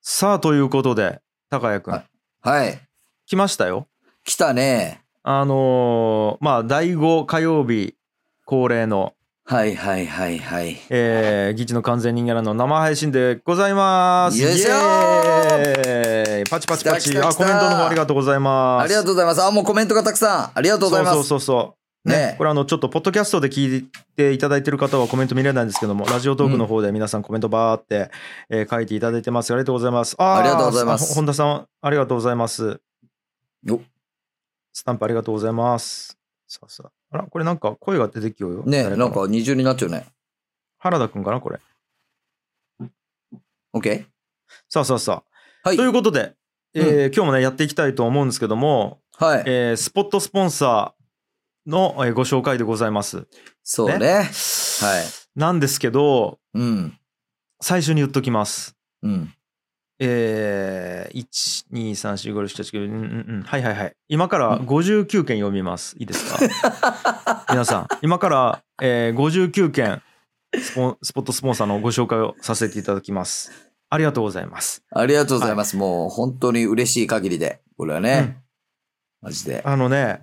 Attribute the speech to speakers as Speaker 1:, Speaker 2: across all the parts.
Speaker 1: さあ、ということで、高谷くん、
Speaker 2: ははい。
Speaker 1: 来ましたよ。
Speaker 2: 来たね。
Speaker 1: あのーまあ、第5火曜日恒例の、
Speaker 2: はいはいはいはい。
Speaker 1: えー、ギチの完全人間らの生配信でございます。
Speaker 2: イエーイ
Speaker 1: イエーイパチパチパ
Speaker 2: 来
Speaker 1: チ。
Speaker 2: た来た
Speaker 1: あ、
Speaker 2: 来
Speaker 1: コ
Speaker 2: た
Speaker 1: メントの方ありがとうございます。
Speaker 2: ありがとうございます。あ、もうコメントがたくさん。ありがとうございます。
Speaker 1: そうそうそうそう。ね
Speaker 2: ね
Speaker 1: これあのちょっとポッドキャストで聞いていただいてる方はコメント見れないんですけどもラジオトークの方で皆さんコメントバーって、えー書いていただいてますありがとうございますあー
Speaker 2: ありがとうございます
Speaker 1: あ本田さんありがとうございます
Speaker 2: よ
Speaker 1: スタンプありがとうございますさあさああらこれなんか声が出てきようよ
Speaker 2: ね
Speaker 1: 誰
Speaker 2: な
Speaker 1: の
Speaker 2: んか二重になっちゃうね。
Speaker 1: 原田くんかなこれ
Speaker 2: OK?
Speaker 1: さあさあさあ、
Speaker 2: はい
Speaker 1: ということで、えー今日もねやっていきたいと思うんですけども、
Speaker 2: はい。
Speaker 1: えースポットスポンサーのえーご紹介でございます
Speaker 2: そうね。はい。
Speaker 1: なんですけど
Speaker 2: うん。
Speaker 1: 最初に言っときます。
Speaker 2: うん。
Speaker 1: えー、1、2、3、4、5、6、7、8、9、うんうんうん。はいはいはい。今から59件読みます。いいですか 皆さん、今から、えー、59件スポン、スポットスポンサーのご紹介をさせていただきます。ありがとうございます。
Speaker 2: ありがとうございます。もう本当に嬉しい限りで。これはね。マジで。
Speaker 1: あのね、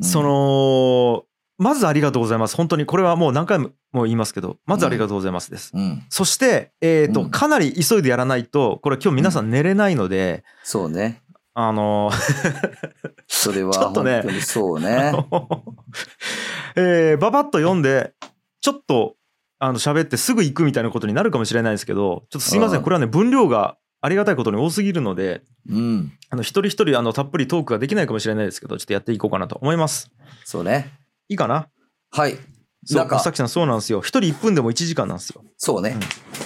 Speaker 2: うん
Speaker 1: そ、の、まずありがとうございます。本当に、これはもう何回も言いますけど、まずありがとうございますです。
Speaker 2: うん。
Speaker 1: そして、えーと、
Speaker 2: うん
Speaker 1: かなり急いでやらないと、これ今日皆さん寝れないので、
Speaker 2: そうね。
Speaker 1: あの
Speaker 2: それ は
Speaker 1: ちょっ
Speaker 2: 本
Speaker 1: とね
Speaker 2: 当にそ う
Speaker 1: あ
Speaker 2: ね。
Speaker 1: の えー、ババッと読んでちょっとあの喋ってすぐ行くみたいなことになるかもしれないですけどちょっとすいませ
Speaker 2: うんん
Speaker 1: これはね分量がありがたいことに多すぎるので
Speaker 2: うん。
Speaker 1: あの一人一人あのたっぷりトークができないかもしれないですけどちょっとやっていこうかなと思います
Speaker 2: そうね。
Speaker 1: いいかな
Speaker 2: はい。
Speaker 1: そ
Speaker 2: な
Speaker 1: うん
Speaker 2: か
Speaker 1: さきさんそうなんですよ一人1分でも1時間なんですよ
Speaker 2: そうね。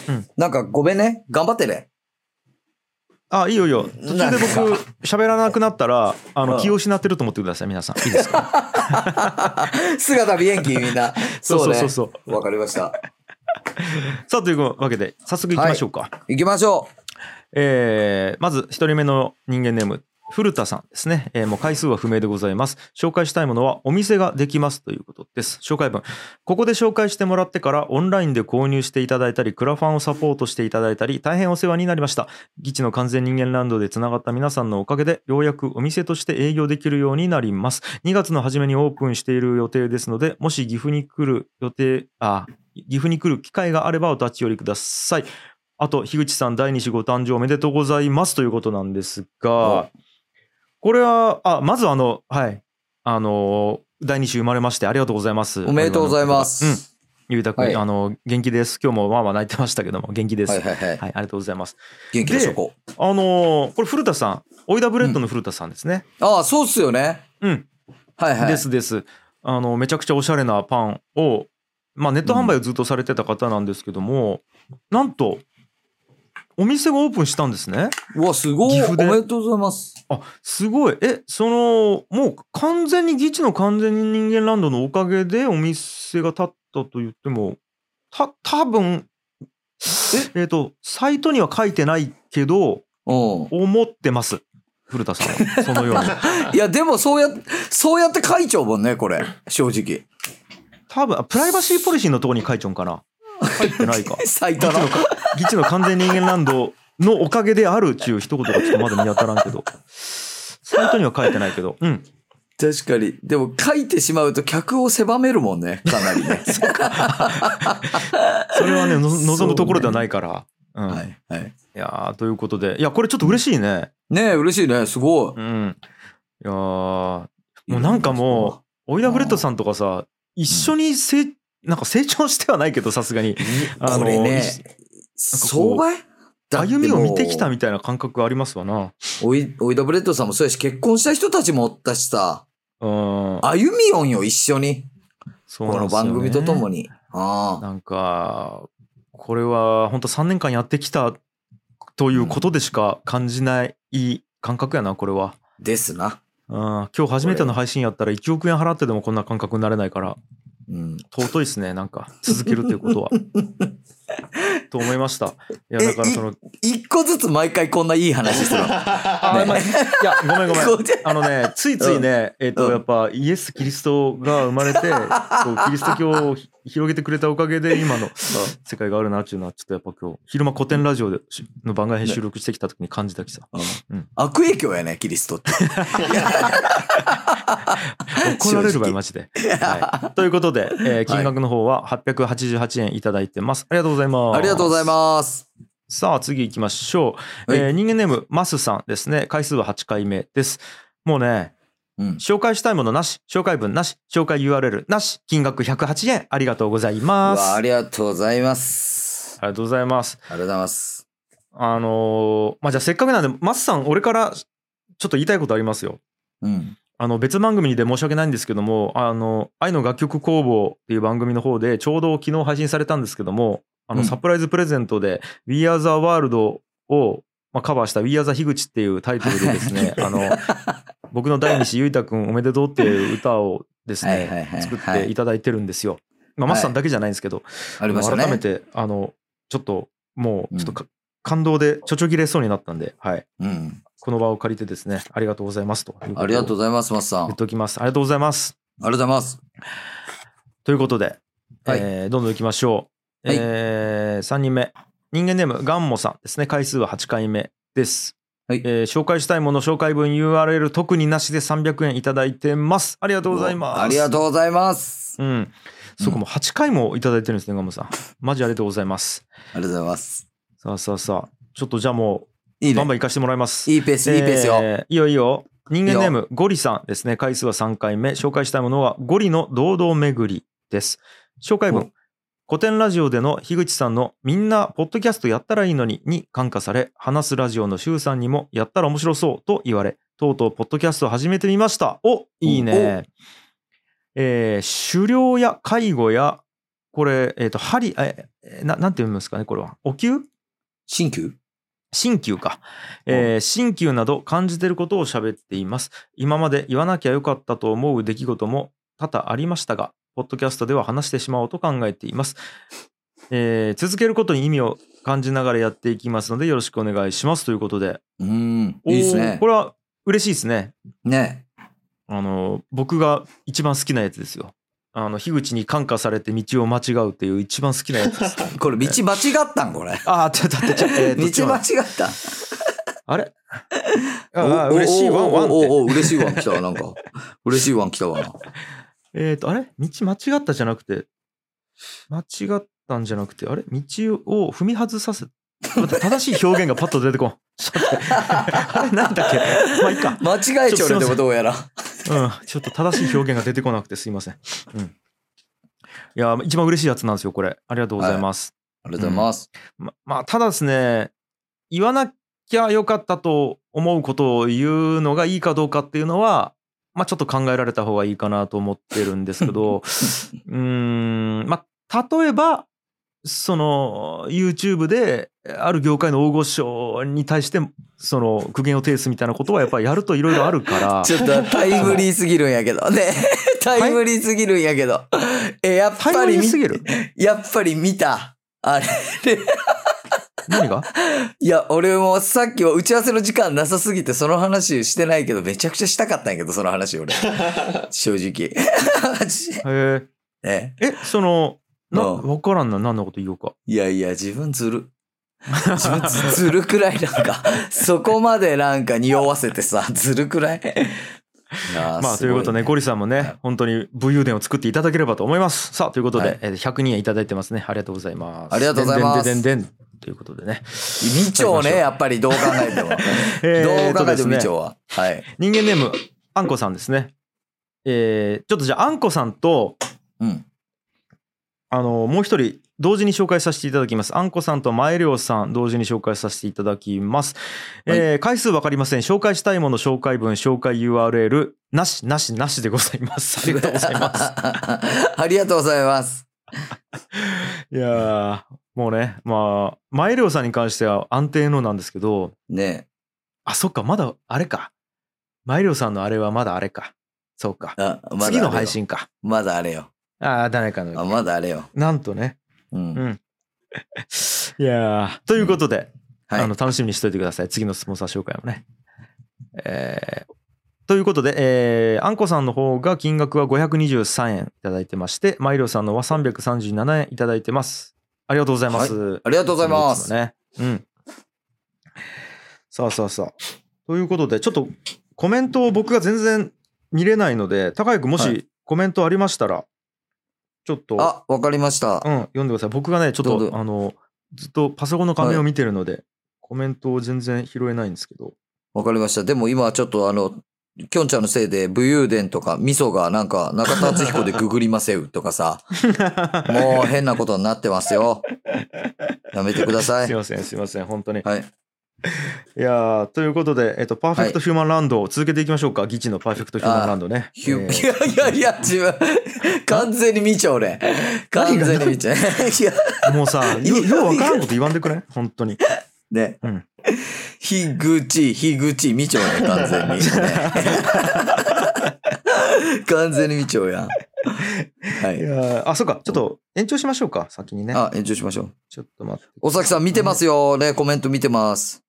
Speaker 1: うんうん
Speaker 2: なんかごめんね。頑張ってね。
Speaker 1: あいいよいいよ途中で僕
Speaker 2: なん
Speaker 1: 喋らなくなったらあ
Speaker 2: う
Speaker 1: の
Speaker 2: ん
Speaker 1: 気を失ってると思ってください皆さんいいですか
Speaker 2: 姿見えんき、みんな。
Speaker 1: そ
Speaker 2: そう
Speaker 1: そう
Speaker 2: うね。
Speaker 1: そうそう
Speaker 2: わかりました。
Speaker 1: さあというわけで早速いきましょうか、
Speaker 2: 行きましょ
Speaker 1: えーまず1人目の人間ネーム古田さんですね、えーもう回数は不明でございます紹介したいものはお店ができますということです紹介文ここで紹介してもらってからオンラインで購入していただいたりクラファンをサポートしていただいたり大変お世話になりましたギチの完全人間ランドでつながった皆さんのおかげでようやくお店として営業できるようになります2月の初めにオープンしている予定ですのでもし岐阜に来る予定あ岐阜に来る機会があればお立ち寄りくださいあと、樋口さん、第2子ご誕生おめでとうございますということなんですが、これは、あ、まずあの、はい、あの、第2子生まれましてありがとうございます。
Speaker 2: う。おめでとうございま
Speaker 1: うん、
Speaker 2: す。
Speaker 1: ゆうたくん、
Speaker 2: はい
Speaker 1: あの、元気です。今日もまあまあ泣いてましたけども、元気です。
Speaker 2: は
Speaker 1: はいい、
Speaker 2: はいはい。
Speaker 1: ありがとうございます。
Speaker 2: 元気でしょこう。
Speaker 1: あのーこれ古田さん、オイダブレッドの古田さんですね。
Speaker 2: ああ、そうっすよね。
Speaker 1: うん、
Speaker 2: はいはい。
Speaker 1: ですです。あの、めちゃくちゃおしゃれなパンを、まあ、ネット販売をずっとされてた方なんですけども、なんと、お店がオープンしたんですね。
Speaker 2: うわ、すご
Speaker 1: 岐
Speaker 2: い。お
Speaker 1: 阜で
Speaker 2: めでとうございます。
Speaker 1: あすごいえそのもう完全に「ギチの完全に人間ランド」のおかげでお店が立ったと言ってもた多分えっ、とサイトには書いてないけど
Speaker 2: うん。
Speaker 1: 思ってます古田さん はそのように
Speaker 2: いや、でもそうや、そうやって書いちゃうもんね、これ。正直。
Speaker 1: 多分あプライバシーポリシーのところに書いちゃうんかな書いてないか
Speaker 2: 最多の。
Speaker 1: ギチの完全人間ランドのおかげであるっちゅう一言がちょっとまだ見当たらんけどサイトには書いてないけどうん
Speaker 2: 確かに。でも書いてしまうと客を狭めるもんね、かなりね。
Speaker 1: それはねの望むところではないからうん、
Speaker 2: はいはい。
Speaker 1: いやーということでいやこれちょっと嬉しいね
Speaker 2: ねえ、嬉しいね。すご
Speaker 1: うんいやーもうなんかもうオイラブレッドさんとかさ一緒にせいなんか成長してはないけどさすがに
Speaker 2: い。
Speaker 1: あの
Speaker 2: これね
Speaker 1: いなん、
Speaker 2: 相場
Speaker 1: 歩みを見てきた
Speaker 2: み
Speaker 1: みたいな感覚ありますわな
Speaker 2: おい、おいだブレッドさんもそうやし、結婚した人たちもおったしさ、
Speaker 1: うん
Speaker 2: 歩みよんよ、一緒に。
Speaker 1: そう
Speaker 2: こ
Speaker 1: なん
Speaker 2: の
Speaker 1: ですよね
Speaker 2: 番組とともに。ああ。
Speaker 1: なんかこれは本当3年間やってきたということでしか感じない感覚やなこれは
Speaker 2: ですな。
Speaker 1: うん今日初めての配信やったら1億円払ってでもこんな感覚になれないから
Speaker 2: うん。
Speaker 1: 尊いですねなんか続けるということはと思いました。いや、だからその、
Speaker 2: 一個ずつ毎回こんないい 話するの。
Speaker 1: あーまあいや、ごめんごめん。
Speaker 2: こうじゃ
Speaker 1: あのね、ついついね、えっ
Speaker 2: う
Speaker 1: と、
Speaker 2: ん
Speaker 1: やっぱイエス・キリストが生まれて、こうキリスト教をひ広げてくれたおかげで、今の世界があるなっていうのは、ちょっとやっぱ今日、昼間古典ラジオでしの番外編収録してきた時に感じたきさ。
Speaker 2: う
Speaker 1: うん
Speaker 2: ん悪影響やね、キリスト って。
Speaker 1: 怒られるわよ、
Speaker 2: 正
Speaker 1: マジで。はい、ということで、えー金額の方は888円いただいてます。ありがとうございます。
Speaker 2: ありがとうございます。
Speaker 1: す。さあ、次行きましょう。
Speaker 2: はい
Speaker 1: えー人間ネーム、マスさんですね。回数は8回目です。もうね、
Speaker 2: うん。
Speaker 1: 紹介したいものなし、紹介文なし、紹介 URL なし、金額108円、ありがとうございうます。
Speaker 2: わ、
Speaker 1: あ
Speaker 2: あ
Speaker 1: り
Speaker 2: りがとうございます。
Speaker 1: がとうございます。
Speaker 2: ありがとうございます。
Speaker 1: あのーまあ、じゃあせっかくなんで、マスさん、俺からちょっと言いたいことありますよ。
Speaker 2: うん。
Speaker 1: あの別番組で申し訳ないんですけども、あの、愛の楽曲工房っていう番組の方で、ちょうど昨日配信されたんですけども、あの、
Speaker 2: うん
Speaker 1: サプライズプレゼントで、We Are the World を、まあ、カバーした We Are the 樋口っていうタイトルでです ね、あの、僕の第二子ゆいたくんおめでとうっていう歌をです
Speaker 2: はいはい
Speaker 1: ね、
Speaker 2: はい
Speaker 1: 作っていただいてるんですよ。まあ、マスさんだけじゃないんですけど、
Speaker 2: ありました
Speaker 1: 改め
Speaker 2: ね。
Speaker 1: て、あの、ちょっと、もう、ちょっとか、感動でちょちょ切れそうになったんで、はい。
Speaker 2: うん。
Speaker 1: この場を借りてですね、ありがとうございますということを
Speaker 2: ありがとうございます、マスさん。あ
Speaker 1: 言っ
Speaker 2: り
Speaker 1: ておきます。ありがとうございます。
Speaker 2: がとうございます。
Speaker 1: ということで、
Speaker 2: はい
Speaker 1: えーどんどん行きましょう。
Speaker 2: はい
Speaker 1: え3人目。人間ネーム、ガンモさんですね。回数は8回目です。
Speaker 2: はい
Speaker 1: えー紹介したいもの、紹介文、URL 特になしで300円いただいてます。ありがとうございます。
Speaker 2: ありがとうございます。
Speaker 1: う。うん。そうか、もう8回もいただいてるんですね、ガンモさん。マジありがとうございます。
Speaker 2: ありがとうございます。
Speaker 1: さあさあさあ、ちょっとじゃあも、
Speaker 2: いうい
Speaker 1: バ
Speaker 2: ね
Speaker 1: ン。バン行かしてもらいます。
Speaker 2: いいペース、いいペースよ。
Speaker 1: えーいいよいいよ。人間ネーム、ゴリさんですね。回数は3回目。紹介したいものは、ゴリの堂々巡りです。紹介文。古典ラジオでの樋口さんのみんなポッドキャストやったらいいのにに感化され、話すラジオの周さんにもやったら面白そうと言われ、とうとうポッドキャストを始めてみました。お、いいね。えー狩猟や介護や、これ、えっ、と、針、えーな、なんて読むんですかね、これは。お灸
Speaker 2: 新旧
Speaker 1: 新旧か、えー新旧など感じてることを喋っています今まで言わなきゃよかったと思う出来事も多々ありましたがポッドキャストでは話してしまおうと考えています、えー続けることに意味を感じながらやっていきますのでよろしくお願いしますということで
Speaker 2: うん。いいです
Speaker 1: おー
Speaker 2: ね
Speaker 1: こ。れは嬉しいですね
Speaker 2: ね。
Speaker 1: あの僕が一番好きなやつですよあの樋口に感化されて道を間違うっていう一番好きなやつです
Speaker 2: これ、道間違ったんこれ。
Speaker 1: ああちょっと待ってちょっとえーとち
Speaker 2: 道
Speaker 1: ょっと
Speaker 2: 間違
Speaker 1: 待って
Speaker 2: った。
Speaker 1: あれあ
Speaker 2: お
Speaker 1: あ嬉しいワンワンっ
Speaker 2: お
Speaker 1: て
Speaker 2: おおお嬉しいワン来たわ、なんか。嬉しいワン来たわ。
Speaker 1: えー、と、あれ道間違ったじゃなくて、間違ったんじゃなくて、あれ道を踏み外させ、また正しい表現がパッと出てこん。 ちょっと待ってあれなんだっけまあいいか。
Speaker 2: 間違えちゃうね、でもどうやら。
Speaker 1: うん。ちょっと正しい表現が出てこなくてすいません。うん。いやー、一番嬉しいやつなんですよ、これ。ありがとうございます。
Speaker 2: ありがとうございます。
Speaker 1: ままあ、ただですね、言わなきゃよかったと思うことを言うのがいいかどうかっていうのは、まあ、ちょっと考えられた方がいいかなと思ってるんですけど、う ーん、まあ、例えば、その YouTube である業界の大御所に対してその苦言を呈すみたいなことはやっぱりやるといろいろあるから
Speaker 2: ちょっとタイムリーすぎるんやけど。ね。タイムリーすぎるんやけど。え、やっ
Speaker 1: タ
Speaker 2: ぱ
Speaker 1: イム
Speaker 2: り
Speaker 1: リーすぎ
Speaker 2: 見、
Speaker 1: る
Speaker 2: やっぱり見た。あれ。
Speaker 1: 何が
Speaker 2: いや、俺もさっきは打ち合わせの時間なさすぎてその話してないけど、めちゃくちゃしたかったんやけど、その話 俺。正直。 マジで
Speaker 1: へー
Speaker 2: ね。
Speaker 1: えそのな
Speaker 2: うん
Speaker 1: 分からんな何のこと言おうか
Speaker 2: いやいや、自分ずる。自分ずずるくらいなんか、そこまでなんか匂わせてさ、ずるくらい。やー
Speaker 1: まあ、
Speaker 2: す
Speaker 1: とい
Speaker 2: ご
Speaker 1: うことでね、ゴリさんも
Speaker 2: はい
Speaker 1: ね、本当に武勇伝を作っていただければと思います。さあ、ということ
Speaker 2: はい
Speaker 1: で、えー102円いただいてますね。ありがとうございます。
Speaker 2: ありがとうございます
Speaker 1: でんでんでんでんでんということでね。
Speaker 2: みちょうね、やっぱりどう考えても。
Speaker 1: えー
Speaker 2: どう
Speaker 1: と
Speaker 2: 考え
Speaker 1: です
Speaker 2: ても
Speaker 1: ね
Speaker 2: みちょうは。はい。
Speaker 1: 人間ネーム、あんこさんですね。えーちょっとじゃあ、あんこさんと、
Speaker 2: うん。
Speaker 1: あの、もう一人、同時に紹介させていただきます。あんこさんとまえりょうさん、同時に紹介させていただきます。えー回数わかりません。紹介したいもの、紹介文、紹介 URL、なし、なし、なしでござい ます。ありがとうございます。
Speaker 2: ありがとうございます。
Speaker 1: いやーもうねまあ前涼さんに関しては安定のなんですけど
Speaker 2: ね
Speaker 1: あそっかまだあれか前涼さんのあれはまだあれかそうか、
Speaker 2: あまだあれ
Speaker 1: 次
Speaker 2: よ
Speaker 1: の配信か
Speaker 2: まだあれよ。
Speaker 1: ああ誰か
Speaker 2: あ
Speaker 1: の
Speaker 2: まだあれよ。
Speaker 1: なんとね
Speaker 2: うん
Speaker 1: うん いやーということで、
Speaker 2: はい
Speaker 1: あの楽しみにしておいてください。次のスポンサー紹介もね。えーということで、えー、あんこさんの方が金額は523円いただいてまして、マイロさんのは337円いただいてます。ありがとうございます。
Speaker 2: ありがとうございます
Speaker 1: つもね、うん。さあさあさあ。ということで、ちょっとコメントを僕が全然見れないので、高井君も
Speaker 2: は
Speaker 1: しコメントありましたら、ちょっと、
Speaker 2: あ、わかりました。
Speaker 1: うん、読んでください。僕がね、ちょっ
Speaker 2: どう
Speaker 1: と、
Speaker 2: ぞ
Speaker 1: あの、ずっとパソコンの画面
Speaker 2: は
Speaker 1: を
Speaker 2: い
Speaker 1: 見てるので、コメントを全然拾えないんですけど。
Speaker 2: わかりました。でも今ちょっとあの、きょんちゃんのせいで武勇伝とか味噌がなんか中田敦彦でググりませうとか さ、もう変なことになってますよ。やめてくださ
Speaker 1: す
Speaker 2: い。
Speaker 1: い
Speaker 2: は
Speaker 1: ません、すいません、本当に。
Speaker 2: い。
Speaker 1: いやーということで、えっと、パーフェクトヒューマンランドを続けていきましょうか。ギチのパーフェクトヒューマンランドね。
Speaker 2: ヒュ
Speaker 1: え
Speaker 2: い
Speaker 1: ー
Speaker 2: やいやいや、自分、完全に見ちゃう俺。完全に見ちゃう。 いや、
Speaker 1: もう さ、よ
Speaker 2: いや
Speaker 1: ようわからんこと言わんでくれ本当に。
Speaker 2: ね
Speaker 1: うん。
Speaker 2: ひぐち、ひぐち、見ちゃうね、 完 全に。ね完全に見ちゃうやん。はいい。
Speaker 1: やーあ、そうか、ちょっと延長しましょうか、先にね。
Speaker 2: あ、延長しましょう。
Speaker 1: ちょっと待って。
Speaker 2: おさきさん見てますよ。ね、コメント見てます。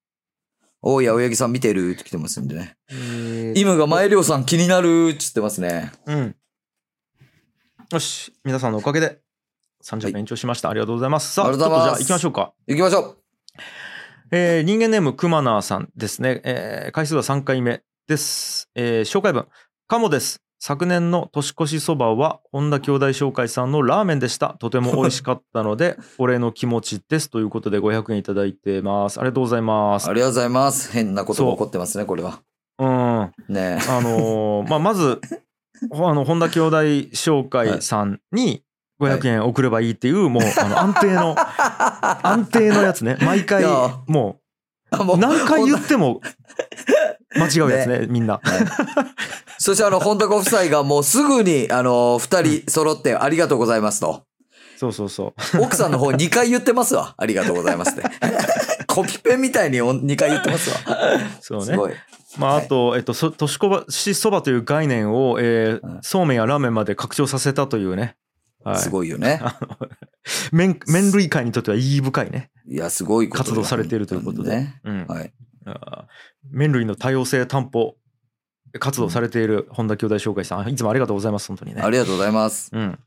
Speaker 2: おいや、おやぎさん見てるって来てますんでね。
Speaker 1: えー
Speaker 2: 今が前りょうさん気になるっつってますね。
Speaker 1: うん。よし、皆さんのおかげで30分延長しました。ありがとうございます。さあ、
Speaker 2: あ
Speaker 1: ちょっ
Speaker 2: りが
Speaker 1: と
Speaker 2: とう
Speaker 1: じ
Speaker 2: ござい
Speaker 1: ゃ
Speaker 2: ま
Speaker 1: あ
Speaker 2: す
Speaker 1: 行きましょうか。
Speaker 2: 行きましょう。
Speaker 1: えー人間ネームくまなーさんですね、えー回数は3回目です、えー紹介文カモです昨年の年越しそばは本田兄弟商会さんのラーメンでしたとても美味しかったの でお礼の気持ちですということで500円いただいてますありがとうございます
Speaker 2: ありがとうございます。変なことが起こってますね、これは。
Speaker 1: うんあ
Speaker 2: ね
Speaker 1: の ーまあまずほあの本田兄弟商会さんに500円送ればいいっていう、もうあの安定 の安定のやつね毎回
Speaker 2: いや
Speaker 1: もう
Speaker 2: え。もう
Speaker 1: 何回言っても間違うやつねみんな。
Speaker 2: そしてあの、本田ご夫妻がもうすぐに、あの、二人揃ってありがとうございますと。
Speaker 1: そうそうそう。
Speaker 2: 奥さんの方2回言ってますわ。ありがとうございますって。 コピペみたいに2回言ってますわ。
Speaker 1: そう
Speaker 2: す
Speaker 1: ね。
Speaker 2: ごい。
Speaker 1: まああ
Speaker 2: はい
Speaker 1: と、えっと、そ年越しそばという概念を、えー
Speaker 2: うん
Speaker 1: そうめんやラーメンまで拡張させたというね。はい。
Speaker 2: すごいよね。
Speaker 1: 麺麺類界にとっては意義深いね。
Speaker 2: いや、すごいこと
Speaker 1: 活動されているということで
Speaker 2: ね。
Speaker 1: うん。
Speaker 2: はい。
Speaker 1: あー麺類の多様性担保活動されている本田兄弟紹介さん、いつもありがとうございます、本当にね
Speaker 2: あ。りがとうございます。
Speaker 1: うん。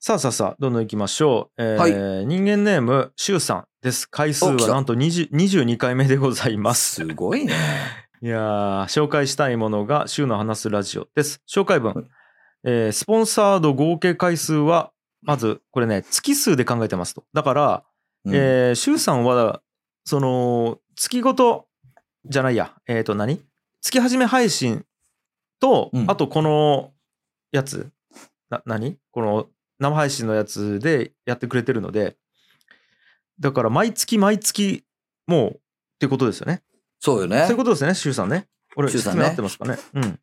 Speaker 1: さあさあさあ、どんどん行きましょう。えー
Speaker 2: はい
Speaker 1: 人間ネーム、しゅうさんです。回数は
Speaker 2: お来た
Speaker 1: なんと20 22回目でございます。
Speaker 2: すごいね。
Speaker 1: いやー紹介したいものが、週の話すラジオです。紹介文、
Speaker 2: はい
Speaker 1: えースポンサード合計回数は、まず、これね、月数で考えてますと。だから、
Speaker 2: うん
Speaker 1: えー、シュウさんは、その、月ごと、じゃないや、えっ、と何、月始め配信と、
Speaker 2: うん
Speaker 1: あとこのやつ、な、何この生配信のやつでやってくれてるので、だから毎月毎月、もう、ってことですよね。
Speaker 2: そうよね。
Speaker 1: そういうことですね、シュウさんね。俺、
Speaker 2: シュウさ
Speaker 1: 説
Speaker 2: んね
Speaker 1: 明合ってますかね。うん。
Speaker 2: うん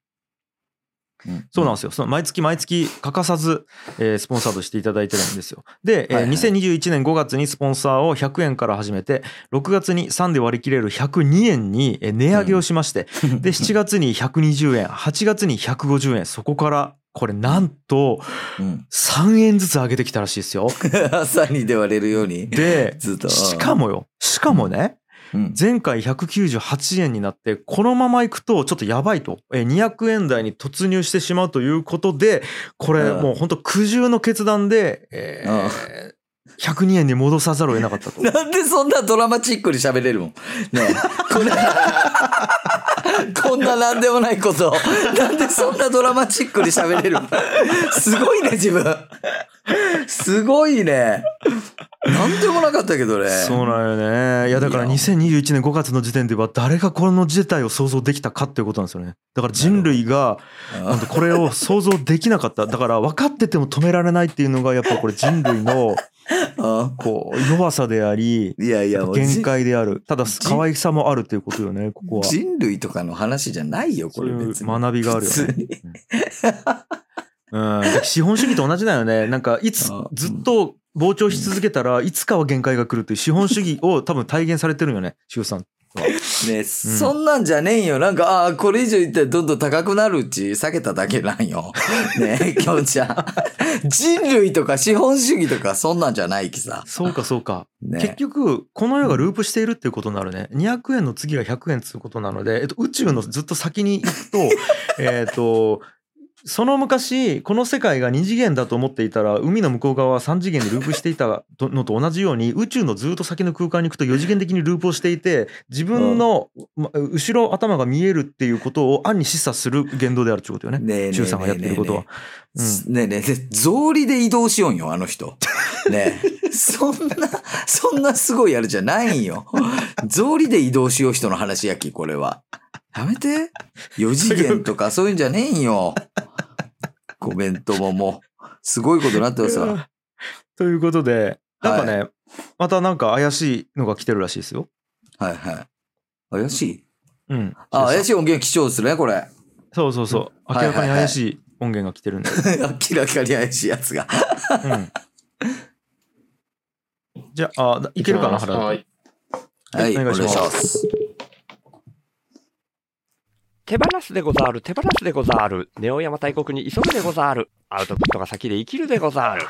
Speaker 1: そうなんですよ。その毎月毎月欠かさず、えースポンサードしていただいてるんですよ。で、えー
Speaker 2: はいはい
Speaker 1: 2021年5月にスポンサーを100円から始めて、6月に3で割り切れる102円にえー値上げをしまして、で、7月に120円、8月に150円、そこから、これなんと
Speaker 2: うん。
Speaker 1: 3円ずつ上げてきたらしいです よ。
Speaker 2: 朝にで割れるように。
Speaker 1: で、
Speaker 2: ずっと。
Speaker 1: しかもよ、しかもね、
Speaker 2: うん、
Speaker 1: 前回198円になってこのままいくとちょっとやばいとえー200円台に突入してしまうということでこれ
Speaker 2: うん
Speaker 1: もう本当苦渋の決断で、えー102円に戻さざるを得なかった と。
Speaker 2: なんでそんなドラマチックに喋れるもん。ねえこんな、こんななんでもないことを。なんでそんなドラマチックに喋れるんすごいね、自分。すごいね。なんでもなかったけどね。
Speaker 1: そうなんよね。いやだから
Speaker 2: いや
Speaker 1: 2021年5月の時点では誰がこの事態を想像できたかっていうことなんですよね。だから人類が
Speaker 2: うん
Speaker 1: 本当これを想像できなかった。だから分かってても止められないっていうのがやっぱこれ人類 の
Speaker 2: うん
Speaker 1: こう弱さであり、
Speaker 2: いやいや、もう
Speaker 1: 限界である。ただ、
Speaker 2: じ
Speaker 1: 可愛さもあるということよね、ここは。
Speaker 2: 人類とかの話じゃないよ、これ別
Speaker 1: そ
Speaker 2: に。
Speaker 1: ういう学びがあるよね
Speaker 2: 普通に
Speaker 1: うん、資本主義と同じだよ ね。なんか、いつ
Speaker 2: あ、
Speaker 1: ずっと膨張し続けたらいつかは限界が来るという資本主義を多分体現されてるよね、シュウさん。
Speaker 2: ね、そんなんじゃねえよ。なんか、ああ、これ以上言ったらどんどん高くなるうち、下げただけな んよ。ねえ、きょんちゃん。人類とか資本主義とか、そんなんじゃないきさ。
Speaker 1: そうかそうか。結
Speaker 2: ね
Speaker 1: 局、この世がループしているっていうことになるね。200円の次が100円ということなので、えっと、宇宙のずっと先に行くと、 えっと、その昔、この世界が2次元だと思っていたら、海の向こう側は3次元でループしていたとのと同じように、宇宙のずっと先の空間に行くと4次元的にループをしていて、自分の、ま後ろ頭が見えるっていうことを暗に示唆する言動であるということよね。
Speaker 2: ねえねえねえねえ
Speaker 1: 周さんがやってることは。うん
Speaker 2: ねえねえ、で草履で移動しよんよ、あの人。ねえ。 そんな、そんなすごいやるじゃないんよ。草履で移動しよう人の話やき、これは。やめて。4次元とかそういうんじゃねえんよ。コメントももう、すごいことになってます
Speaker 1: い
Speaker 2: わ。
Speaker 1: やということで、なんかね、またなんか怪しいのが来てるらしいですよ。
Speaker 2: はいはい。怪しい
Speaker 1: うん。
Speaker 2: あ、怪
Speaker 1: い。
Speaker 2: しい音源貴重ですね、これ。
Speaker 1: そうそうそう。
Speaker 2: うん
Speaker 1: 明らか
Speaker 2: はい
Speaker 1: に
Speaker 2: はいはい
Speaker 1: 怪しい音源が来てるんで。
Speaker 2: 明らかに怪しいやつが。
Speaker 1: うんじゃあ、あいけるかな、原田。
Speaker 3: はい。
Speaker 2: はい、お
Speaker 1: お願
Speaker 2: 願い
Speaker 1: い
Speaker 2: し
Speaker 1: し
Speaker 2: ま
Speaker 1: ます
Speaker 2: す。
Speaker 4: 手放すでござる、手放すでござる。ネオ山大国に急ぐでござる。アウトプットが先で生きるでござる。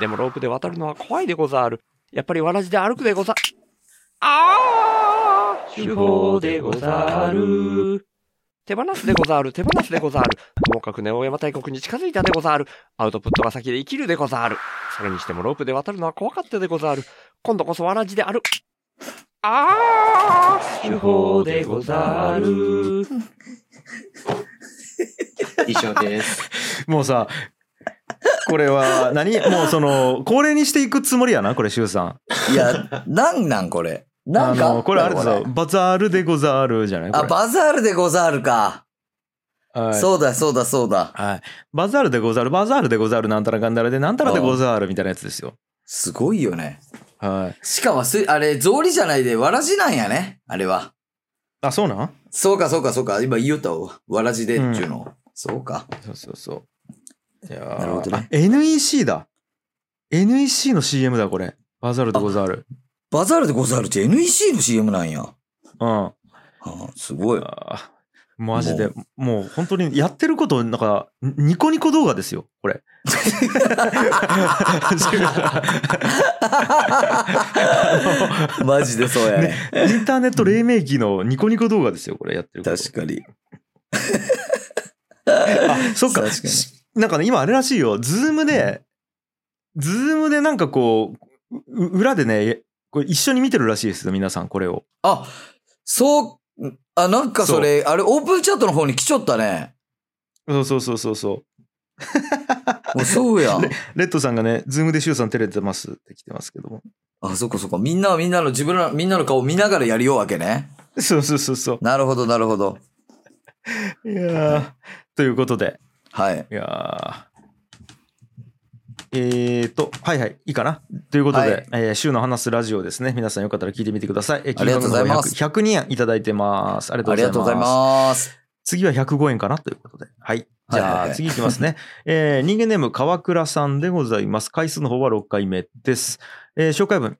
Speaker 4: でもロープで渡るのは怖いでござる。やっぱりわらじで歩くでござ、ああ手法でござる。手放すでござる、手放すでござる。ともかくネオ山大国に近づいたでござる。アウトプットが先で生きるでござる。それにしてもロープで渡るのは怖かったでござる。今度こそわらじで歩く。ああ手法でござる。
Speaker 3: 以上です。
Speaker 1: もうさ、これは何、 もうその、恒例にしていくつもりやな、これ、周さん。
Speaker 2: いや、なんなんこれ。なんかあったの
Speaker 1: これあれですよ、バザールでござるじゃないこ
Speaker 2: あ、
Speaker 1: れ。
Speaker 2: バザールでござるか。
Speaker 1: はい
Speaker 2: そうだ、そうだ、そうだ。
Speaker 1: はい。バザールでござる、バザールでござる、なんたらかんだらで、なんたらでござるみたいなやつですよ。
Speaker 2: すごいよね。
Speaker 1: はい。
Speaker 2: しかもす、あれ、草履じゃないで、わらじなんやね。あれは。
Speaker 1: あ、そうなん
Speaker 2: そうか、そうか、そうか。今言おったわ。わらじでっていうのを。そうか。
Speaker 1: そうそうそう。いやー
Speaker 2: なるほどね
Speaker 1: あ NEC だ。NEC の CM だ、これ。バザールでござる。
Speaker 2: バザールでござるって NEC の CM なんや。
Speaker 1: うん。あ
Speaker 2: あすごい。
Speaker 1: ーマジで、もう本当にやってること、なんか、ニコニコ動画ですよ、こ れ。
Speaker 2: マジでそう やね。
Speaker 1: インターネット黎明期のニコニコ動画ですよ、これやってること。
Speaker 2: 確かに。
Speaker 1: あ、そっか。
Speaker 2: 確かに
Speaker 1: しなんかね、今あれらしいよ。ズームで、ズームでなんかこう、う裏でね、これ一緒に見てるらしいですよ、皆さん、これを。
Speaker 2: あ、そう、あ、なんかそれ、あれ、オープンチャットの方に来ちゃったね。
Speaker 1: そうそうそうそうそう。
Speaker 2: もうそう やん。
Speaker 1: レッドさんがね、ズームでシュウさん照れてますって来てますけども。
Speaker 2: あ、そっかそっか。みんなはみんなの自分ら、みんなの顔見ながらやりようわけね。
Speaker 1: そうそうそうそ
Speaker 2: なるほど、なるほど。
Speaker 1: う。いやーということで、
Speaker 2: はい。
Speaker 1: いやーえーと、はいはい、いいかな。ということで、
Speaker 2: はい
Speaker 1: えー、週の話すラジオですね。皆さんよかったら聞いてみてください。えー
Speaker 2: ありがとうございます
Speaker 1: キーパーの方100 100人いただいてます。ありがと
Speaker 2: あ
Speaker 1: う
Speaker 2: りがとう
Speaker 1: ご
Speaker 2: ご
Speaker 1: ざ
Speaker 2: ざ
Speaker 1: い
Speaker 2: い
Speaker 1: ます。
Speaker 2: ます。
Speaker 1: 次は105円かなということで。はい。じ
Speaker 2: はい
Speaker 1: ゃ
Speaker 2: はいは
Speaker 1: あ
Speaker 2: い
Speaker 1: 次いきます ね。えー人間ネーム川倉さんでございます。回数の方は6回目です。えー紹介文。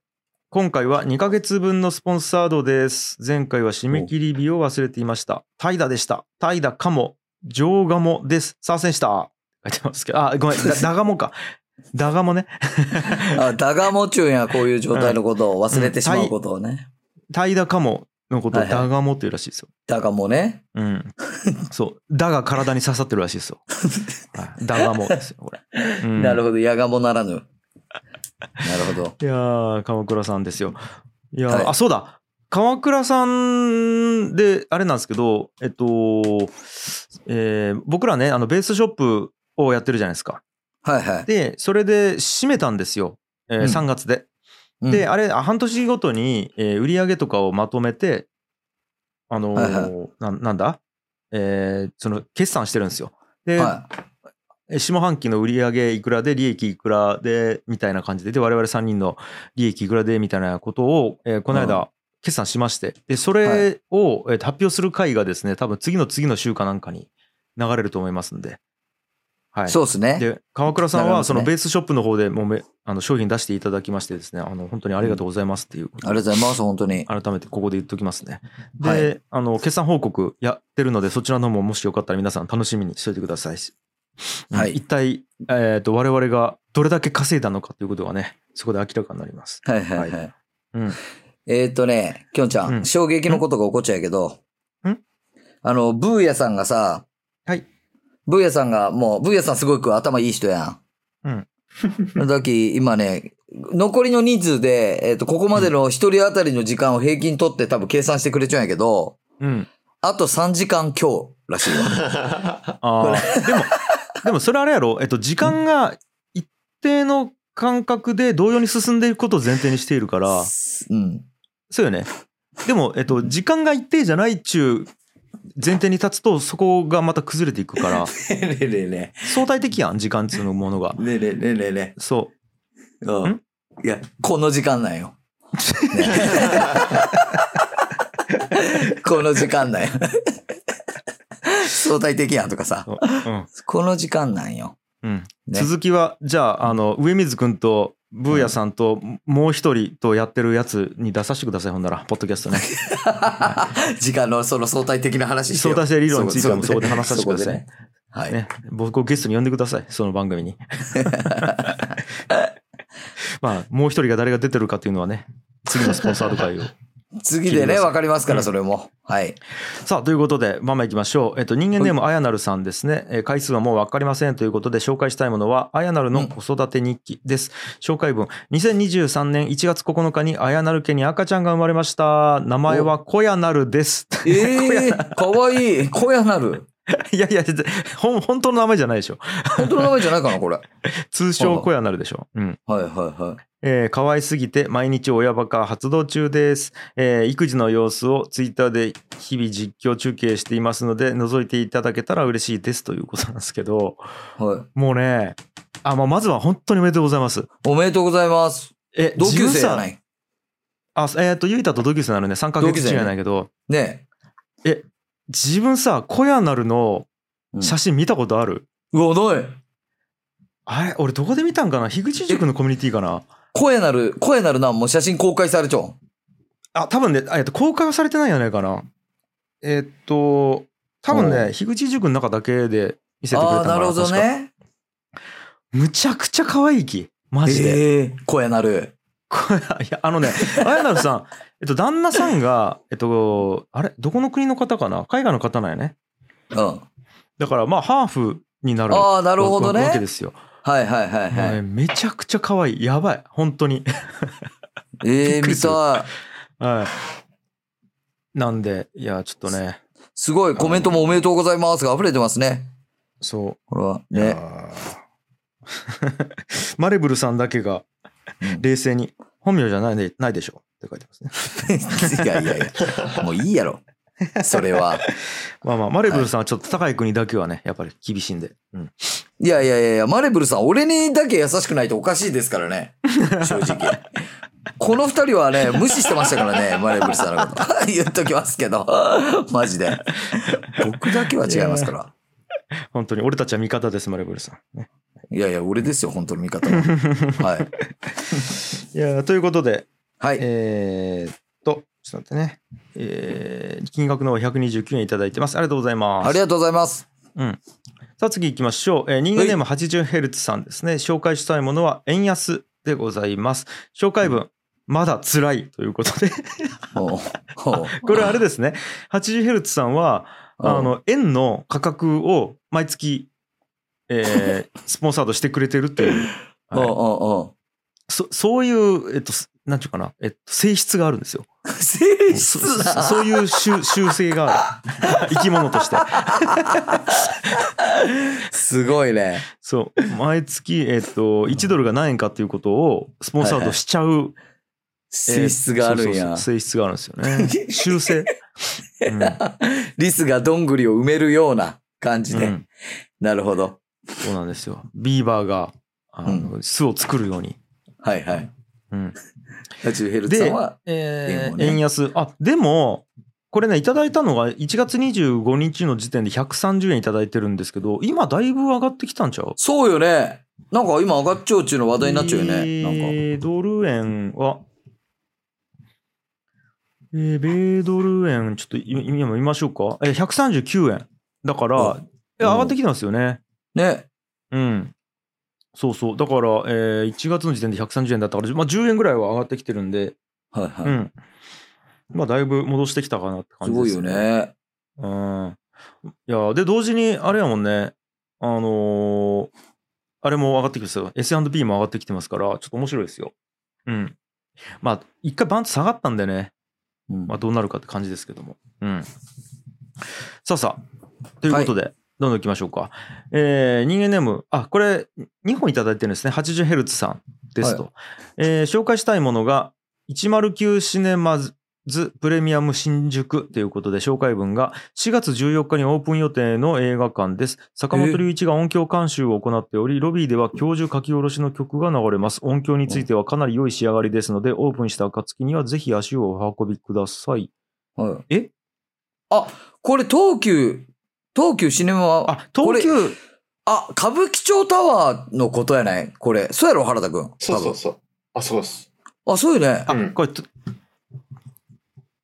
Speaker 1: 今回は2ヶ月分のスポンサードです。前回は締め切り日を忘れていました。怠惰でした。怠惰かも。上ガモです。参戦した。書いてますけど。あ、ごめん。だ ダガモか。ダガモね。
Speaker 2: あ、ダガモチュンやこういう状態のことを忘れてしまうことをね。
Speaker 1: 怠惰かものことを
Speaker 2: はいはい
Speaker 1: ダガモっていうらしいですよ。
Speaker 2: ダガモね。
Speaker 1: うん。そう。だが体に刺さってるらしいですよ。はいだがもうですよ、これ。うん
Speaker 2: なるほど、ヤガモならぬ。なるほど。
Speaker 1: いやー、鎌倉さんですよ。いやー、
Speaker 2: はい
Speaker 1: あ、そうだ。鎌倉さんで、あれなんですけど、えっと、えー僕らね、あの、ベースショップをやってるじゃないですか。
Speaker 2: はいはい。
Speaker 1: で、それで閉めたんですよ。えー
Speaker 2: うん
Speaker 1: 3月で。
Speaker 2: うん
Speaker 1: で、あれ、あ半年ごとに、えー売り上げとかをまとめて、あのー
Speaker 2: はいは
Speaker 1: な、なんだえーその、決算してるんですよ。で、
Speaker 2: は
Speaker 1: え下半期の売り上げいくらで利益いくらでみたいな感じでで我々3人の利益いくらでみたいなことを、えーこの
Speaker 2: う
Speaker 1: 間決算しましてでそ
Speaker 2: は
Speaker 1: れを、えー発表する回がですね多分次の次の週かなんかに流れると思いますんで、はい。
Speaker 2: そうですね。
Speaker 1: で川倉さん
Speaker 2: なるほど
Speaker 1: は
Speaker 2: ね
Speaker 1: そのベースショップの方でもうめあの商品出していただきましてですねあの本当にありがとうございますっていうこと
Speaker 2: ありがとうございます、本当に。
Speaker 1: 改めてここで言っときますねで、
Speaker 2: はい
Speaker 1: あの決算報告やってるのでそちらの方ももしよかったら皆さん楽しみにしておいてくださいし、うん
Speaker 2: はい
Speaker 1: 一体、えー、と我々がどれだけ稼いだのかということがねそこで明らかになります
Speaker 2: はいはいは。
Speaker 1: はいうん
Speaker 2: えーっとね、きょんちゃん、
Speaker 1: うん
Speaker 2: 衝撃のことが起こっちゃうけど、
Speaker 1: ん
Speaker 2: あの、ブーヤさんがさ、
Speaker 1: はい。
Speaker 2: ブーヤさんがもう、ブーヤさんすごく頭いい人や
Speaker 1: うんん。
Speaker 2: だき、今ね、残りの人数で、えーっと、ここまでの一人当たりの時間を平均取って多分計算してくれちゃうんやけど、
Speaker 1: うん
Speaker 2: あと3時間今日らしいわ。
Speaker 1: あーでも でもそれあれやろ、えっと、時間が一定の間隔で同様に進んでいくことを前提にしているから
Speaker 2: うん。
Speaker 1: そうよね。でも、えっと、時間が一定じゃないっちゅう前提に立つと、そこがまた崩れていくから、
Speaker 3: ねえねえね
Speaker 1: 相対的やん、時間っつうのものが
Speaker 3: え。。ねえねえねえねえね
Speaker 1: そ
Speaker 3: え。うんん。いや、
Speaker 2: この時 間なんよ。ねこの時間なんよ。相対的やんとかさ
Speaker 1: う。。うん。
Speaker 2: この時間なんよ。
Speaker 1: うん。
Speaker 2: ね
Speaker 1: 続きは、じゃあ、あの、上水くんと、ブーヤさんと、もう一人とやってるやつに出させてください、ほんなら、ポッドキャスト ね。
Speaker 2: 時間のその相対的な話して
Speaker 1: 相
Speaker 2: よ
Speaker 1: 対性理論についてもそこで話させてくださ。
Speaker 2: う
Speaker 1: い。
Speaker 2: うはい。
Speaker 1: ね。僕をゲストに呼んでください、その番 組に。まあ、もう一人が誰が出てるかっていうのはね、次のスポンサード会を。
Speaker 2: 次で
Speaker 1: 聞いてくだ
Speaker 2: ね、
Speaker 1: さい
Speaker 2: わかりますから、それも。はい。
Speaker 1: さあ、ということで、まあまあ行きましょう。えっと、人間ネーム、あやなるさんですね。えー回数はもうわかりませんということで、紹介したいものは、あやなるの子育て日記です。紹介文、2023年1月9日に、あやなる家に赤ちゃんが生まれました。名前は、こやなるです。
Speaker 2: ええー、かわいい。小屋なる。
Speaker 1: いやいや、ほん本当の名前じゃないでしょ。
Speaker 2: 本当の名前じゃないかな、これ。はい
Speaker 1: 通称、こやなるでしょ。うん。
Speaker 2: はいはい。
Speaker 1: えー、可愛すぎて毎日親バカ発動中です、えー育児の様子をツイッターで日々実況中継していますので覗いていただけたら嬉しいですということなんですけど
Speaker 2: はい。
Speaker 1: もうねあ、まあ、まずは本当におめでとうございます
Speaker 2: おめでとうございます。
Speaker 1: え
Speaker 2: 同級生や
Speaker 1: 13
Speaker 2: ない。
Speaker 1: あえっ、とゆいたと同級生になるね3ヶ
Speaker 2: 同級
Speaker 1: 月
Speaker 2: 生
Speaker 1: 違い
Speaker 2: ね
Speaker 1: ないけど、
Speaker 2: ね
Speaker 1: 自分さ小屋なるの
Speaker 2: うん
Speaker 1: 写真見たことある、
Speaker 2: うわ、ない。
Speaker 1: あれ俺どこで見たんかな樋口塾のコミュニティかな
Speaker 2: 声なる、声なるな、もう写真公開されちゃう。
Speaker 1: あ、多分ね、あえっと、公開はされてないんじゃないかな。えーっと、多分
Speaker 2: おう
Speaker 1: ね、樋口塾の中だけで見せてくれた
Speaker 2: ああ
Speaker 1: の
Speaker 2: ー、
Speaker 1: かな
Speaker 2: なるほど。
Speaker 1: 確か
Speaker 2: ね。
Speaker 1: むちゃくちゃ可愛いき。マジで。
Speaker 2: ええ声なる。
Speaker 1: これいや、あのね、あやなるさん、えっと、旦那さんが、えっと、あれどこの国の方かな海外の方なんやね。
Speaker 2: うん。あ
Speaker 1: だから、まあ、ハーフになる。な
Speaker 2: あー、なるほどね。
Speaker 1: わけ
Speaker 2: は
Speaker 1: ですよ。
Speaker 2: いはいはい
Speaker 1: もう
Speaker 2: は
Speaker 1: ね
Speaker 2: い。
Speaker 1: めちゃくちゃ可愛い。やばい。本当に。
Speaker 2: え
Speaker 1: びっ
Speaker 2: え
Speaker 1: く
Speaker 2: 見
Speaker 1: りする
Speaker 2: たい。
Speaker 1: はい。なんで、いや、ちょっとね、
Speaker 2: すごい、コメントもおめでとうございますが溢れてますね。
Speaker 1: そう。
Speaker 2: これはい
Speaker 1: や
Speaker 2: ね。
Speaker 1: ー マレブルさんだけが
Speaker 2: うん
Speaker 1: 冷静に「本名じゃないでないでしょ」って書いてますね。
Speaker 2: いやいやいや、もういいやろ。それは。
Speaker 1: まあまあマレブルさんはちょっと高い国だけはねやっぱり厳しいんで。うん、
Speaker 2: いやいやいやいや、マレブルさん、俺にだけ優しくないとおかしいですからね。正 直。この二人はね、無視してましたからね、マレブルさんのこと。 言っときますけど。マジで。僕だけは違いますから。
Speaker 1: 本当に俺たちは味方ですマレブルさん。ね、
Speaker 2: いやいや、俺ですよ、本当の味方は。はい。
Speaker 1: いやーということで
Speaker 2: はい。
Speaker 1: えー、っとちょっと待ってね、えー金額の方129円いただいてますありがとうございます。
Speaker 2: ありがとうございます。
Speaker 1: さあ次行きましょう。えー、人間ネーム 80Hz さんですね。紹介したいものは円安でございます。紹介文、まだ辛いということで。
Speaker 2: おうおう
Speaker 1: これあれですね。80Hz さんは、
Speaker 2: うん
Speaker 1: あの、円の価格を毎月、えースポンサードしてくれてるっていう、
Speaker 2: おう
Speaker 1: はい
Speaker 2: おうお
Speaker 1: そそういう、えっと、すなんていうかな、えっと、性質があるんですよ。
Speaker 2: う性
Speaker 1: そ
Speaker 2: 質
Speaker 1: そ
Speaker 2: な。
Speaker 1: そういう習習性がある。生き物として。
Speaker 2: すごいね。
Speaker 1: そう。毎月、えっと、1ドルが何円かということをスポンサードしちゃう。えー
Speaker 2: 性質があるん
Speaker 1: そうそうそ
Speaker 2: や
Speaker 1: う。性質があるんですよね。 修正。うん
Speaker 2: リスがどんぐりを埋めるような感じ
Speaker 1: う
Speaker 2: で
Speaker 1: ん。
Speaker 2: なるほど。
Speaker 1: そうなんですよ。ビーバーが、あの、巣を作るように。
Speaker 2: はいはい。
Speaker 1: うん
Speaker 2: 80ヘルツさ
Speaker 1: で
Speaker 2: んは、、
Speaker 1: え
Speaker 2: 円
Speaker 1: ー
Speaker 2: をね
Speaker 1: 円安。あ、でも、これね、いただいたのが1月25日の時点で130円いただいてるんですけど、今だいぶ上がってきたんちゃう
Speaker 2: そうよね。なんか今上がっちゃうっていうの話題になっちゃうよ
Speaker 1: え
Speaker 2: ね。なんか。
Speaker 1: ードル円は、えー、米ドル円、ちょっと今今見ましょうか。えー、139円。だから、え上がってきてますよね。
Speaker 2: ね。
Speaker 1: うん。そうそう。だから、えー、1月の時点で130円だったから、まあ、10円ぐらいは上がってきてるんで、
Speaker 2: はいうは
Speaker 1: ん。まあ、だいぶ戻してきたかなって
Speaker 2: い。
Speaker 1: 感
Speaker 2: す
Speaker 1: じ
Speaker 2: ご
Speaker 1: で
Speaker 2: い
Speaker 1: す
Speaker 2: よ。ね。
Speaker 1: うん。いや、で、同時に、あれやもんね、あのーあれも上がってきてますよ。S&P も上がってきてますから、ちょっと面白いですよ。うん。まあ、一回バンと下がったんでね、
Speaker 2: うん
Speaker 1: まあ、どうなるかって感じですけども。うん。さあさあ、ということで、どんどん行きましょうか。えー人間ネーム、あ、これ、2本いただいてるんですね。80Hz さんですと。えー紹介したいものが、109シネマズプレミアム新宿ということで、紹介文が4月14日にオープン予定の映画館です。坂本龍一が音響監修を行っており、ロビーでは教授書き下ろしの曲が流れます。音響についてはかなり良い仕上がりですので、オープンした暁にはぜひ足をお運びください。
Speaker 2: はい。
Speaker 1: え
Speaker 2: あ、これ東急、東急シネマ、
Speaker 1: あ、東急
Speaker 2: これあ、歌舞伎町タワーのことやないこれ。そうやろ原田くん。
Speaker 5: そうそうそう。あ、そうです。
Speaker 2: 多分あ、そうよね。
Speaker 1: あ、
Speaker 5: うん
Speaker 1: これ、と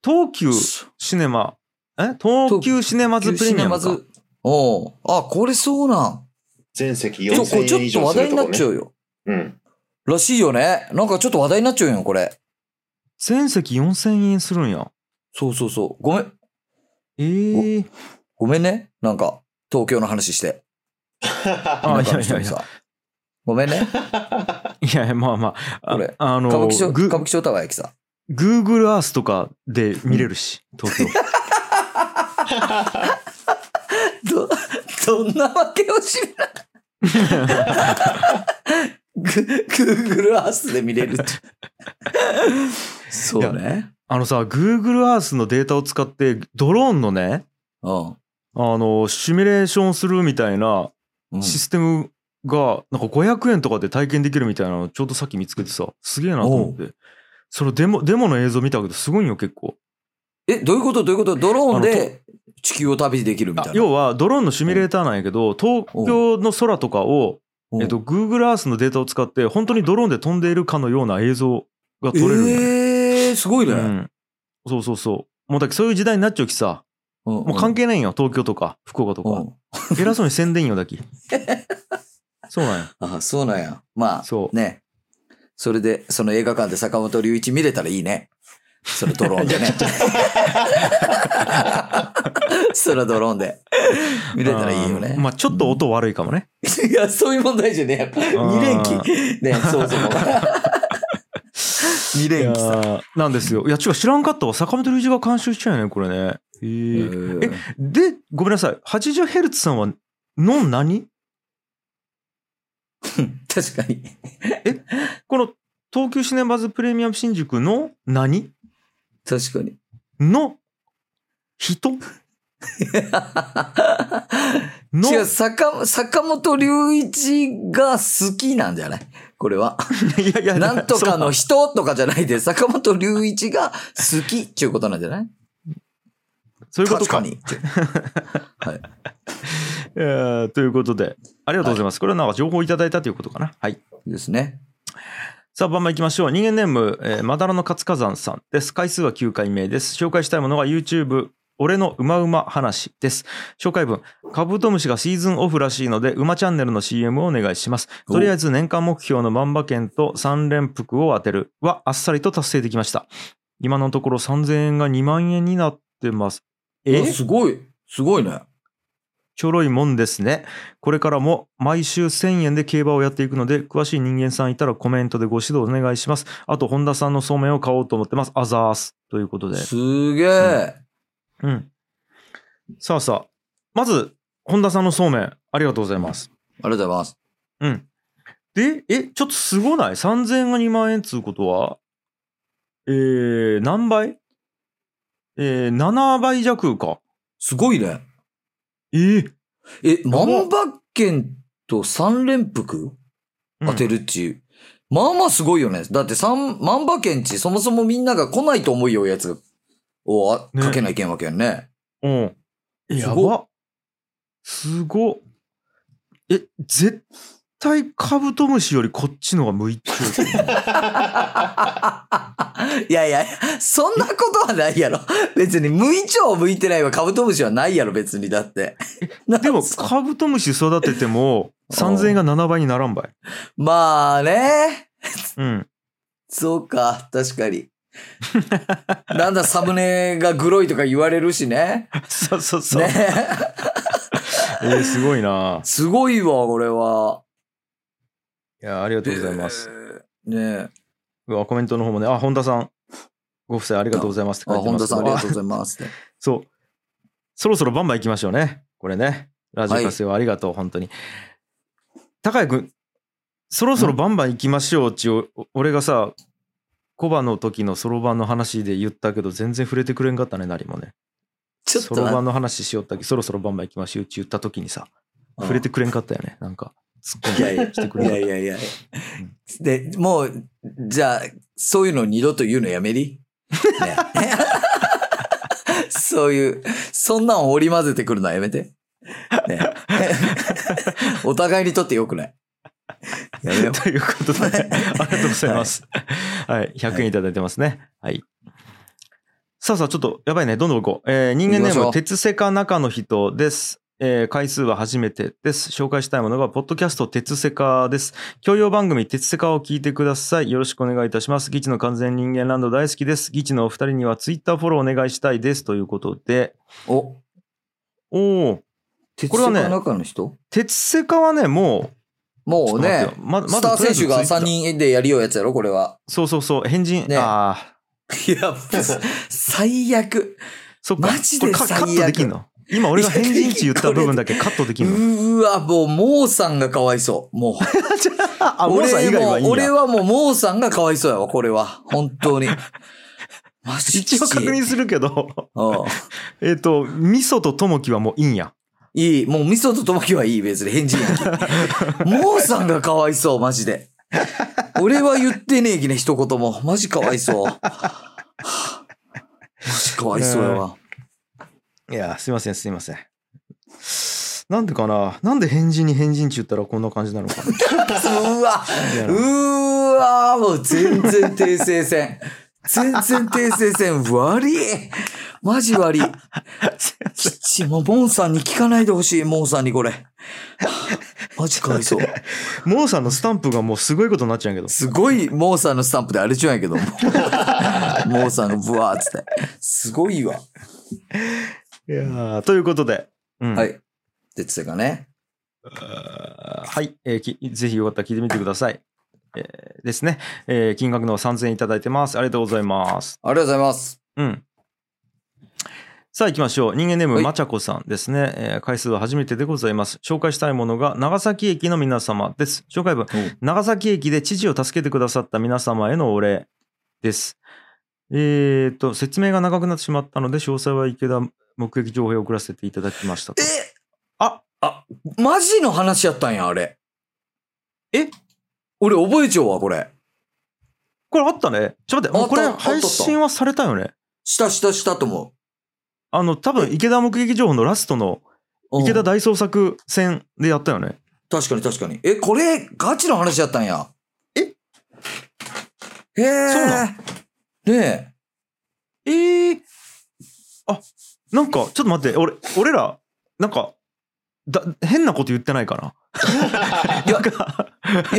Speaker 1: 東急シネマ、え東急シネマズプレミアムか。
Speaker 2: ず。おうあ、これそうなん。
Speaker 5: 全席
Speaker 2: ちょ、これ
Speaker 5: 4000
Speaker 2: ちょ
Speaker 5: 円以
Speaker 2: っと
Speaker 5: 上
Speaker 2: 話
Speaker 5: する
Speaker 2: 題
Speaker 5: と
Speaker 2: になっ
Speaker 5: こ
Speaker 2: ちゃ
Speaker 5: ね。
Speaker 2: うよ。
Speaker 5: うん。
Speaker 2: らしいよね。なんかちょっと話題になっちゃうよ、これ。
Speaker 1: 全席4000円するんや。
Speaker 2: そうそうそう。ごめん、
Speaker 1: えー、
Speaker 2: ごめんね。なんか、東京の話して。
Speaker 1: あ
Speaker 2: 田舎の人に
Speaker 1: いやいやい
Speaker 2: さごめんね。
Speaker 1: いやいや、まあまあ、
Speaker 2: これ
Speaker 1: ああの、
Speaker 2: 歌舞伎町、
Speaker 1: グ
Speaker 2: 歌舞伎町タワー駅さ。
Speaker 1: Google Earth とかで見れるし、 東京。
Speaker 2: ど、どんなわけを知 らない。Google Earth で見れるって。そうね。
Speaker 1: あのさ、Google Earth のデータを使って、ドローンのね、
Speaker 2: うん
Speaker 1: あの、シミュレーションするみたいな
Speaker 2: うん。
Speaker 1: システムが、なんか500円とかで体験できるみたいなのをちょうどさっき見つけてさ、すげえなと思って。そのデモ、デモの映像見たけど、すごいんよ、結構。
Speaker 2: え、どういうことどういうことドローンで地球を旅できるみたいな。
Speaker 1: 要は、ドローンのシミュレーターなんやけど、東京の空とかを、
Speaker 2: うん
Speaker 1: えっと、Google Earth のデータを使って、本当にドローンで飛んでいるかのような映像が撮れるんよね
Speaker 2: えー、すごいね。
Speaker 1: うん、そうそうそう。もうだけそういう時代になっちゃうきさ、も
Speaker 2: も
Speaker 1: う関
Speaker 2: 係
Speaker 1: 係ないんよ、東京とか、福岡とか。偉そうに宣伝よ、 だき。そうなんよ。
Speaker 2: あ、そうなんや。まあ、
Speaker 1: そう
Speaker 2: ね。それで、その映画館で坂本龍一見れたらいいね。それドローン でね。それドローンで。見れたらいいよね
Speaker 1: あー。まあ、ちょっと音悪いかもね。
Speaker 2: いや、そういう問題じゃねえやっぱ。二連機。ね、そ うそう。二
Speaker 1: いや
Speaker 2: 連機さ。
Speaker 1: ーなんですよ。いや、違う、知らんかったわ。坂本龍一が監修しちゃうよね、これね。へ
Speaker 2: え
Speaker 1: ー
Speaker 2: ー
Speaker 1: で、ごめんなさい。80Hz さんは、の何
Speaker 2: 確かに。
Speaker 1: この、東急シネマズプレミアム新宿の何
Speaker 2: 確かに。
Speaker 1: の 人の
Speaker 2: 違う、坂、坂本龍一が好きなんじゃないこ れは。
Speaker 1: いやいや
Speaker 2: なんとかの
Speaker 1: 人。
Speaker 2: 人とかじゃないで、坂本龍一が好きっていうことなんじゃない
Speaker 1: そういうこと
Speaker 2: 確
Speaker 1: か
Speaker 2: か。に。
Speaker 1: えーということで、ありがとうございます。これはなんか情報をいただいたということかな。はい。
Speaker 2: ですね。
Speaker 1: さあ、番番行きましょう。人間ネーム、えーまだらの活火山さんです。回数は9回目です。紹介したいものが YouTube、俺のうまうま話です。紹介文、カブトムシがシーズンオフらしいので、うまチャンネルの CM をお願いします。とりあえず年間目標の万馬券と3連服を当てるはあっさりと達成できました。今のところ3000円が2万円になってます。え
Speaker 2: あすごい。すごいね。
Speaker 1: ちょろいもんですね。これからも毎週1000円で競馬をやっていくので、詳しい人間さんいたらコメントでご指導お願いします。あと、本田さんのそうめんを買おうと思ってます。あざーす。ということで。
Speaker 2: すげえ。
Speaker 1: うん。さあさあ。まず、本田さんのそうめん、ありがとうございます。
Speaker 2: ありがとうございます。
Speaker 1: うん。で、え、ちょっとすごない ?3000 円が2万円っつうことは、えー、何倍えー、7倍弱か。
Speaker 2: すごいね。
Speaker 1: えー、
Speaker 2: え、万馬券と三連服
Speaker 1: うん
Speaker 2: 当てるっちゅう。まあまあすごいよね。だって三、万馬券っちそもそもみんなが来ないと思うようやつがをあ
Speaker 1: ね
Speaker 2: かけないけんわけやんね。
Speaker 1: うん。
Speaker 2: す
Speaker 1: や
Speaker 2: ごっ
Speaker 1: ば。すごっ。え、絶対カブトムシよりこっちのが向いてる。
Speaker 2: いやいや、そんなことはないやろ。 別に、無いちょう向いてないわ。カブトムシはないやろ、別に。だって。
Speaker 1: でも、
Speaker 2: そ
Speaker 1: カブトムシ育てて も、3000円が7倍にならんばい。
Speaker 2: まあね。
Speaker 1: うん。
Speaker 2: そうか、確かに。だんだんサムネがグロいとか言われるしね。
Speaker 1: そうそうそう。
Speaker 2: ね。
Speaker 1: えーすごいな。
Speaker 2: すごいわ、これは。
Speaker 1: いや、ありがとうございます。
Speaker 2: えー。ね
Speaker 1: うわコメントの方もね、あ、本田さん、ご夫妻ありがとうございますって
Speaker 2: あ、
Speaker 1: 書いて
Speaker 2: 本
Speaker 1: ま
Speaker 2: 田
Speaker 1: すけ
Speaker 2: さ
Speaker 1: ど
Speaker 2: んありがとうございます。
Speaker 1: そう。そろそろバンバン行きましょうね。これね。ラジオ活用ありがとう、本当に。高谷君、そろそろバンバン行きましょうちを、お俺がさ、コバの時のそろばんの話で言ったけど、全然触れてくれんかったね、何もね。
Speaker 2: ちょっ
Speaker 1: そ
Speaker 2: と
Speaker 1: ろば
Speaker 2: な、
Speaker 1: んの話しよったけど、そろそろバンバン行きましょうち言った時にさ、触れてくれんかったよね、なんか。突っ込ん
Speaker 2: いや
Speaker 1: で
Speaker 2: いや、
Speaker 1: してくれん
Speaker 2: いや
Speaker 1: かっ
Speaker 2: いやいや。で、もう、じゃあ、そういうの二度と言うのやめり。 ねそういう、そんなん織り交ぜてくるのはやめて。 ね、お互いにとって良くない。やめ よ
Speaker 1: た。ということで、ありがとうございます。はい、100円いただいてますね。はい。さあさあ、ちょっとやばいね。どんどん行こう。えー人間ネ
Speaker 2: 行きま
Speaker 1: ー
Speaker 2: しょ
Speaker 1: ム、
Speaker 2: う
Speaker 1: 鉄セカ中の人です。えー回数は初めてです。紹介したいものが、ポッドキャスト鉄セカです。教養番組、鉄セカを聞いてください。よろしくお願いいたします。ギチの完全人間ランド大好きです。ギチのお二人にはツイッターフォローお願いしたいです。ということで、
Speaker 2: う。お、
Speaker 1: おお、
Speaker 2: 鉄
Speaker 1: これはね
Speaker 2: の中の人
Speaker 1: 鉄セカはね、もう、ち
Speaker 2: も
Speaker 1: ょっと
Speaker 2: う
Speaker 1: 待っ
Speaker 2: ね
Speaker 1: てよ、ままず
Speaker 2: スター選手
Speaker 1: とりあ
Speaker 2: が
Speaker 1: えずツイッター
Speaker 2: 3人でやりようやつやろ、これは。
Speaker 1: そうそうそう、変人。
Speaker 2: ね
Speaker 1: ああ。
Speaker 2: いや、最悪。
Speaker 1: そっか。
Speaker 2: マジで
Speaker 1: これカ
Speaker 2: 最
Speaker 1: カ
Speaker 2: 悪
Speaker 1: ットできんの今俺が変人値言った部分だけカットできんの
Speaker 2: うーわ、もう、モーさんがかわいそう。もう。
Speaker 1: あ、モー
Speaker 2: 俺
Speaker 1: さん以外はいい
Speaker 2: もうん俺
Speaker 1: だ。
Speaker 2: はもう、モーさんがかわいそうやわ、これは。本 当に。マジ
Speaker 1: 一応確認するけど、
Speaker 2: うん
Speaker 1: えっと、ミソとトモキはもういいんや。
Speaker 2: いい。もう、味噌とともきはいい、別に。返事やんけ。モーさんがかわいそう、マジで。俺は言ってねえきね、一言も。マジかわ いそう。はあマジかわいそうやわ。
Speaker 1: いや、すいません、すいません。なんでかななんで変人に変人値言ったらこんな感じなのか な
Speaker 2: うわ
Speaker 1: いや
Speaker 2: うーわーもう全然訂正線。全然訂正線。悪い。マジ悪い。きっちもう、モンさんに聞かないでほしい、モンさんにこれ。はあマジかわいそう。
Speaker 1: モーさんのスタンプがもうすごいことになっちゃうんやけど。
Speaker 2: すごい、モーさんのスタンプであれちゅうんやけど。モーさんがブワーっつって。すごいわ。
Speaker 1: いやーということで。うん
Speaker 2: はい。でつてかね。
Speaker 1: はい、えーき、ぜひよかったら聞いてみてください。えーですね、えー金額の3000円いただいてます。ありがとうございます。
Speaker 2: ありがとうございます。
Speaker 1: うん。さあ行きましょう。人間ネーム、
Speaker 2: はい
Speaker 1: まちゃこさんですね、えー回数は初めてでございます。紹介したいものが、長崎駅の皆様です。紹介文、長崎駅で知事を助けてくださった皆様へのお礼です。えー、と、説明が長くなってしまったので、詳細は池田目撃情報を送らせていただきましたと。
Speaker 2: え
Speaker 1: あ
Speaker 2: マジの話やったんや、あれ。
Speaker 1: え
Speaker 2: 俺覚えちゃうわ、これ。
Speaker 1: これあったね。ちょっと待って、もうこ
Speaker 2: あ
Speaker 1: れ
Speaker 2: ったあったあっ
Speaker 1: 配
Speaker 2: た
Speaker 1: 信はされたよね。
Speaker 2: したしたしたと思
Speaker 1: あの、多分池田目撃情報のラストの
Speaker 2: う。うん
Speaker 1: 池田大捜索戦でやったよね。
Speaker 2: 確かに確かに。え、これ、ガチの話やったんや。えへえ。
Speaker 1: そうな
Speaker 2: ね
Speaker 1: ええあ、なんか、ちょっと待って、俺、俺ら、なんか、だ、変なこと言ってないかな。
Speaker 2: え。やった、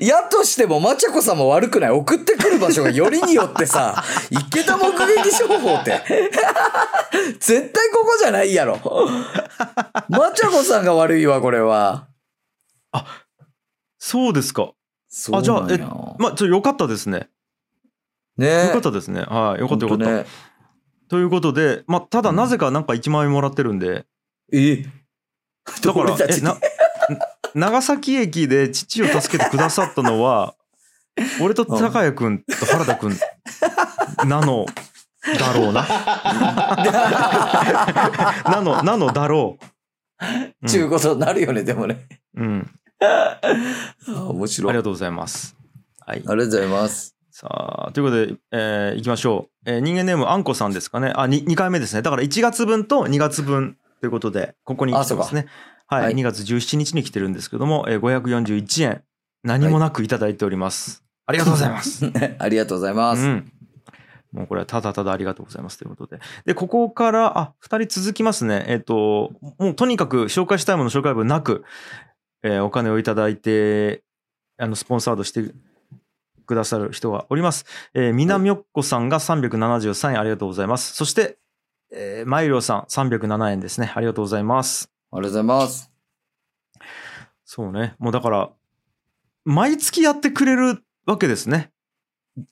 Speaker 2: やとしても、まちゃこさんも悪くない。送ってくる場所がよりによっ てさ、池田目撃情報って。絶対ここじゃないやろ。まちゃこさんが悪いわ、これは。
Speaker 1: そうですか。
Speaker 2: そう
Speaker 1: あじゃあ
Speaker 2: なんやね
Speaker 1: まあ、ちょ、よかったですね。
Speaker 2: え。
Speaker 1: よかったですね。はい、よかったよか
Speaker 2: ほ
Speaker 1: っ
Speaker 2: ん
Speaker 1: た。
Speaker 2: とね。
Speaker 1: ということで、まあ、ただ
Speaker 2: うん
Speaker 1: なぜかなんか1万円もらってるんで、
Speaker 2: え
Speaker 1: だから、
Speaker 2: 俺たち
Speaker 1: え、な、ん長崎駅で父を助けてくださったの は、俺と高谷くんと原田くんなのだろう な。なの、なのだろう。
Speaker 2: ちゅうことになるよね、でもね。
Speaker 1: うん。うん
Speaker 2: あ面白
Speaker 1: あ
Speaker 2: い。
Speaker 1: り
Speaker 2: あ
Speaker 1: がとうございます。はい
Speaker 2: り。がとうございます。
Speaker 1: さあ、ということで、えー、いきましょう。えー人間ネーム、あんこさんですかね。あ、に2回目ですね。だから1月分と2月分ということで、ここに
Speaker 2: あ
Speaker 1: 来てますね。はい、
Speaker 2: はい
Speaker 1: 2月17日に来てるんですけども、えー、541円、何もなくいただいております。ありがとうございます。
Speaker 2: ありがとうございます。
Speaker 1: うん。もうこれはただただありがとうございますということで。で、ここから、あ、2人続きますね。えっ、と、もうとにかく紹介したいもの紹介文なく、えーお金をいただいて、あの、スポンサードしてくださる人がおります。えー、みなみょっこさんが373円ありがとうございます。そして、えー、マイロさん307円ですね。ありがとうございます。
Speaker 2: ありがとうございます。
Speaker 1: そうね。もうだから、毎月やってくれるわけですね。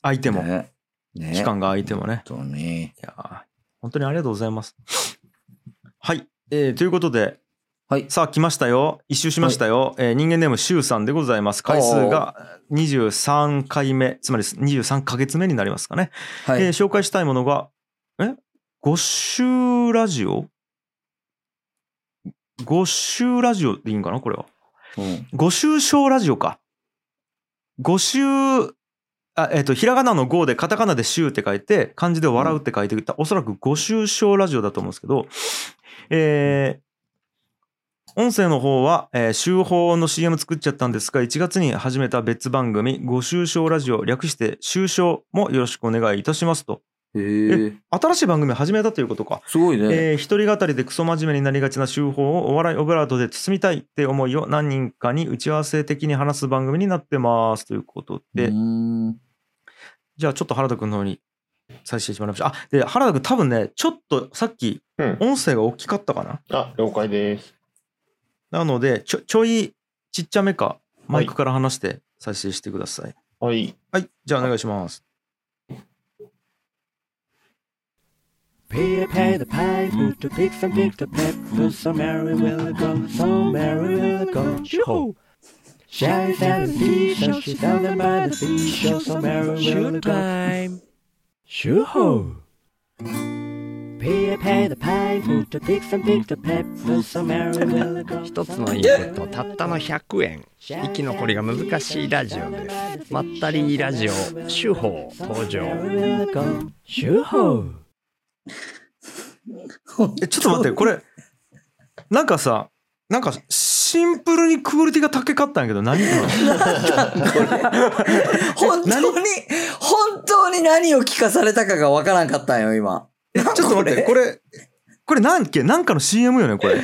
Speaker 1: 相手も。
Speaker 2: ね。ね
Speaker 1: 期間が空いてもね。
Speaker 2: 本当に。
Speaker 1: いやー本当にありがとうございます。 はい、えーということで、
Speaker 2: はい
Speaker 1: さあ来ましたよ一周しましたよ、えー人間ネームシュウさんでございます回数が23回目つまり23ヶ月目になりますかね、
Speaker 2: はい。
Speaker 1: えー紹介したいものがえ5週ラジオ5週ラジオでいいんかなこれは
Speaker 2: うん
Speaker 1: 五州小ラジオか。五州、あ、えっ、と、ひらがなの5で、カタカナで州って書いて、漢字で笑うって書いてきた、おそらく五州小ラジオだと思うんですけど、えー音声の方は、えー、週報の CM 作っちゃったんですが、1月に始めた別番組、五州小ラジオ、略して、週小もよろしくお願いいたしますと。
Speaker 2: へえ
Speaker 1: 新しい番組始めたということか。
Speaker 2: すごいね。
Speaker 1: えー一人語りでクソ真面目になりがちな手法をお笑いオブラートで包みたいって思いを何人かに打ち合わせ的に話す番組になってますということで、
Speaker 2: うーん
Speaker 1: じゃあちょっと原田君の方に再生してもらいましょう。あで原田君多分ねちょっとさっき
Speaker 5: うん
Speaker 1: 音声が大きかったかな、
Speaker 5: あ、了解です。
Speaker 1: なのでちょちょいちっちゃめかマイクから話して再生してください。
Speaker 5: はい。
Speaker 1: はい、じゃあお願いします。
Speaker 6: Peter Pan the Pie, Pooter Picks and Picked a Pep, so merry will it go, so merry will it go, shoo! Sherry fell in fish, and she fell down by the beach, oh, so merry will it go. Shoo-hoo! Peter Pan the Pie, Pooter Picks and Picked a Pep, so merry will it go.
Speaker 4: 一つのインプットたったの100円生き残りが難しいラジオですまったりラジオ手法登場
Speaker 6: Shoo-hoo!
Speaker 1: えちょっと待ってこれなんかさなんかシンプルにクオリティが高かったんやけど何今の
Speaker 2: 本当に、本当に何を聞かされたかがわからんかったんよ、今。
Speaker 1: えちょっと待って、これ、これなんっけなんかの CM よね、これ。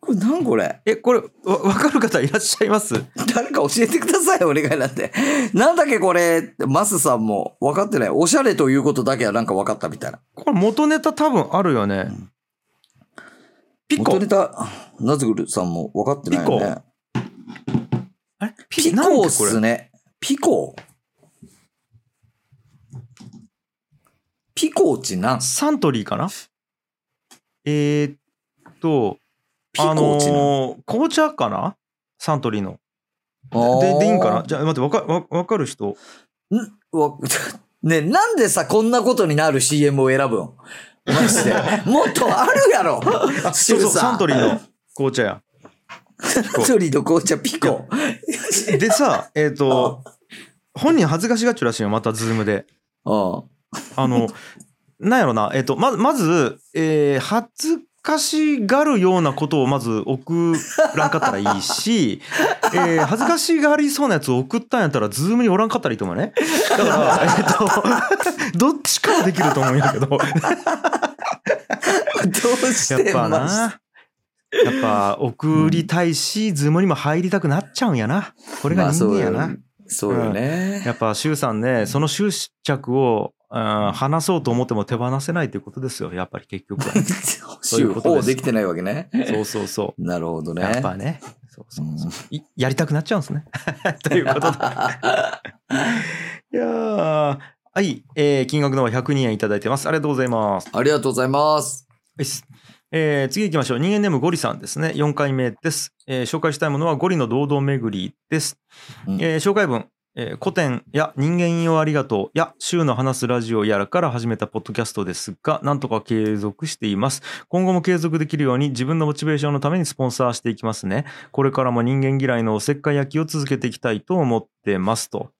Speaker 2: これ何これ
Speaker 1: え、これ、わ、わかる方いらっしゃいます
Speaker 2: 誰か教えてください、お願いなんて。なんだっけこれ、マスさんも分かってない。おしゃれということだけはなんか分かったみたいな。
Speaker 1: これ元ネタ多分あるよね。ピコ
Speaker 2: 元ネ。タ、ナズグルさんも分かってないよね。
Speaker 1: あれ
Speaker 2: ピ
Speaker 1: なんだっ
Speaker 2: コ
Speaker 1: け
Speaker 2: っ
Speaker 1: これ
Speaker 2: すね。ピコピコっちなんす
Speaker 1: サントリーかなえー、っと、
Speaker 2: ピ
Speaker 1: あ
Speaker 2: コ
Speaker 1: の
Speaker 2: っちなん
Speaker 1: ー、紅茶かなサントリーの。
Speaker 2: あー
Speaker 1: で、でいいんかなじゃあ、待って、わかわわかる人。
Speaker 2: んわ ねなんでさ、こんなことになる CM を選ぶん マジで。もっとあるやろ
Speaker 1: あ、そうそう、サントリーの紅茶や。
Speaker 2: サントリーの紅茶ピコ。
Speaker 1: でさ、えーっ と、本人恥ずかしがっちゅうらしいよ、またズームで。
Speaker 2: うん。
Speaker 1: あの、なんやろな、えっ、と、まず、まず、えー恥ずかしがるようなことをまず送らんかったらいいし、えー恥ずかしがりそうなやつを送ったんやったら、ズームにおらんかったらいいと思うね。だから、えっ、と、 どっちかはできると思うんやけど、
Speaker 2: どうし
Speaker 1: や
Speaker 2: て
Speaker 1: っぱ
Speaker 2: マジで
Speaker 1: な。やっぱ送りたいし、ズームにも入りたくなっちゃうんやな。これが人間やな。
Speaker 2: まあそうよそうよね。
Speaker 1: やっぱ周さんね、その執着を、うん、話そうと思っても手放せないということですよ、やっぱり結局は。そうい
Speaker 2: 週
Speaker 1: うことで
Speaker 2: 報
Speaker 1: す
Speaker 2: できてないわ けね。
Speaker 1: そうそうそ
Speaker 2: なるほど
Speaker 1: う。
Speaker 2: ね。
Speaker 1: やっぱね。そうそう
Speaker 2: うん
Speaker 1: いやりたくなっちゃうんですね。 ということで。 いやーはい、えー金額の方は102円いただいてます。ありがとうございます。
Speaker 2: ありがとうございます。
Speaker 1: よしえー次行きましょう。人間ネームゴリさんですね。4回目です。えー紹介したいものはゴリの堂々巡りです。
Speaker 2: うん
Speaker 1: えー紹介文。えー古典や人間用ありがとうや週の話すラジオやらから始めたポッドキャストですが、なんとか継続しています。今後も継続できるように自分のモチベーションのためにスポンサーしていきますね。これからも人間嫌いのおせっかい焼きを続けていきたいと思ってますと。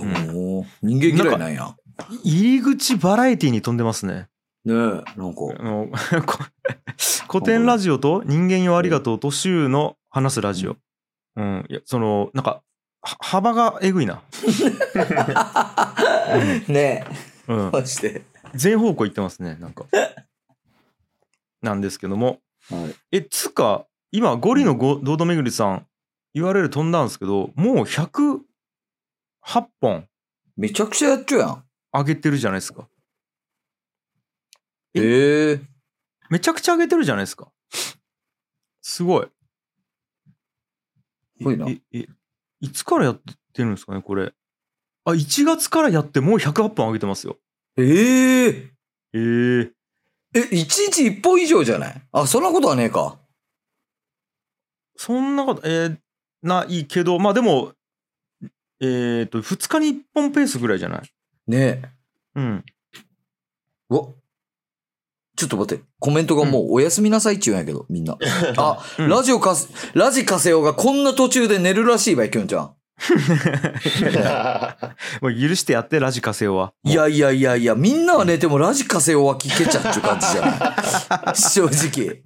Speaker 1: うん
Speaker 2: お
Speaker 3: う
Speaker 2: ー
Speaker 3: ん人間嫌いなんや。
Speaker 1: 入り口バラエティに飛んでますね。
Speaker 3: ねえ、なんか。
Speaker 1: あの こ古典ラジオと人間よありがとうと週の話すラジオ。うん、いや、その、なんか、は幅がえぐいな。
Speaker 2: ね
Speaker 1: うん。
Speaker 2: マジで。
Speaker 1: 全方向行ってますね、なん か。なんですけども。
Speaker 3: はい
Speaker 1: え、つか、今、ゴリのご堂々巡りさん、URL 飛んだんですけど、もう108本
Speaker 2: めちゃくちゃやっちゃうやん。
Speaker 1: 上げてるじゃないですか。え
Speaker 2: ええ
Speaker 1: めちゃくちゃ上げてるじゃないですか。すごい。
Speaker 2: すごいな
Speaker 1: え、え、えいつからやってるんですかね、これ。あ、1月からやってもう108本上げてますよ。
Speaker 2: ええ
Speaker 1: ええ
Speaker 2: え、1日1本以上じゃないあ、そんなことはねえか。
Speaker 1: そんなこと、えーないけど、まあでも、えっ、と、2日に1本ペースぐらいじゃない
Speaker 2: ねえ。
Speaker 1: うん。
Speaker 2: うわ。ちょっと待って、コメントがもうおやすみなさいって言うんやけど、みんな。あ、
Speaker 1: うん
Speaker 2: ラジオかす、ラジカセオがこんな途中で寝るらしいばい、きょんちゃん。
Speaker 1: もう許してやって、ラジカセオは。
Speaker 2: いやいやいやいや、みんなは寝てもラジカセオは聞けちゃうっていう感じじ ゃない正直。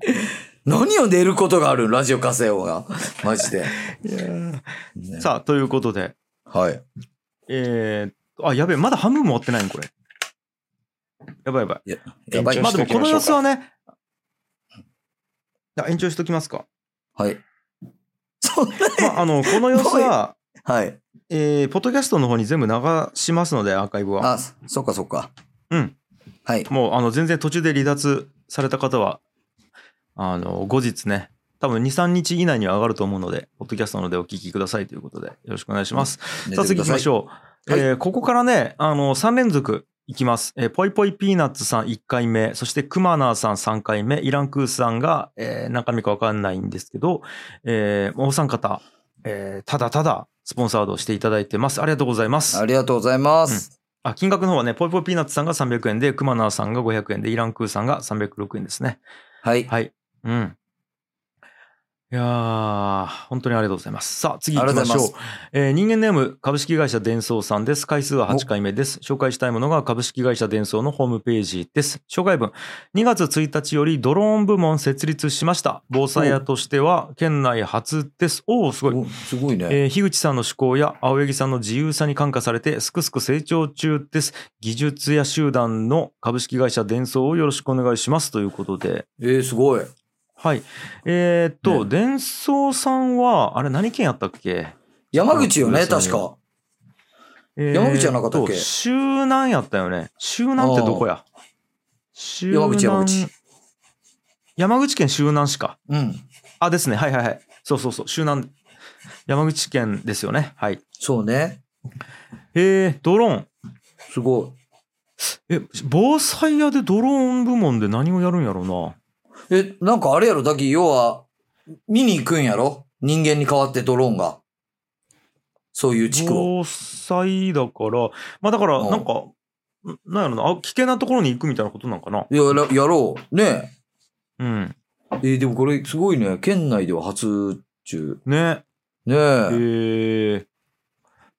Speaker 2: 何を寝ることがあるラジオカセオが。マジで。ね
Speaker 1: さあ、ということで、
Speaker 2: はい。
Speaker 1: えーっと、あ、やべえ、まだ半分も終わってないのこれ。やばいやばい。
Speaker 2: やばい。
Speaker 5: 延
Speaker 1: ま
Speaker 5: 長
Speaker 1: あ
Speaker 5: し
Speaker 1: で
Speaker 5: て
Speaker 1: も
Speaker 5: お
Speaker 1: この
Speaker 5: きまし
Speaker 1: 様
Speaker 5: ょうか
Speaker 1: 子はね、あ延長しときますか。
Speaker 2: はい。そんな、
Speaker 1: まあ、あの、この様子 は、
Speaker 2: はい。
Speaker 1: えーポッドキャストの方に全部流しますので、アーカイブは。
Speaker 2: あ、そそっかそっか。
Speaker 1: うん。
Speaker 2: はい。
Speaker 1: もう、あの、全然途中で離脱された方は、あの、後日ね、多分2、3日以内には上がると思うので、ポッドキャストのでお聞きくださいということで、よろしくお願いします。さあ次行きまし
Speaker 2: ょ
Speaker 1: ょう。
Speaker 2: はい
Speaker 1: えーここからね、あの、3連続いきます。えーぽいぽいピーナッツさん1回目、そしてクマナーさん3回目、イランクースさんが、えー中身かわかんないんですけど、えー、お三方、えーただただ、スポンサードしていただいてます。ありがとうございます
Speaker 2: あ。りがとうございます。
Speaker 1: あ、金額の方はね、ぽいぽいピーナッツさんが300円で、クマナーさんが500円で、イランクーさんが306円ですね。
Speaker 2: はい。
Speaker 1: はい。うん。いやー、本当にありがとうございます。さあ、次
Speaker 2: あ
Speaker 1: 行
Speaker 2: り
Speaker 1: き
Speaker 2: がと
Speaker 1: ま
Speaker 2: う
Speaker 1: し
Speaker 2: ござい
Speaker 1: ょ
Speaker 2: ま
Speaker 1: う
Speaker 2: す。。
Speaker 1: えー人間ネーム株式会社伝送さんです。回数は8回目です。紹介したいものが株式会社伝送のホームページです。紹介文。2月1日よりドローン部門設立しました。防災屋としては県内初です。おお、すごい。
Speaker 2: おすごいね。
Speaker 1: えー樋口さんの思考や青柳さんの自由さに感化されてすくすく成長中です。技術や集団の株式会社伝送をよろしくお願いしますということで。
Speaker 2: えー、すごい。
Speaker 1: はい。えーっと、
Speaker 2: ね
Speaker 1: 伝送さんは、あれ何県やったっけ
Speaker 2: 山口よね、確か。山口じゃなかったっけ
Speaker 1: えーと周南やったよね。周南ってどこや周
Speaker 2: 山口、山口。
Speaker 1: 山口県周南市か。
Speaker 2: うん。
Speaker 1: あ、ですね。はいはいはい。そうそうそう。周南。山口県ですよね。はい。
Speaker 2: そうね。
Speaker 1: えー、ドローン。
Speaker 2: すご
Speaker 1: え、防災屋でドローン部門で何をやるんやろう
Speaker 2: い。え、なんかあれやろだき、要は、見に行くんやろ人間に代わってドローンが。そういう地
Speaker 1: な。
Speaker 2: 区を。
Speaker 1: 防災だから、まあだから、
Speaker 2: うん
Speaker 1: なんか、んなんやろな、あ危険なところに行くみたいなことなんかな。
Speaker 2: やら、やろう。ね
Speaker 1: うん。
Speaker 2: え。えーでもこれすごいね。県内では初中。
Speaker 1: ね。え
Speaker 2: ねえ。
Speaker 1: ー。い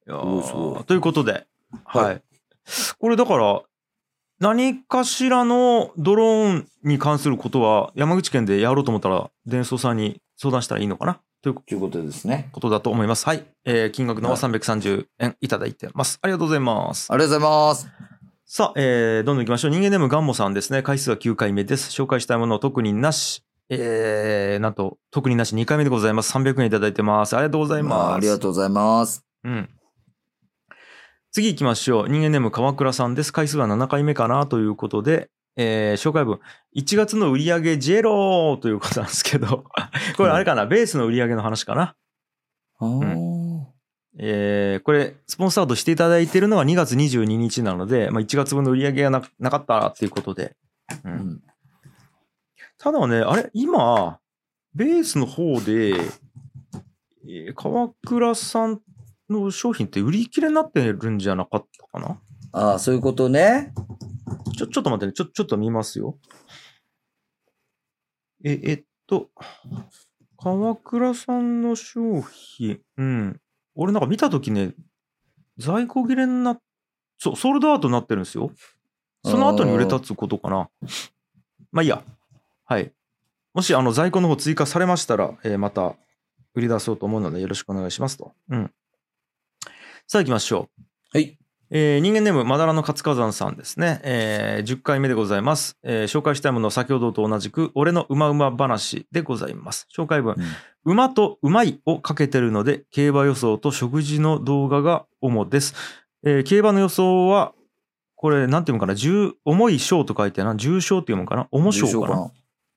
Speaker 1: やー
Speaker 2: すごいすごい
Speaker 1: ということで、はい。
Speaker 2: は
Speaker 1: これだから、何かしらのドローンに関することは、山口県でやろうと思ったら、伝送さんに相談したらいいのかなという
Speaker 2: ということですね。
Speaker 1: ことだと思います。はい。えー金額のは330円いただいてます。ありがとうございます。
Speaker 2: ありがとうございます。
Speaker 1: さあ、えー、どんどん行きましょう。人間ネームガンモさんですね。回数は9回目です。紹介したいものは特になし。えー、なんと、特になし2回目でございます。300円いただいてます。ありがとうござい
Speaker 2: ま
Speaker 1: ます。
Speaker 2: あ、ありがとうございます。
Speaker 1: うん。次行きましょう。人間ネーム川倉さんです。回数は7回目かなということで、えー紹介文。1月の売り上げジェローということなんですけど、 これあれかな、ベースの売り上げの話かな。
Speaker 2: あー
Speaker 1: えーこれ、スポンサードしていただいてるのは2月22日なので、まあ、1月分の売り上げがななかったっていうことで。うん
Speaker 2: うん
Speaker 1: ただね、あれ、今、ベースの方で、えー川倉さんの商品って売り切れになってるんじゃなかったかな
Speaker 2: ああ、そういうことね。
Speaker 1: ちょ、ちょっと待ってね。ちょ、ちょっと見ますよ。え、えっと、川倉さんの商品、うん。俺なんか見たときね、在庫切れになっそう、ソールドアウトになってるんですよ。その後に売れたっつうことかな。まあいいや。はい。もし、あの、在庫の方追加されましたら、えーまた売り出そうと思うので、よろしくお願いしますと。うん。さあ行きましょう。
Speaker 2: はい。
Speaker 1: えー人間ネームまだらの活火山さんですね、えー10回目でございます、えー紹介したいものは先ほどと同じく俺のうまうま話でございます紹介文、馬とうまいをかけてるので競馬予想と食事の動画が主です、えー競馬の予想はこれなんていうのかな重重い賞と書いてな重賞っていうのかな重賞かな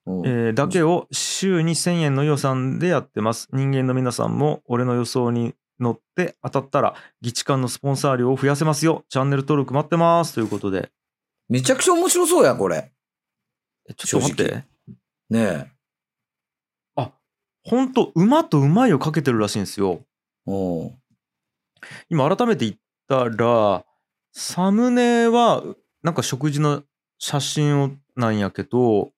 Speaker 3: うん
Speaker 1: えーだけを週に1000円の予算でやってます。人間の皆さんも俺の予想に乗って当たったら、議地館のスポンサー料を増やせますよ。チャンネル登録待ってます。ということで。
Speaker 2: めちゃくちゃ面白そうや、これ。
Speaker 1: えちょっと待って。
Speaker 2: ねえ。
Speaker 1: ほんと、馬と馬いをかけてるらしいんですよ。
Speaker 2: おう
Speaker 1: 今改めて言ったら、サムネは、なんか食事の写真をなんやけど、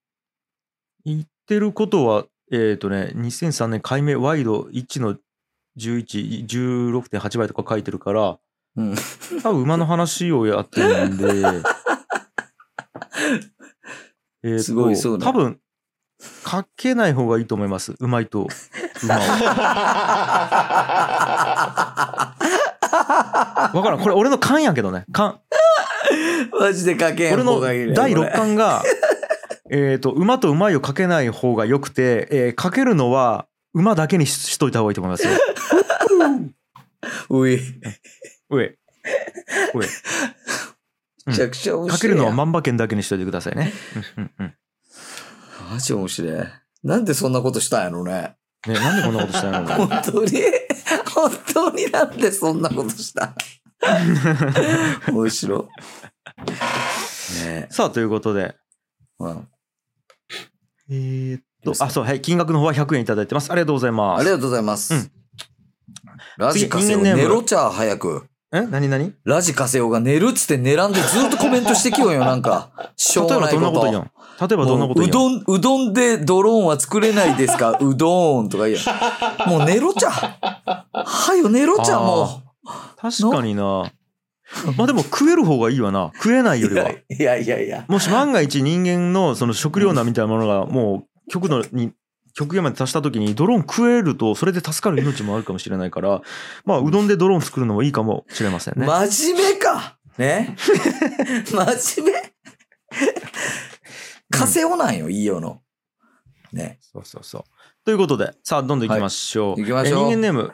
Speaker 1: 言ってることは、えっ、とね、2003年解明ワイド1の11、16.8倍とか書いてるから、
Speaker 2: うん
Speaker 1: 多分馬の話をやってる んで、えーと
Speaker 2: すごいそうだ
Speaker 1: 多分、かけない方がいいと思います。うまいと 馬を。わからん。これ俺の勘やけどね。勘。
Speaker 2: マジでかけん
Speaker 1: 俺
Speaker 2: 方
Speaker 1: の
Speaker 2: がいいね。
Speaker 1: 第
Speaker 2: これ
Speaker 1: 6巻が、 えっと、馬と馬いをかけない方が良くて、えーかけるのは馬だけにししといた方がいいと思い ますよ。
Speaker 2: うい。
Speaker 1: うえ。うえ。
Speaker 2: めちゃくちゃ面白いやん。
Speaker 1: かけるのは万馬券だけにしといてくださいね。うんうんうん。
Speaker 2: マジ面白い。なんでそんなことしたんやろね。
Speaker 1: ね、なんでこんなことしたの
Speaker 2: 本当に、本当になんでそんなことしたん面白い。ね
Speaker 1: さあ、ということで。
Speaker 2: うん
Speaker 1: えーっと、あ、そう、はい。金額の方は100円いただいてます。ありがとうございま
Speaker 2: あり
Speaker 1: す。
Speaker 2: がとうございます。
Speaker 1: うん
Speaker 2: ラジカセオ
Speaker 1: 次人間ネーム
Speaker 2: 寝ろちゃ早く。
Speaker 1: え何何
Speaker 2: ラジカセオが寝るっつって寝らんでずっとコメントしてきよんよ、なんか。し
Speaker 1: 例
Speaker 2: ょ
Speaker 1: え
Speaker 2: うも
Speaker 1: ば
Speaker 2: ない
Speaker 1: どんな
Speaker 2: こ
Speaker 1: こと
Speaker 2: と
Speaker 1: 言う。ん例えばどんなこと
Speaker 2: も
Speaker 1: 言
Speaker 2: うう
Speaker 1: う
Speaker 2: どん、うどんでドローンは作れないですかうどんとか言うやん。もう寝ろちゃ。はよ寝ろちゃ、
Speaker 1: あー
Speaker 2: も。
Speaker 1: ん確かにな。まあでも食える方がいいわな。食えないうよりは。
Speaker 2: いやいやいや。
Speaker 1: もし万が一人間のその食糧難みたいなものがもう極度に極限まで達した時にドローン食えるとそれで助かる命もあるかもしれないからまあうどんでドローン作るのもいいかもしれませんね。
Speaker 2: 真面目か。 ね。真面目。カセオなんよ、いいよの。ね。
Speaker 1: そうそうそう。ということでさあどんどん行きましょう。
Speaker 2: はい行きましょう
Speaker 1: えー人間ネーム、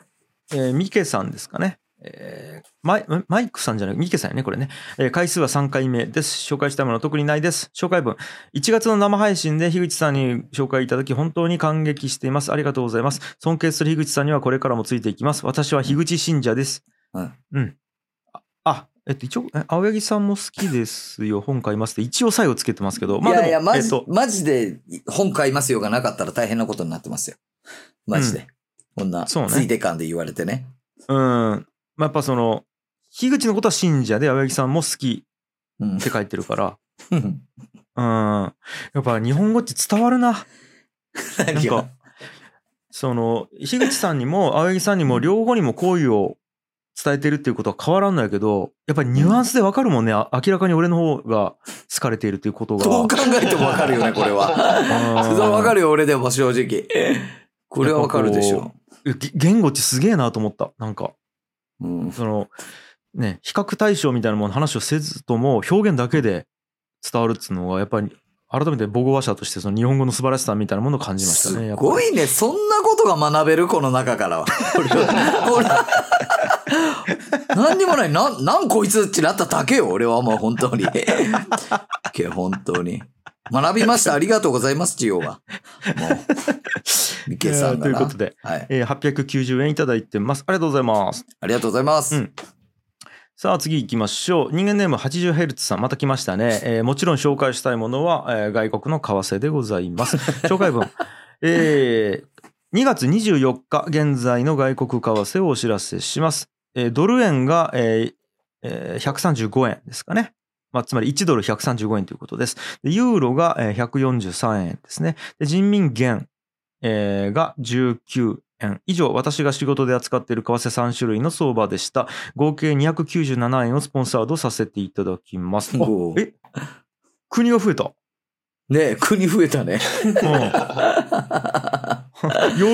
Speaker 1: えーミケさんですかね。えーマイんマイクさんじゃない、ミケさんやね、これね。えー回数は3回目です。紹介したものは特にないです。紹介文。1月の生配信で樋口さんに紹介いただき、本当に感激しています。ありがとうございます。尊敬する樋口さんにはこれからもついていきます。私は樋口信者です。
Speaker 2: うん。
Speaker 1: うん。あ、あえっと、一応、え青柳さんも好きですよ。本買いますって、一応最後つけてますけど。まあ
Speaker 2: い
Speaker 1: でも、
Speaker 2: やいや、マ
Speaker 1: えっ
Speaker 2: ジ、
Speaker 1: と、
Speaker 2: マジで本買いますよがなかったら大変なことになってますよ。マジで。こんな、つ
Speaker 1: そうね
Speaker 2: いて感で言われてね。
Speaker 1: うん。まあ、やっぱその、樋口のことは信者で、青柳さんも好き
Speaker 2: うん
Speaker 1: って。書いてるから、
Speaker 2: う
Speaker 1: う
Speaker 2: ん
Speaker 1: ん。やっぱ日本語って伝わるな。なん
Speaker 2: 何が
Speaker 1: か、その、樋口さんにも青柳さんにも両方にも好意を伝えてるっていうことは変わらんのやけど、やっぱりニュアンスでわかるもんね。あ明らかに俺の方が好かれているっていうことが。
Speaker 2: どう考えてもわかるよね、これは。 それはわか
Speaker 1: る。
Speaker 2: るよ、俺でも正直。これはわかるでしょ。
Speaker 1: えげ言語ってすげえなと思った。なんか、
Speaker 2: うん。
Speaker 1: その、ね、比較対象みたいなもの話をせずとも表現だけで伝わるっていうのが、やっぱり改めて母語話者としてその日本語の素晴らしさみたいなものを感じましたね。
Speaker 2: す
Speaker 1: やっぱり
Speaker 2: ごいね。そんなことが学べる、この中から は。ほら。何にもない。なん、なんこいつってなっただけよ。俺はもう本当に。け、本当に。学びました。ありがとうございます、ジオは。もう。ミケさんだ
Speaker 1: い
Speaker 2: な。
Speaker 1: やーということで、
Speaker 2: はい。
Speaker 1: えー890円いただいてます。ありがとうございます。
Speaker 2: ありがとうございます。
Speaker 1: うんさあ次行きましょう。人間ネーム 80Hz さん、また来ましたね。えーもちろん紹介したいものは、えー外国の為替でござい ます。紹介文。えー2月24日現在の外国為替をお知らせします。えードル円が、えーえー135円ですかね。まあ、つまり1ドル135円ということです。でユーロがえー143円ですね。で人民元、えーが19円以上私が仕事で扱っている為替3種類の相場でした合計297円をスポンサードさせていただきますあ
Speaker 2: おう
Speaker 1: え国が増えた、
Speaker 2: ねえ国増えたね。
Speaker 1: うん、ヨー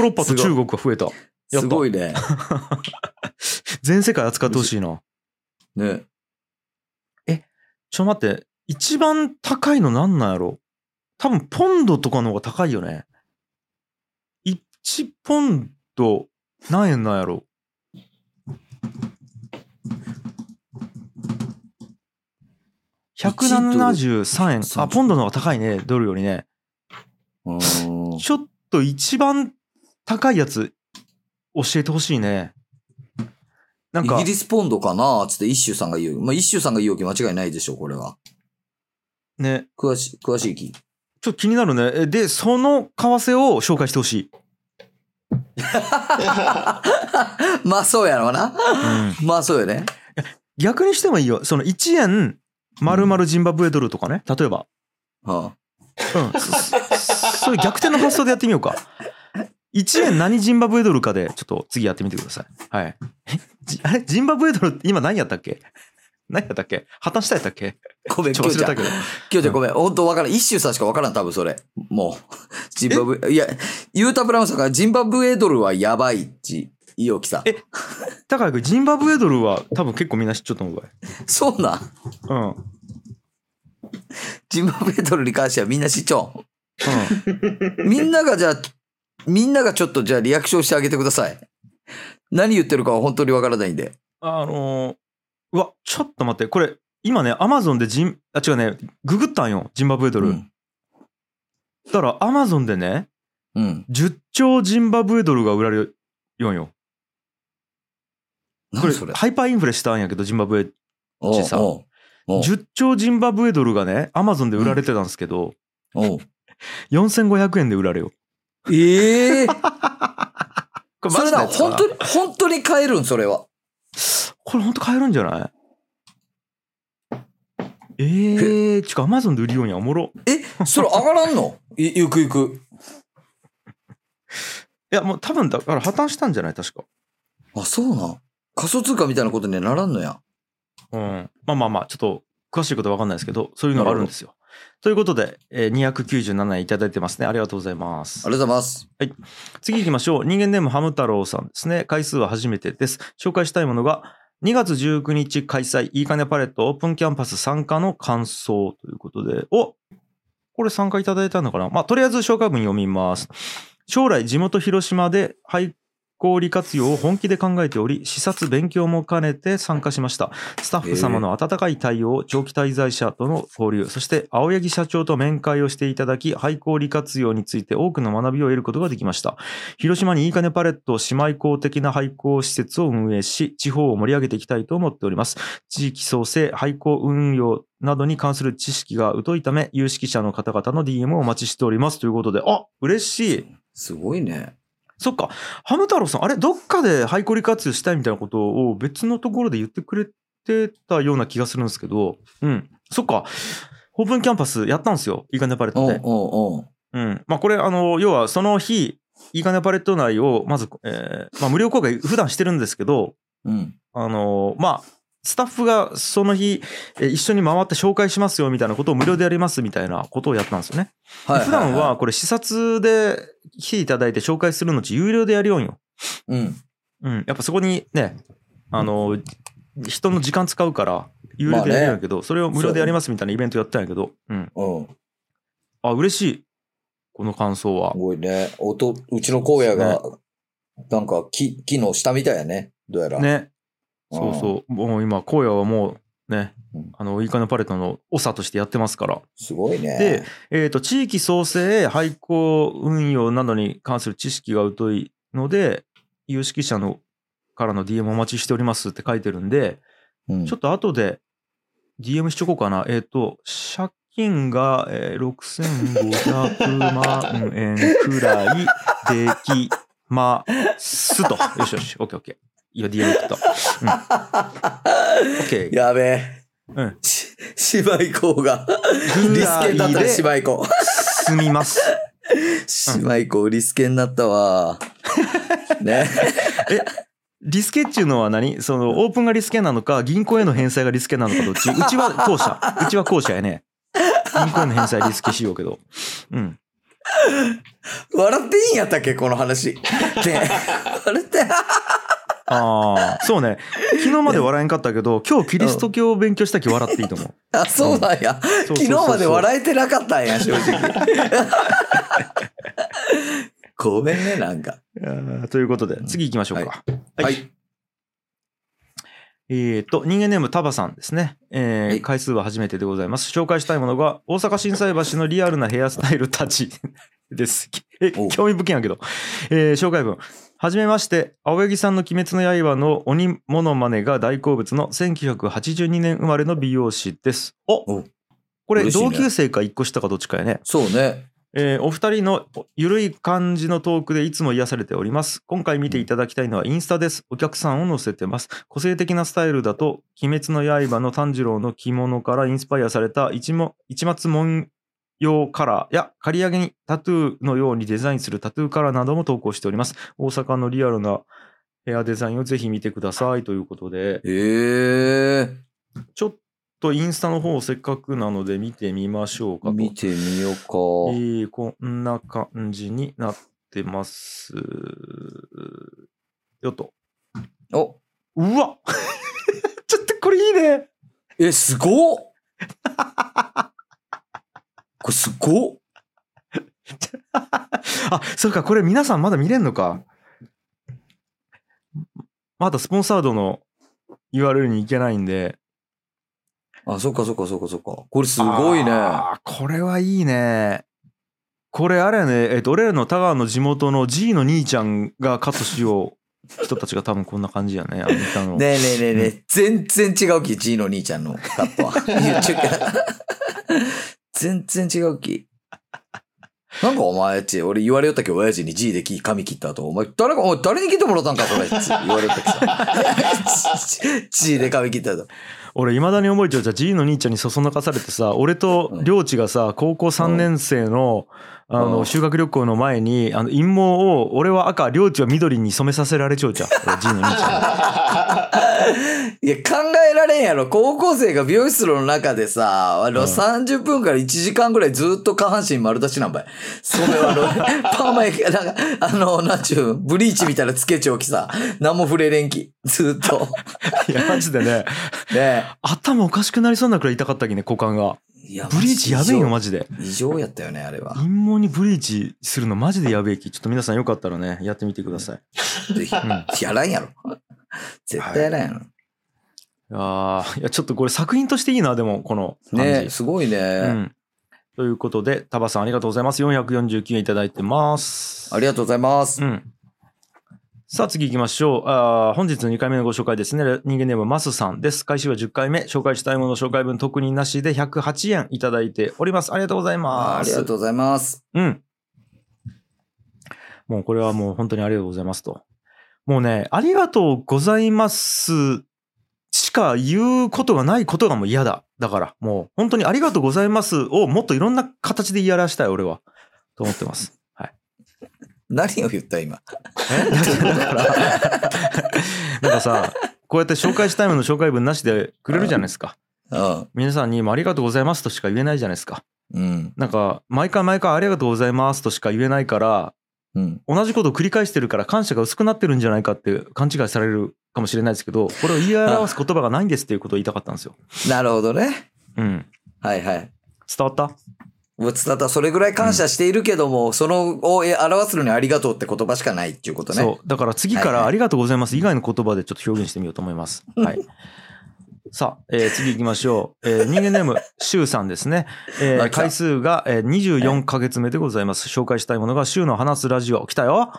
Speaker 1: ロッパと中国が増えたやった
Speaker 2: すごいね。
Speaker 1: 全世界扱ってほしいな
Speaker 2: ね
Speaker 1: ちょ待って一番高いのなんなんやろ多分ポンドとかの方が高いよね1ポンド何円なんやろ173円あポンドの方が高いねドルよりね
Speaker 3: うん
Speaker 1: ちょっと一番高いやつ教えてほしいねなん
Speaker 2: イ
Speaker 1: か
Speaker 2: ギリスポンドかなつって一周さんが言う。まあ、一周さんが言うわけ間違いないでしょ、これは。
Speaker 1: ね
Speaker 2: 詳しい、詳しいき。
Speaker 1: ちょっと気になるねえでその為替を紹介してほしい、
Speaker 2: まあ、そうやろうな。
Speaker 1: うん
Speaker 2: まあ、そうよね。
Speaker 1: 逆にしてもいいよその1円まるまるジンバブエドルとかね例えば、
Speaker 2: は
Speaker 1: うん、そそそういう逆転の発想でやってみようか1円何ジンバブエドルかでちょっと次やってみてくださいはいえじあれジンバブエドルって今何やったっけ何やったっけ破綻したやったっけ
Speaker 2: あ、ごめん、
Speaker 1: ちょ
Speaker 2: 今
Speaker 1: っ
Speaker 2: 日
Speaker 1: と忘れた
Speaker 2: じゃ
Speaker 1: け
Speaker 2: ん。
Speaker 1: ど
Speaker 2: 今日じゃんごめん。本当わからん。一周さんしかわからん、多分それ。もう。 ジンバブエ、いや、ユータブラウンさんがジンバブエドルはやばいち、いおきさん
Speaker 1: え。だからジンバブエドルは多分結構みんな知っちゃうと思うわ
Speaker 2: そうなん。
Speaker 1: ようん
Speaker 2: ジンバブエドルに関してはみんな知っちょん。みんながじゃあ、みんながちょっとじゃあリアクションしてあげてください。何言ってるかは本当にわからないんで。
Speaker 1: あのーうわちょっと待ってこれ今ねアマゾンでジンあ違うねググったんよジンバブエドル、
Speaker 2: うん
Speaker 1: だからアマゾンでね
Speaker 2: うん。
Speaker 1: 10兆ジンバブエドルが売られるよんよ。こ
Speaker 2: 何
Speaker 1: れ
Speaker 2: それ。
Speaker 1: ハイパーインフレしたんやけどジンバブエ
Speaker 2: おう
Speaker 1: 小さ
Speaker 2: おうおう
Speaker 1: 10兆ジンバブエドルがねアマゾンで売られてたんですけど、
Speaker 2: おう
Speaker 1: 4500円で売られよ。
Speaker 2: ええ
Speaker 1: これ
Speaker 2: それな、本当
Speaker 1: に
Speaker 2: に、本当に買えるん、それは。
Speaker 1: これ本当買えるんじゃないえー、ちゅうかアマゾンで売りよんやおもろ。
Speaker 2: え、それ上がらんのいゆくゆく。
Speaker 1: いやもう多分だから破綻したんじゃない確か。
Speaker 2: あ、そうなん。仮想通貨みたいなことにはならんのや。
Speaker 1: うん、まあまあまあちょっと詳しいことは分かんないですけどそういうのがあるんですよ。ということで、えー、297円いただいてますねありがとうございます
Speaker 2: あり。がとうございます。
Speaker 1: 次行きましょう。人間ネームハム太郎さんですね。回数は初めてです。紹介したいものが、2月19日開催、いいかねパレットオープンキャンパス参加の感想ということで、おこれ参加いただいたのかなまあ、とりあえず紹介文読みます。将来、地元広島で廃校利活用を本気で考えており、視察勉強も兼ねて参加しました。スタッフ様の温かい対応、長期滞在者との交流、そして青柳社長と面会をしていただき、廃校利活用について多くの学びを得ることができました。広島にいいかねパレット姉妹校的な廃校施設を運営し、地方を盛り上げていきたいと思っております。地域創生、廃校運用などに関する知識が疎いため、有識者の方々の DM をお待ちしております。ということで、あ嬉しい。
Speaker 2: すごいね。
Speaker 1: そっか、ハム太郎さん、あれ、どっかで廃校利活用したいみたいなことを別のところで言ってくれてたような気がするんですけど、うん、そっか、オープンキャンパスやったんですよ、いいかねパレット
Speaker 2: お
Speaker 1: で
Speaker 2: う。おうおう
Speaker 1: うん。まあ、これ、あの、要はその日、いいかねパレット内を、まず、えーまあ、無料公開、普段してるんですけど、
Speaker 2: うん。
Speaker 1: あの、まあ、スタッフがその日、えー一緒に回って紹介しますよみたいなことを無料でやりますみたいなことをやったんですよね。
Speaker 2: はいいい。
Speaker 1: 普段はこれ視察で来ていただいて紹介するのち有料でやるようんよ。
Speaker 2: うん。
Speaker 1: うん、やっぱそこにね、あの、人の時間使うから、有料でやるんやけど、それを無料でやりますみたいなイベントやったんやけど、うん。
Speaker 2: うん。す
Speaker 1: あ、嬉しい。この感想は。
Speaker 2: ごいね。音、うちの荒野が、なんか木、木の下みたいやね。どうやら。。
Speaker 1: ね。
Speaker 2: うん
Speaker 1: そうそう。もう今、荒野はもう、ね
Speaker 2: うん、
Speaker 1: あの、いいかのパレットの長としてやってますから。
Speaker 2: すごいね。
Speaker 1: で、えっ、と、地域創生、廃校運用などに関する知識が疎いので、有識者のからの DM お待ちしておりますって書いてるんで、
Speaker 2: うん
Speaker 1: ちょっと後で DM しとこうかな。えっ、と、借金が、えー6500万円くらいできますと。よしよし、オッケーオッケー。いいよ、DM 送った。うん。オッケー。
Speaker 2: やべえ。
Speaker 1: うん
Speaker 2: し。姉妹校が、リスケだったら姉妹校。
Speaker 1: すみます。
Speaker 2: 姉妹子売りつけになったわ。ね。
Speaker 1: リスケっていうのは何そのオープンがリスケなのか銀行への返済がリスケなのかどっちうちは後者うちは後者やね銀行への返済リスケしようけどうん
Speaker 2: 笑っていいんやったっけこの話。ね。笑って。
Speaker 1: ああそうね昨日まで笑えんかったけど今日キリスト教を勉強したき笑っていいと思う
Speaker 2: あ、そうなんや。
Speaker 1: そうそうそう
Speaker 2: 昨日まで笑えてなかったんや、正直。ごめんね、なんか。
Speaker 1: あーということで次行きましょうかはい、
Speaker 2: はい
Speaker 1: えー、と人間ネームタバさんですね、えー
Speaker 2: はい
Speaker 1: 回数は初めてでございます紹介したいものが大阪心斎橋のリアルなヘアスタイルたち ですえ
Speaker 2: お
Speaker 1: 興味深いんやけど、えー紹介文はじめまして青柳さんの「鬼滅の刃」の鬼モノマネが大好物の1982年生まれの美容師ですお
Speaker 2: お
Speaker 1: これ
Speaker 2: 嬉しい
Speaker 1: 同
Speaker 2: ね
Speaker 1: 級生か一個下かどっちかやね
Speaker 2: そうね。
Speaker 1: えーお二人のゆるい感じのトークでいつも癒されております。今回見ていただきたいのはインスタです。お客さんを載せてます。個性的なスタイルだと、鬼滅の刃の炭治郎の着物からインスパイアされた一も一末文様カラーや刈り上げにタトゥーのようにデザインするタトゥーカラーなども投稿しております。大阪のリアルなヘアデザインをぜひ見てくださいということで、
Speaker 2: ええ
Speaker 1: ちょっとインスタの方をせっかくなので見てみましょうかと。
Speaker 2: 見てみようか。
Speaker 1: えーこんな感じになってます。よと。
Speaker 2: お、
Speaker 1: うわ ちょっとこれいいね
Speaker 2: え、すごっこれすごっ
Speaker 1: あ、そうか、これ皆さんまだ見れんのか。まだスポンサードの URL に行けないんで。
Speaker 2: あ、そっかそっかそっかそっか。これすごいね。
Speaker 1: あーこれはいいね。これあれやね、えっと、俺らの田川の地元の G の兄ちゃんがカットしよう人たちが多分こんな感じやね。あの見たの
Speaker 2: ねえねえねえねえ、全然違うき、G の兄ちゃんのカットは。言っちゃうけど全然違うき。なんかお前っち、俺言われよったけど、親父に G でき髪切った後、お前、誰か、お前誰に切ってもらったんか、それ。つ言われよったけど G で髪切った後。
Speaker 1: 俺いまだに覚えちゃうじゃあ G の兄ちゃんにそそのかされてさ俺と領地がさ高校3年生のあ
Speaker 2: う
Speaker 1: の
Speaker 2: ん
Speaker 1: 修学旅行の前にあの陰謀を俺は赤領地は緑に染めさせられちゃうじゃ ん俺 G の兄ちゃんに
Speaker 2: いや、考えられんやろ。高校生が美容室の中でさ、あの、30分から1時間ぐらいずっと下半身丸出しなんばい。それはあの、 パーマや、なんか、あの、なんちゅう、ブリーチみたいなつけちょうきさ、何も触れれんき。ずっと。
Speaker 1: いやマジでね
Speaker 2: ね
Speaker 1: 頭おかしくなりそうなくらい痛かったっけね股間が
Speaker 2: いや
Speaker 1: ブリーチやべえよマ
Speaker 2: ジ
Speaker 1: ジで
Speaker 2: 異常。異常やったよね、あれは。
Speaker 1: 陰謀にブリーチするのマジでやべえきちょっと皆さんよかったらねやってみてください
Speaker 2: ぜひ。やらんやろ。絶対やらんやろ。
Speaker 1: あーいやちょっとこれ作品としていいなでもこの感じ
Speaker 2: ねすごいね。
Speaker 1: うんということで、タバさんありがとうございます。449円いただいてます。
Speaker 2: ありがとうございます。
Speaker 1: うん。さあ次行きましょう。あー本日の2回目のご紹介ですね。人間ネームマスさんです。回収は10回目。紹介したいもの紹介文特になしで108円いただいております。ありがとうござい
Speaker 2: あ
Speaker 1: ま
Speaker 2: あ
Speaker 1: す。
Speaker 2: りがとうございます。
Speaker 1: うん。もうこれはもう本当にありがとうございますと。もうね、ありがとうございますしか言うことがないことがもう嫌だ。だからもう本当にありがとうございますをもっといろんな形でやらしたい俺は。と思ってます。はい。
Speaker 2: 何を言った、今。
Speaker 1: えだからだから、 なんかさ、こうやって紹介したいもの紹介文なしでくれるじゃないですか。
Speaker 2: うん。
Speaker 1: 皆さんにもありがとうございますとしか言えないじゃないですか。
Speaker 2: うん。
Speaker 1: なんか、毎回毎回ありがとうございますとしか言えないから、
Speaker 2: うん。
Speaker 1: 同じことを繰り返してるから感謝が薄くなってるんじゃないかって勘違いされるかもしれないですけど、これを言い表す言葉がないんですっていうことを言いたかったんですよ。
Speaker 2: なるほどね。
Speaker 1: うん。
Speaker 2: はいはい。
Speaker 1: 伝わった
Speaker 2: もう伝わった。それぐらい感謝しているけども、そのをえ表すのにありがとうって言葉しかないっていうことね。
Speaker 1: そう。だから次か
Speaker 2: はいは
Speaker 1: ら
Speaker 2: い
Speaker 1: ありがとうございます以外の言葉でちょっと表現してみようと思います。はい。さあ、えー次行きましょう。えー人間 ネーム、シュウさんですね。えー
Speaker 2: あ来た
Speaker 1: 回数が、えー24ヶ月目でございます。紹介したいものが、シュウの話すラジオ。来たよ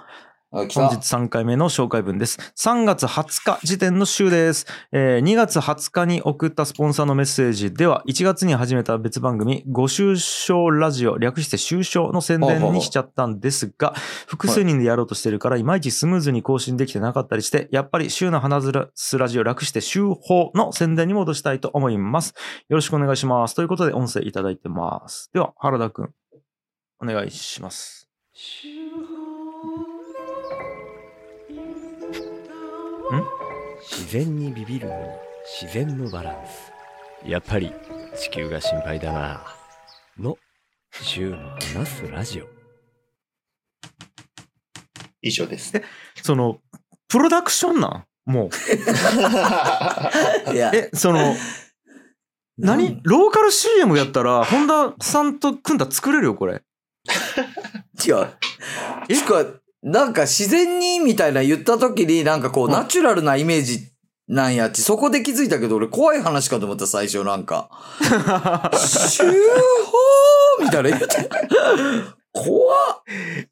Speaker 2: あ、来
Speaker 1: 本
Speaker 2: た
Speaker 1: 日。3回目の紹介文です。3月20日時点の週です。えー2月20日に送ったスポンサーのメッセージでは、1月に始めた別番組、ご就賞ラジオ、略して就賞の宣伝にしちゃったんですが、複数人でやろうとしてるから、いまいちスムーズに更新できてなかったりして、やっぱり週の花ずらすラジオ、略して週報の宣伝に戻したいと思います。よろしくお願いします。ということで、音声いただいてます。では、原田くん、お願いします。
Speaker 4: 自然にビビるのに自然のバランスやっぱり地球が心配だなの週の話すラジオ
Speaker 5: 以上です。
Speaker 1: その、プロダクションなんも う。
Speaker 2: いや、
Speaker 1: え、その、何ローカル CM やったら、本田さんと組んだ作れるよ、これ。
Speaker 2: 違う。
Speaker 1: え
Speaker 2: しか、なんか自然にみたいな言った時に、なんかこう、ナチュラルなイメージなんやっち、そこで気づいたけど、俺怖い話かと思った、最初な んか。シューホーみたいな言って。怖っ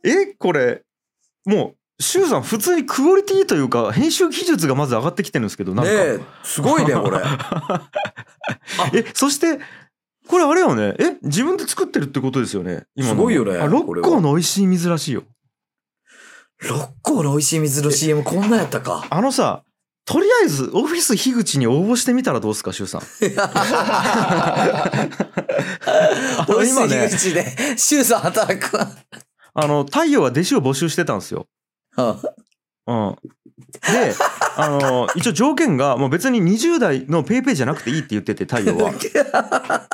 Speaker 1: え、これ、もう、シュウさん、普通にクオリティというか、編集技術がまず上がってきてるんですけど、なん
Speaker 2: ね
Speaker 1: か。
Speaker 2: え、すごいね、これ。
Speaker 1: え、そして、これあれよね。え、自分で作ってるってことですよね。今の
Speaker 2: すごいよね
Speaker 1: あ、六
Speaker 2: これは
Speaker 1: 甲の美味しい水らしいよ。
Speaker 2: 六甲の美味しい水の CM こんなんやったか。
Speaker 1: あのさ、とりあえず、オフィス樋口に応募してみたらどうすか、シュ ウさん。あ
Speaker 2: 美
Speaker 1: の、
Speaker 2: 味し
Speaker 1: 今ね
Speaker 2: い、口で、シュウさん働く。
Speaker 1: あの、太陽は弟子を募集してたんですよ。
Speaker 2: うん
Speaker 1: うん。で、あの、一応条件が、もう別に20代のペイペイじゃなくていいって言ってて、太陽 は。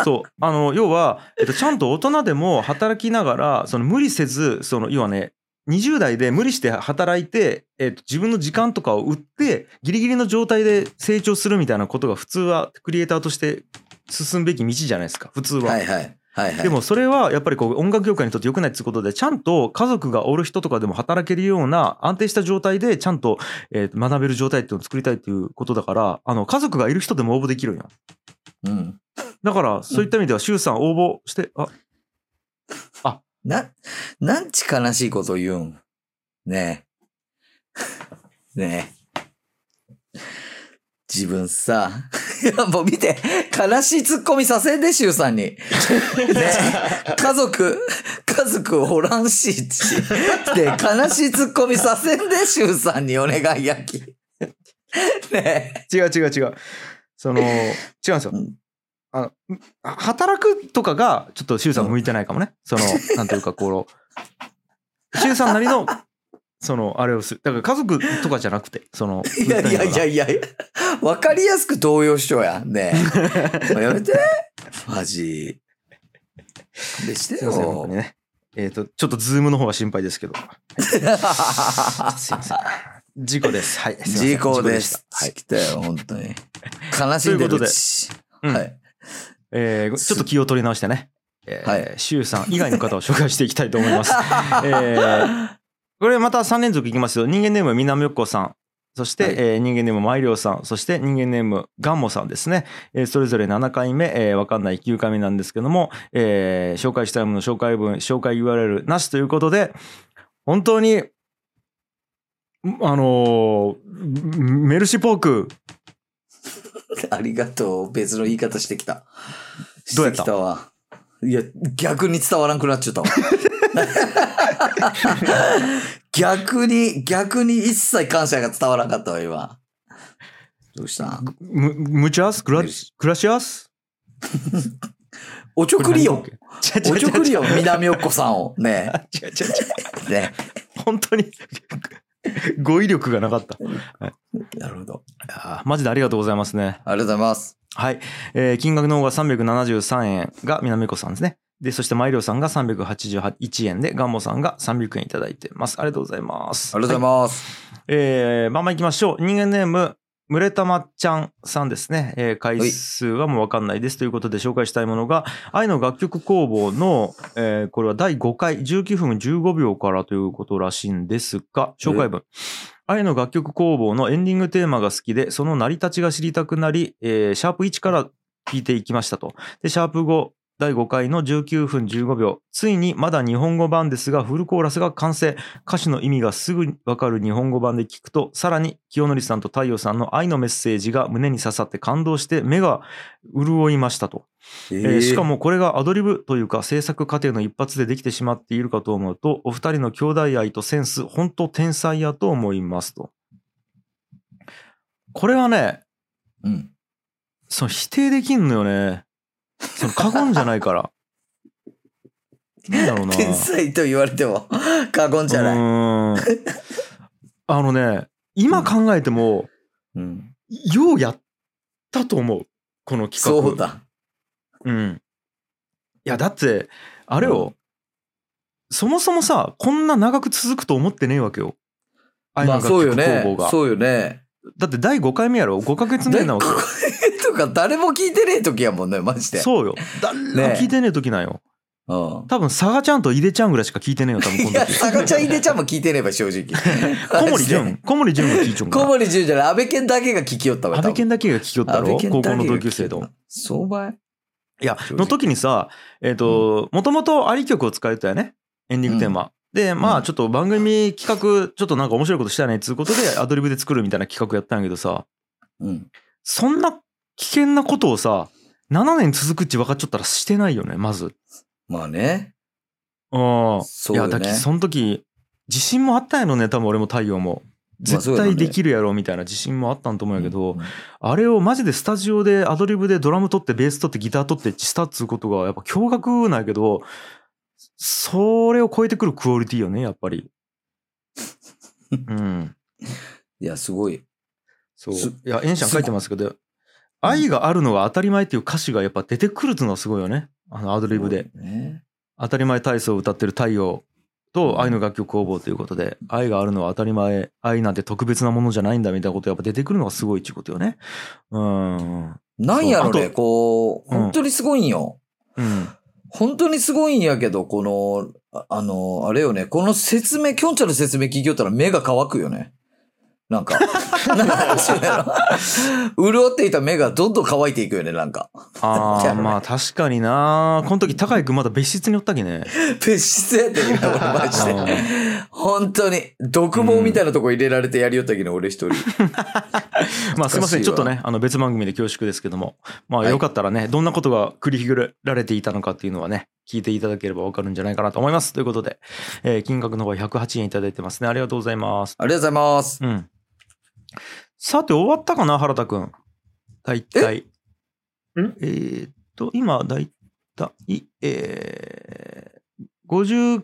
Speaker 1: そう。あの、要は、えっと、ちゃんと大人でも働きながら、その無理せず、その、要はね、20代で無理して働いて、えっと、自分の時間とかを売って、ギリギリの状態で成長するみたいなことが普通は、クリエイターとして進むべき道じゃないですか、普通は。
Speaker 2: はいはい。はいはい。
Speaker 1: でもそれはやっぱりこう音楽業界にとって良くないっていうことでちゃんと家族がおる人とかでも働けるような安定した状態でちゃんと、えー学べる状態っていうのを作りたいっていうことだからあの家族がいる人でも応募できるんよ
Speaker 2: うん。
Speaker 1: だからそういった意味では周さん応募してあ
Speaker 2: な、なんち悲しいこと言うん。ねえ。ねえ。自分さ、いやもう見て、悲しいツッコミさせんで、シュウさんに。ねえ家族、家族おらんし、ち。で、悲しいツッコミさせんで、シュウさんにお願いやき。ねえ。
Speaker 1: 違う違う違うその違うんですよ
Speaker 2: うん
Speaker 1: あのうん働くとかがちょっと周さん向いてないかもね そのなんていうかこう周さんなりのそのあれをするだから家族とかじゃなくてその
Speaker 2: いやいやいやいやいや、 わかりやすく動揺しちょうや。ね え。もうやめて。マジ。勘弁して
Speaker 1: すいません、本当
Speaker 2: よ
Speaker 1: に。ね。えっ、と、ちょっとズームの方が心配ですけ ど。すいません。事故です。はい。すいません
Speaker 2: 事故で
Speaker 1: し
Speaker 2: す
Speaker 1: た。はい。
Speaker 2: 来たよ、本当に。悲しんで
Speaker 1: ということ
Speaker 2: る
Speaker 1: で
Speaker 2: ち。
Speaker 1: うん
Speaker 2: はい。
Speaker 1: えーちょっと気を取り直してね。えー
Speaker 2: はい
Speaker 1: シュウさん以外の方を紹介していきたいと思い ます。えーこれまた3連続いきますよ。人間ネーム、南よっこさん。そして、
Speaker 2: はい
Speaker 1: えー人間ネーム、マイリョウさん。そして、人間ネーム、ガンモさんですね。えーそれぞれ7回目、えーわかんない9回目なんですけども、えー紹介したいもの、紹介文、紹介 URL なしということで、本当に、んあのーメルシポーク、
Speaker 2: ありがとう。別の言い方してきた。
Speaker 1: どうやっ
Speaker 2: し
Speaker 1: てた
Speaker 2: きたわ。いや、逆に伝わらんくなっち ゃったわ。逆に、逆に一切感謝が伝わらなかったわ、今。どうした
Speaker 1: む、むちゃす、グラ
Speaker 2: メルシ、
Speaker 1: グラシアス
Speaker 2: おちょくりよ。
Speaker 1: ちゃ
Speaker 2: おちょくりよ、南おっこさんを。 ね
Speaker 1: 違う違う違
Speaker 2: え。ね
Speaker 1: う本当に語彙力がなかった。
Speaker 2: え。なるほど。
Speaker 1: マジでありがとうございますね。
Speaker 2: ありがとうございます。
Speaker 1: はい。えー金額の方が373円が南子さんですね。で、そしてマイリョウさんが381円で、ガンモさんが300円いただいてます。ありがとうございます。
Speaker 2: ありがとう
Speaker 1: は
Speaker 2: ございます。
Speaker 1: えーまあまあ行きましょう。人間ネーム、むれたまっちゃんさんですね。えー回数はもうわかんないです。ということで紹介したいものが、愛の楽曲工房の、えーこれは第5回、19分15秒からということらしいんですが、紹介文。愛の楽曲工房のエンディングテーマが好きで、その成り立ちが知りたくなり、えーシャープ1から聞いていきましたと。で、シャープ5、第5回の19分15秒。ついにまだ日本語版ですが、フルコーラスが完成。歌詞の意味がすぐわかる日本語版で聞くと、さらに清則さんと太陽さんの愛のメッセージが胸に刺さって感動して目が潤いましたと。
Speaker 2: え
Speaker 1: えーしかもこれがアドリブというか制作過程の一発でできてしまっているかと思うと、お二人の兄弟愛とセンス、本当天才やと思いますと。これはね、
Speaker 2: うん。
Speaker 1: その否定できんのよね。その過言じゃないから。なんだろうな。
Speaker 2: 天才と言われても 過言じゃ
Speaker 1: う
Speaker 2: ない。
Speaker 1: ーんあのね、今考えても、
Speaker 2: うん、
Speaker 1: ようやったと思う。この企画。
Speaker 2: そう。だ。
Speaker 1: うん。いや、だって、あれよ、そもそもさ、こんな長く続くと思ってねえわけよ。愛
Speaker 2: ま
Speaker 1: の
Speaker 2: あ
Speaker 1: 楽
Speaker 2: そうよ
Speaker 1: 曲工
Speaker 2: ね
Speaker 1: 房が。。
Speaker 2: そうよね。
Speaker 1: だって第5回目やろ ?5 ヶ月目なわけよ。
Speaker 2: とか誰も聞いてねえ時やもんね、マジで。
Speaker 1: そうよ。誰も
Speaker 2: ね
Speaker 1: 聞いてねえ時なんよ。
Speaker 2: う。ん。
Speaker 1: 多分、サガちゃんとイデちゃんぐらいしか聞いてねえよ、多分この
Speaker 2: いや、
Speaker 1: 時。
Speaker 2: サガちゃん、イデちゃんも聞いてねえば、正直。
Speaker 1: 小森
Speaker 2: マジ
Speaker 1: 純
Speaker 2: で。
Speaker 1: 小森純が聞いちょんか
Speaker 2: 小
Speaker 1: ら。
Speaker 2: 森純じゃない、安倍健だけが聞きよったわ。
Speaker 1: 安倍健
Speaker 2: だ
Speaker 1: だけが聞きよったろ高校の同級生と。。
Speaker 2: そうばい。
Speaker 1: いや、
Speaker 2: 正直
Speaker 1: の時にさ、えっ、と、もともとあり曲を使えたよね、エンディングテーマ。で、ま
Speaker 2: う
Speaker 1: あ、
Speaker 2: ん
Speaker 1: ちょっと番組企画、ちょっとなんか面白いことしたいねっつうことで、アドリブで作るみたいな企画やったんやけどさ、
Speaker 2: うん。
Speaker 1: そんな危険なことをさ、7年続くっち分かっちゃったらしてないよね、まず。
Speaker 2: まあね。
Speaker 1: うん。
Speaker 2: そ
Speaker 1: いう
Speaker 2: よ
Speaker 1: や、
Speaker 2: ね
Speaker 1: だきその時、自信もあったんやろね、多分俺も太陽も。
Speaker 2: まあ
Speaker 1: 絶
Speaker 2: そうやろね
Speaker 1: 対できるやろ、みたいな自信もあったんと思うんやけど、
Speaker 2: うん
Speaker 1: あれをマジでスタジオでアドリブでドラム取ってベース取ってギター取ってしたっつうことがやっぱ驚愕なんやけど、それを超えてくるクオリティよね、やっぱり。うん。
Speaker 2: いや、すごい。
Speaker 1: そう。
Speaker 2: す
Speaker 1: いや、エンシャン書いてますけど、愛があるのが当たり前っていう歌詞がやっぱ出てくるのはすごいよね。あのアドリブで。
Speaker 2: ね。
Speaker 1: 当たり前体操を歌ってる太陽と愛の楽曲工房ということで、愛があるのは当たり前、愛なんて特別なものじゃないんだみたいなことやっぱ出てくるのがすごいっていうことよね。うん。うん。
Speaker 2: なんやろ
Speaker 1: そうあ
Speaker 2: ね、
Speaker 1: と
Speaker 2: こ
Speaker 1: う
Speaker 2: う、
Speaker 1: ん
Speaker 2: 本当にすごいんよ。本当にすごいんやけど、この、ああの、あれよね、この説明、きょんちゃんの説明聞きよったら目が乾くよね。な んか、なんちゅうのやろ。潤っていた目がどんどん乾いていくよね、なんか。
Speaker 1: あ
Speaker 2: じゃ
Speaker 1: あ
Speaker 2: あね
Speaker 1: まあ確かになこの時高井君まだ別室におったっけね
Speaker 2: 別室やったけど、俺マジで
Speaker 1: うん。
Speaker 2: 本当に、独房みたいなとこ入れられてやりよったけど、俺一人。
Speaker 1: まあすいません
Speaker 2: 懐かしいわ
Speaker 1: ちょっとねあの別番組で恐縮ですけどもまあ
Speaker 2: はい
Speaker 1: よかったらね、どんなことが繰り広げられていたのかっていうのはね聞いていただければわかるんじゃないかなと思いますということで、えー金額の方108円いただいてますねありがとうございます
Speaker 2: ありがとうございます。
Speaker 1: うんさて終わったかな原田君大体
Speaker 5: えん
Speaker 1: えーっと今大体えー、50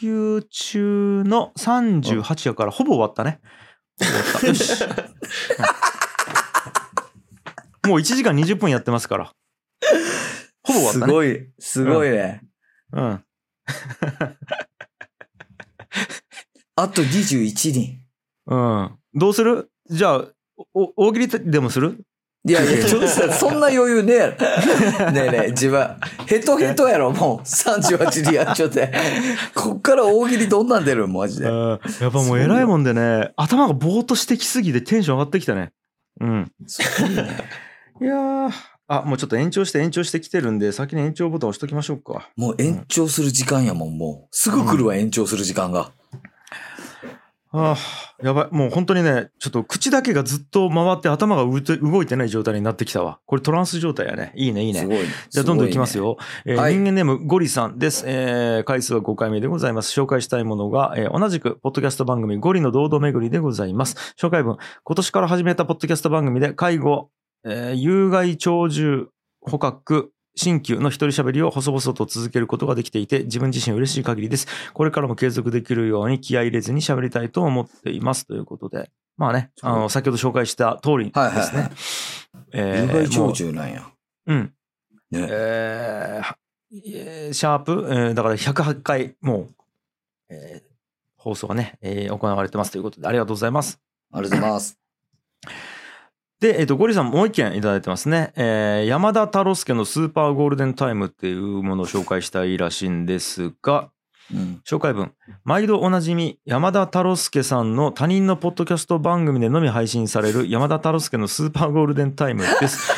Speaker 1: 9中の38やからほぼ終わったね。終わった。よし。うんもう1時間20分やってますから。ほぼ終わっ
Speaker 2: す
Speaker 1: たね。
Speaker 2: ごい、すごいね。
Speaker 1: うん。
Speaker 2: あと21人。
Speaker 1: うん。どうするじゃあ、お大喜利でもする
Speaker 2: いやいや、ちょっとさそんな余裕ねえやろ。 ねえねえ、自分、ヘトヘトやろ、もう。38人やっちゃって。こっから大喜利どんなん出るんマジ
Speaker 1: うん。
Speaker 2: で。
Speaker 1: やっぱもう偉いもんでね、頭がぼーっとしてきすぎてテンション上がってきたね。うん。いやー。あ、もうちょっと延長して延長してきてるんで、先に延長ボタン押しときましょうか。
Speaker 2: もう延長する時間やもん、もう。すぐ来るわ、延長する時間が。
Speaker 1: ああ、やばい。もう本当にね、ちょっと口だけがずっと回って頭がうて動いてない状態になってきたわ。これトランス状態やね。いいね、いい
Speaker 2: す
Speaker 1: ね。
Speaker 2: ごい。
Speaker 1: じゃあどんどんいきますよ。えー
Speaker 2: はい
Speaker 1: 人間ネームゴリさんです。えー回数は5回目でございます。紹介したいものが、えー同じく、ポッドキャスト番組ゴリの堂々巡りでございます。紹介文、今年から始めたポッドキャスト番組で、介護、えー有害鳥獣捕獲、新旧の一人喋りを細々と続けることができていて、自分自身嬉しい限りです。これからも継続できるように気合い入れずに喋りたいと思っています。ということで。まあね、あの、先ほど紹介した通りですね。
Speaker 2: はいはいはい
Speaker 1: え
Speaker 2: 有
Speaker 1: ー
Speaker 2: 害
Speaker 1: も
Speaker 2: 鳥
Speaker 1: う
Speaker 2: 獣なんや。
Speaker 1: うん。
Speaker 2: ね
Speaker 1: えーえーシャープ、えーだから108回、もう、えー放送がね、えー行われてますということで、ありがとうございます。
Speaker 2: ありがとうございます。
Speaker 1: で、えっ、と、ゴリさんもう一件いただいてますね。えー山田太郎介のスーパーゴールデンタイムっていうものを紹介したいらしいんですが、
Speaker 2: うん。
Speaker 1: 紹介文。毎度おなじみ、山田太郎介さんの他人のポッドキャスト番組でのみ配信される山田太郎介のスーパーゴールデンタイムです。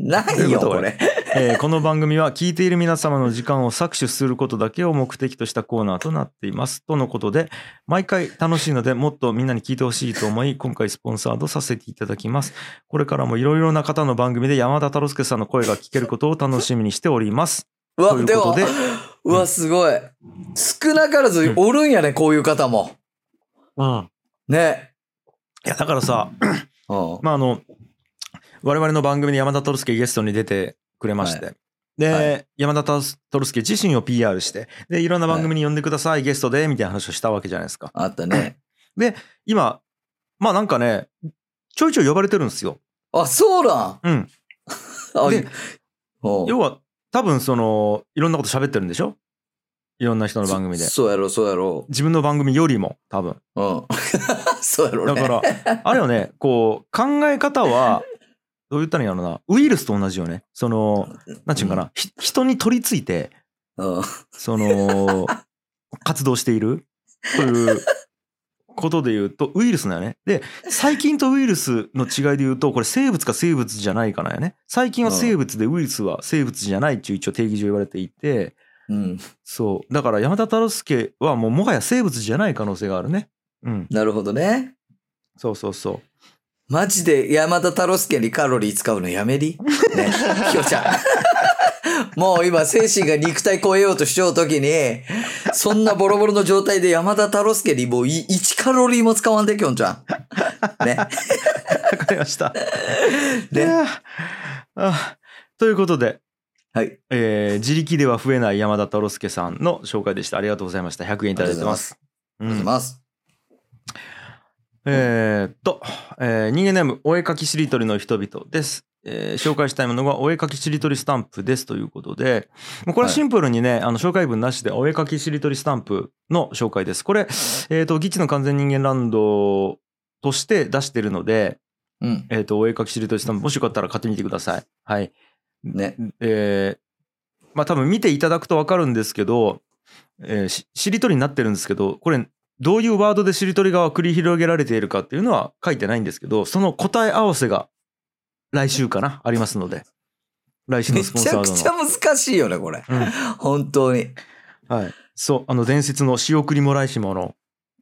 Speaker 2: な、ないよ、これ。
Speaker 1: えーこの番組は聞いている皆様の時間を搾取することだけを目的としたコーナーとなっています。とのことで、毎回楽しいのでもっとみんなに聞いてほしいと思い、今回スポンサードさせていただきます。これからもいろいろな方の番組で山田太郎介さんの声が聞けることを楽しみにしております。
Speaker 2: う
Speaker 1: と
Speaker 2: わ、
Speaker 1: いう
Speaker 2: で
Speaker 1: こと
Speaker 2: も
Speaker 1: で、、
Speaker 2: うわ、すごい。少なからずおるんやね、こういう方も。
Speaker 1: うん。
Speaker 2: ね。
Speaker 1: いや、だからさ、
Speaker 2: うん。
Speaker 1: まああの、我々の番組で山田太郎介ゲストに出てくれまして、
Speaker 2: は
Speaker 1: で、山田達トルスケ自身を PR してでいろんな番組に呼んでください、ゲストでみたいな話をしたわけじゃないですか
Speaker 2: あったね。
Speaker 1: 今まあなんかねちょいちょい呼ばれてるんですよ
Speaker 2: あ、そうなん。
Speaker 1: うん
Speaker 2: あ
Speaker 1: で
Speaker 2: おう
Speaker 1: 要は多分そのいろんなこと喋ってるんでしょいろんな人の番組で
Speaker 2: そそうやろ、そうやろ。
Speaker 1: 自分の番組よりも多分
Speaker 2: うん。 そうやろね。
Speaker 1: だからあれよねこう考え方はどう言ったらいいんやろなウイルスと同じよねそのなんちゅうかな、ひ人に取り付いて
Speaker 2: うん。
Speaker 1: そ の活動しているということで言うとウイルスだよねで細菌とウイルスの違いで言うとこれ生物か生物じゃないかなんよね細菌は生物でウイルスは生物じゃないっていう一応定義上言われていて
Speaker 2: うん。
Speaker 1: そうだから山田太郎介はもうもはや生物じゃない可能性があるねうん
Speaker 2: なるほどね。
Speaker 1: そうそうそう
Speaker 2: マジで山田太郎介にカロリー使うのやめり。 ね。ひよちゃん。 もう今精神が肉体超えようとしちゃうときに、そんなボロボロの状態で山田太郎介にもうい1カロリーも使わんで、きょんちゃん。ね。
Speaker 1: わかりま した。
Speaker 2: ね
Speaker 1: いやーあということで、
Speaker 2: はい。
Speaker 1: えー自力では増えない山田太郎介さんの紹介でした。ありがとうございました。100円いただいてます。
Speaker 2: ありがとうございます。
Speaker 1: えーっと、えー人間ネーム、お絵かきしりとりの人々です。えー紹介したいものがお絵かきしりとりスタンプですということで、もうこれはシンプルにね、あの紹介文なしでお絵かきしりとりスタンプの紹介です。これ、えーっと、ギチの完全人間ランドとして出してるので、
Speaker 2: うん。
Speaker 1: えーっと、お絵かきしりとりスタンプ、もしよかったら買ってみてください。はい。
Speaker 2: ね。
Speaker 1: えーまあ多分見ていただくと分かるんですけど、えーししりとりになってるんですけどこれどういうワードでしりとりが繰り広げられているかっていうのは書いてないんですけどその答え合わせが来週かなありますので来週
Speaker 2: め
Speaker 1: のスポン
Speaker 2: ち
Speaker 1: サー
Speaker 2: ゃくちゃ
Speaker 1: ド
Speaker 2: 難しいよね、これ。
Speaker 1: の、
Speaker 2: 本当に。
Speaker 1: うんはい、そうあの伝説の「仕送りも来しもの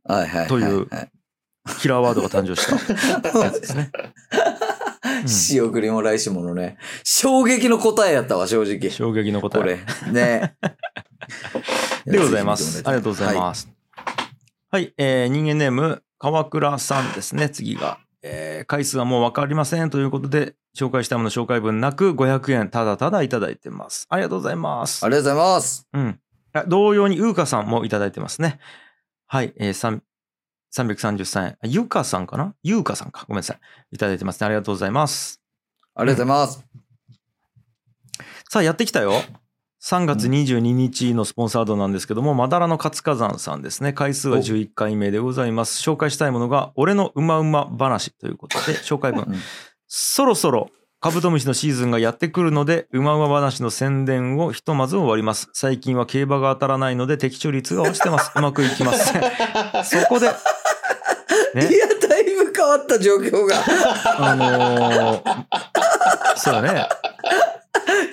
Speaker 2: はいはいはい、はい。
Speaker 1: という キラーワードが誕生したやつですね、うん
Speaker 2: 仕送りも来し者ね。衝撃の答えやったわ、正直。
Speaker 1: 衝撃の答
Speaker 2: こ
Speaker 1: え
Speaker 2: れ。ね。
Speaker 1: でございます。ありがとうござい
Speaker 2: は
Speaker 1: ます。はい、えー人間ネーム、川倉さんですね、次が。えー回数はもう分かりませんということで、紹介したもの紹介分なく500円、ただただいただいてます。ありがとうございます。
Speaker 2: ありがとうございます。
Speaker 1: うん。あ同様に、ゆうかさんもいただいてますね。はい、えー、さん333円。あゆかさんかなゆうかさんか。ごめんなさい。いただいてますね。ありがとうございます。
Speaker 2: ありがとうございます。
Speaker 1: さあ、やってきたよ。3月22日のスポンサードなんですけども、まだらの活火山さんですね。回数は11回目でございます。紹介したいものが、俺のうまうま話ということで、紹介文。
Speaker 2: うん
Speaker 1: そろそろ、カブトムシのシーズンがやってくるので、うまうま話の宣伝をひとまず終わります。最近は競馬が当たらないので、的中率が落ちて ます。うまくいきません。そこで、ね
Speaker 2: いや、だいぶ変わった状況が、
Speaker 1: あのーそうだね。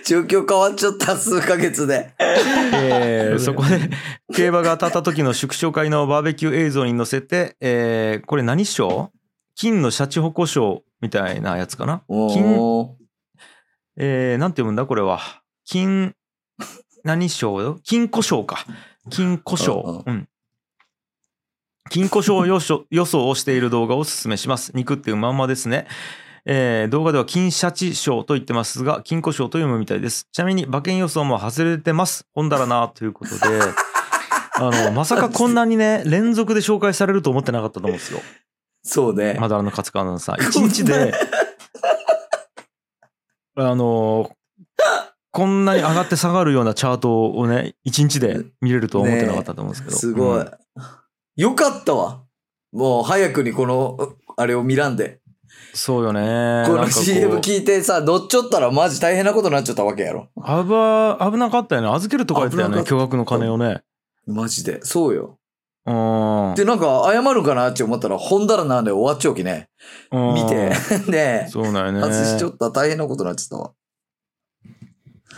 Speaker 2: 状況変わっちゃった、数ヶ月で。
Speaker 1: えーそこで、 競馬が当たった時の祝勝会のバーベキュー映像に載せて、えーこれ何賞金のシャチホコ賞みたいなやつかな金、
Speaker 2: おー
Speaker 1: えーなんて読むんだこれは。金、何賞よ金庫賞か。金庫賞。うん。金庫賞予想 予想をしている動画をおすすめします。肉ってうまんまですね。えー動画では金シャチ賞と言ってますが、金庫賞と読むみたいです。ちなみに馬券予想も外れてます。ほんだらな、ということ で。あの、まさかこんなにね、連続で紹介されると思ってなかったと思うんですよ。
Speaker 2: そうね。
Speaker 1: まだあの勝川アナウン サー。一日で、あの、こんなに上がって下がるようなチャートをね、一日で見れるとは思ってなかったと思うんですけど。
Speaker 2: すご
Speaker 1: う
Speaker 2: い
Speaker 1: ん。
Speaker 2: よかったわ。もう早くにこの、あれを見らんで。
Speaker 1: そうよね。なん
Speaker 2: こ
Speaker 1: か
Speaker 2: の CM
Speaker 1: う
Speaker 2: 聞いてさ、乗っちゃったらマジ大変なことになっちゃったわけやろ。
Speaker 1: 危な危なかったよね。預けるとか言ってたよね。
Speaker 2: 危なか
Speaker 1: 巨額の金をね。
Speaker 2: マジで。そうよ。
Speaker 1: うん。
Speaker 2: で、なんか謝るかなって思ったら、ほんだらなんで終わっちゃうきね。
Speaker 1: うん
Speaker 2: 見て。ねえ。
Speaker 1: そうだよね。
Speaker 2: 外しちゃったら大変なことになっちゃったわ。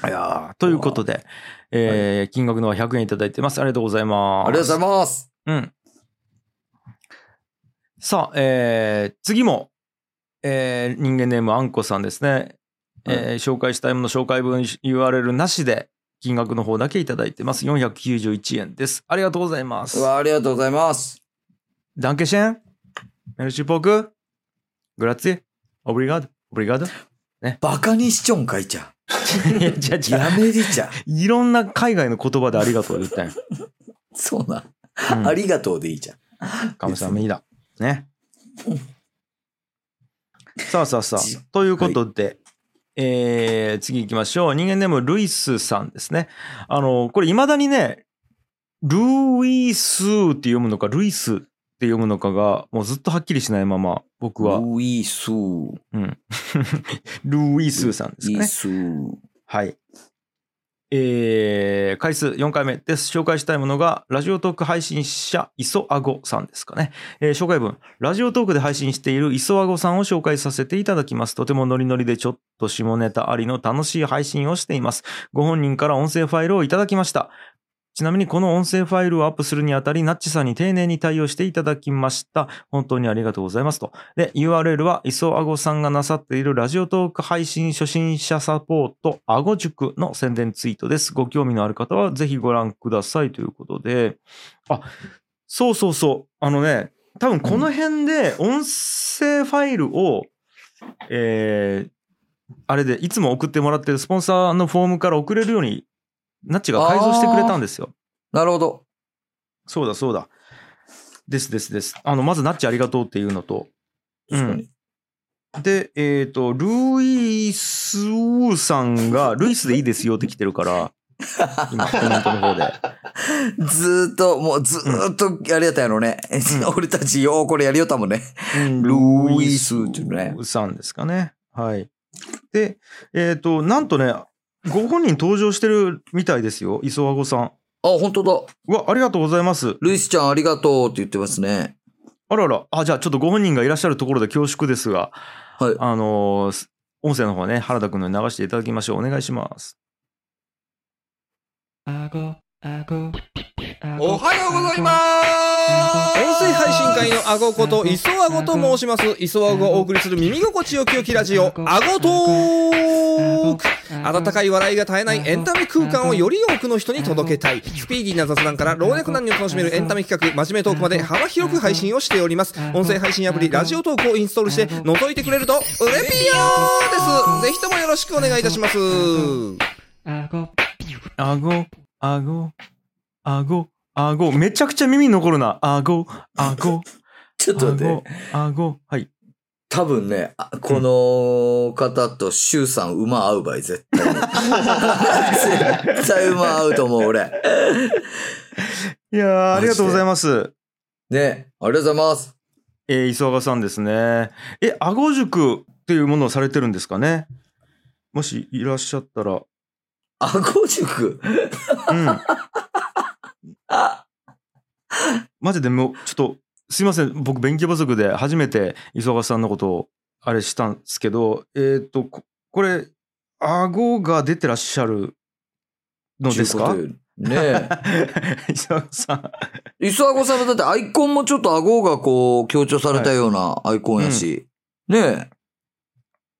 Speaker 1: いやーということで、えー金額の100円いただいてます。ありがとうございま
Speaker 2: あ
Speaker 1: す。
Speaker 2: りがとうございます。
Speaker 1: うん。さあ、えー次も、えー人間ネームあんこさんですね。えー紹介したいもの紹介文 URL なしで金額の方だけいただいてます。491円です。ありがとうございます
Speaker 2: う。わ、ありがとうございます。
Speaker 1: ダンケシェン、メルシーポーク、グラッツィ、オブリガード、オブリガード。
Speaker 2: バカにしちょんかいちゃ
Speaker 1: いやじゃあじゃあ
Speaker 2: やめりちゃ。
Speaker 1: いろんな海外の言葉でありがとう言ったんや。
Speaker 2: そうなん。
Speaker 1: うん
Speaker 2: ありがとうでいいじゃん。
Speaker 1: 神様いいだ。ね。さあさあさ
Speaker 2: じ
Speaker 1: あ。ということで、えー次行きましょう。人間ネーム、ルイスさんですね。あの、これ、いまだにね、ルイスって読むのか、ルイスって読むのかが、もうずっとはっきりしないまま、僕は、
Speaker 2: ウイス、ウ
Speaker 1: うん。 ルイスさんですか
Speaker 2: イ
Speaker 1: ね。
Speaker 2: ス。
Speaker 1: はい。えー回数4回目です。紹介したいものが、ラジオトーク配信者、磯あごさんですかね。えー紹介文、ラジオトークで配信している磯あごさんを紹介させていただきます。とてもノリノリでちょっと下ネタありの楽しい配信をしています。ご本人から音声ファイルをいただきました。ちなみにこの音声ファイルをアップするにあたり、ナッチさんに丁寧に対応していただきました。本当にありがとうございますと。で、URL は、磯あごさんがなさっているラジオトーク配信初心者サポート、あご塾の宣伝ツイートです。ご興味のある方は、ぜひご覧くださいということで。あ、そうそうそう。あのね、多分この辺で音声ファイルを、えーあれで、いつも送ってもらってるスポンサーのフォームから送れるように、ナッチが改造してくれたんですよ。
Speaker 2: なるほど。
Speaker 1: そうだそうだ。ですですです。あの、まずナッチありがとうっていうのと。うん。で、えっ、と、ルイスーさんが、ルイスでいいですよって来てるから、今、コメントの方で。
Speaker 2: ずーっと、もうずーっとあれやったんやろね。 俺たちようこれやりよったもんね。
Speaker 1: うん
Speaker 2: ルイスっていうのね。
Speaker 1: さんですかね。はい。で、えっ、と、なんとね、ご本人登場してるみたいですよ、磯和子さん。
Speaker 2: あ、本当だ。
Speaker 1: うわ、ありがとうございます。
Speaker 2: ルイスちゃんありがとうって言ってますね。
Speaker 1: あらあら、あ、じゃあちょっとご本人がいらっしゃるところで恐縮ですが、
Speaker 2: はい。
Speaker 1: あのーす音声の方はね、原田くんのに流していただきましょう。お願いします。
Speaker 7: おはようございます音声配信会のあごこと磯あごと申します磯あごがお送りする耳心地よきよきラジオあごトーク温かい笑いが絶えないエンタメ空間をより多くの人に届けたいスピーディーな雑談から老若男女楽しめるエンタメ企画真面目トークまで幅広く配信をしております音声配信アプリラジオトークをインストールして覗いてくれるとうれぴよーですぜひともよろしくお願いいたします
Speaker 1: あご、あご、あご、あご。めちゃくちゃ耳に残るな。あご、あご、
Speaker 2: ちょっと
Speaker 1: あ
Speaker 2: 待って
Speaker 1: ご。、あご。はい。
Speaker 2: 多分ね、あこの方とシュウさん馬合う場合絶対に。絶対馬合うと思う俺。
Speaker 1: いやー、あ
Speaker 2: マジで
Speaker 1: りがとうございます。
Speaker 2: ね、ありがとうございます。
Speaker 1: えー、磯川さんですね。え、あご塾っていうものをされてるんですかねもしいらっしゃったら。
Speaker 2: あご塾。
Speaker 1: うん。マジでもう、ちょっと、すいません。僕、勉強不足で初めて磯川さんのことを、あれしたんですけど、えっ、と、ここれ、顎が出てらっしゃるのですか
Speaker 2: 中古というね
Speaker 1: 磯川さん。
Speaker 2: え。磯あごさんのだってアイコンもちょっと顎がこう強調されたようなアイコンやし。ね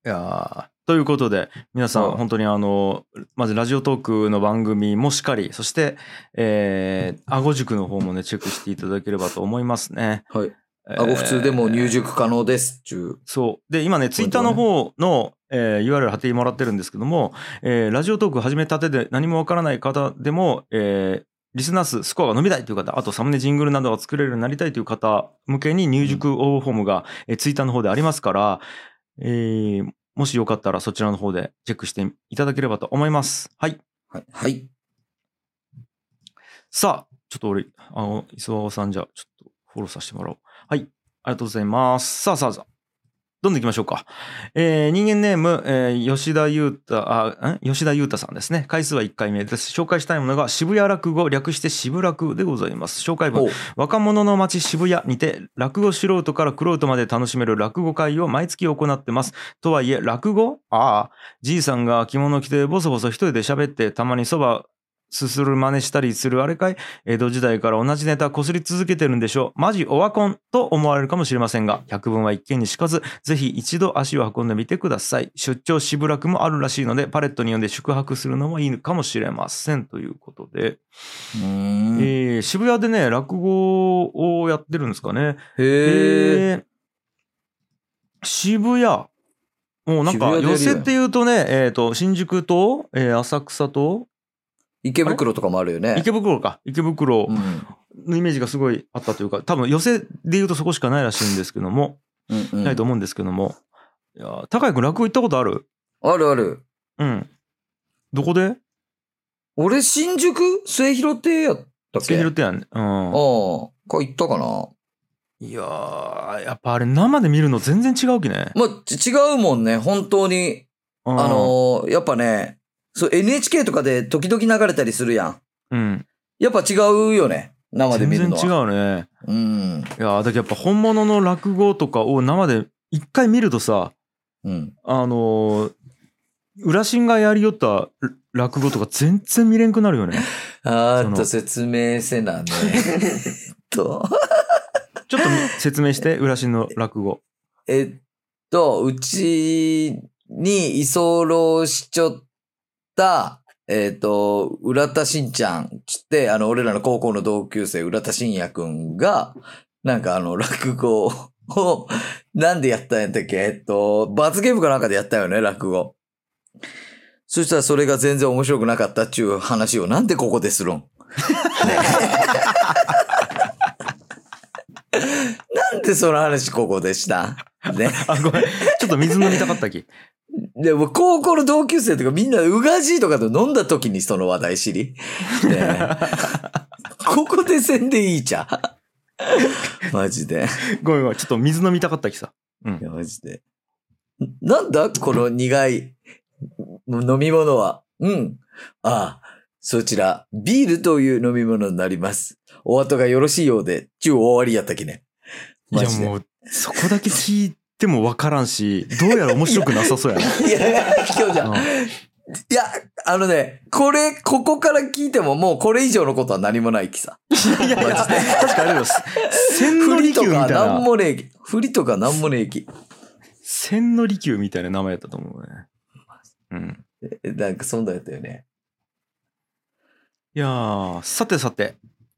Speaker 1: いやーということで皆さん
Speaker 2: うん
Speaker 1: 本当にあのまずラジオトークの番組もしっかりそしてえーあご塾の方もねチェックしていただければと思いますね。
Speaker 2: はい。
Speaker 1: えー
Speaker 2: あご普通でも入塾可能です。ちゅ
Speaker 1: そうで今ねツイッターの方の、えー URL 貼ってもらってるんですけども、えーラジオトーク始めたてで何もわからない方でも、えーリスナー数スコアが伸びたいという方あとサムネジングルなどが作れるようになりたいという方向けに入塾応募フォームが、えーツイッターの方でありますから、えーもしよかったらそちらの方でチェックしていただければと思います。はい。
Speaker 2: うはい。はい。
Speaker 1: さあ、ちょっと俺、あの、磯尾さんじゃあ、ちょっとフォローさせてもらおう。はい。ありがとうございます。さあさあさあ。どんどん行きましょうか。えー人間ネーム、えー吉田優太、あ、ん吉田優太さんですね。回数は1回目です。紹介したいものが渋谷落語、略して渋落でございます。紹介文
Speaker 2: お、
Speaker 1: 若者の街渋谷にて落語素人から玄人まで楽しめる落語会を毎月行ってます。とはいえ落語ああ。じいさんが着物着てボソボソ一人で喋ってたまにそばすする真似したりするあれかい江戸時代から同じネタこすり続けてるんでしょう。マジオワコンと思われるかもしれませんが、百聞は一見にしかず、ぜひ一度足を運んでみてください。出張渋楽もあるらしいので、パレットに呼んで宿泊するのもいいかもしれません。ということで。
Speaker 2: うーん。へ
Speaker 1: えー渋谷でね、落語をやってるんですかね。
Speaker 2: え。
Speaker 1: えー渋谷。もうなん
Speaker 2: 渋
Speaker 1: か寄
Speaker 2: 谷でやるよ
Speaker 1: せっていうとね、えー、と新宿と、えー浅草と
Speaker 2: 池袋とかもあるよね。
Speaker 1: 池袋か池袋
Speaker 2: うん
Speaker 1: のイメージがすごいあったというか多分寄せで言うとそこしかないらしいんですけども、
Speaker 2: うんうん
Speaker 1: ないと思うんですけどもいやー高井君落語行ったことある
Speaker 2: あるある。
Speaker 1: うんどこで
Speaker 2: 俺、新宿末広亭やったっけ
Speaker 1: 末広亭やんねうん
Speaker 2: ああ、か行ったかな。
Speaker 1: いやーやっぱあれ生で見るの全然違うきね
Speaker 2: まあ、ち違うもんね、本当に。
Speaker 1: あ
Speaker 2: あのーやっぱね、そう、NHK とかで時々流れたりするやん。
Speaker 1: うん
Speaker 2: やっぱ違うよね、生で
Speaker 1: 全
Speaker 2: 見る
Speaker 1: 然
Speaker 2: のは。
Speaker 1: 違うね
Speaker 2: う。ん。
Speaker 1: いやーだけどやっぱ本物の落語とかを生で一回見るとさ
Speaker 2: うん。
Speaker 1: あのー浦新がやりよった落語とか全然見れんくなるよね。
Speaker 2: あーっ
Speaker 1: その
Speaker 2: と、説明せなね。えっと、
Speaker 1: ちょっと説明 して、浦新の落語。
Speaker 2: えっと、うちに居候しちょった、えっと、浦田しんちゃん、つって、あの、俺らの高校の同級生、浦田信也くんが、なんかあの、落語を、 なんでやったんやったっけえっと、罰ゲームかなんかでやったよね、落語。そしたらそれが全然面白くなかったっちゅう話をなんでここでするん ねなんでその話ここでしたね。
Speaker 1: あ、ごめん。ちょっと水飲みたかったき。
Speaker 2: でも高校の同級生とかみんなうがじいとかと飲んだ時にその話題知り。ねえここでせんでいいじゃん。マジで。
Speaker 1: ごめんごめん。ちょっと水飲みたかったきさ。
Speaker 2: いやマジで。なんだこの苦い飲み物は。うん。ああ、そちら、ビールという飲み物になります。お後がよろしいようで、中終わりやったきね。
Speaker 1: いや
Speaker 2: マジで
Speaker 1: もう、そこだけ聞いてもわからんし、どうやら面白くなさそうやね。
Speaker 2: いやいや、今日じゃん。いや、あのね、これ、ここから聞いてももうこれ以上のことは何もないきさ。
Speaker 1: いやいや、確かにあれです。千
Speaker 2: 振
Speaker 1: 利
Speaker 2: りと
Speaker 1: 休み
Speaker 2: か
Speaker 1: たい
Speaker 2: なん
Speaker 1: な。
Speaker 2: もねえき。振りとかなんもねえき。
Speaker 1: 千利休みたいな名前やったと思うね。うん。
Speaker 2: えなんかそんなんやったよね。
Speaker 1: いやー、さてさて。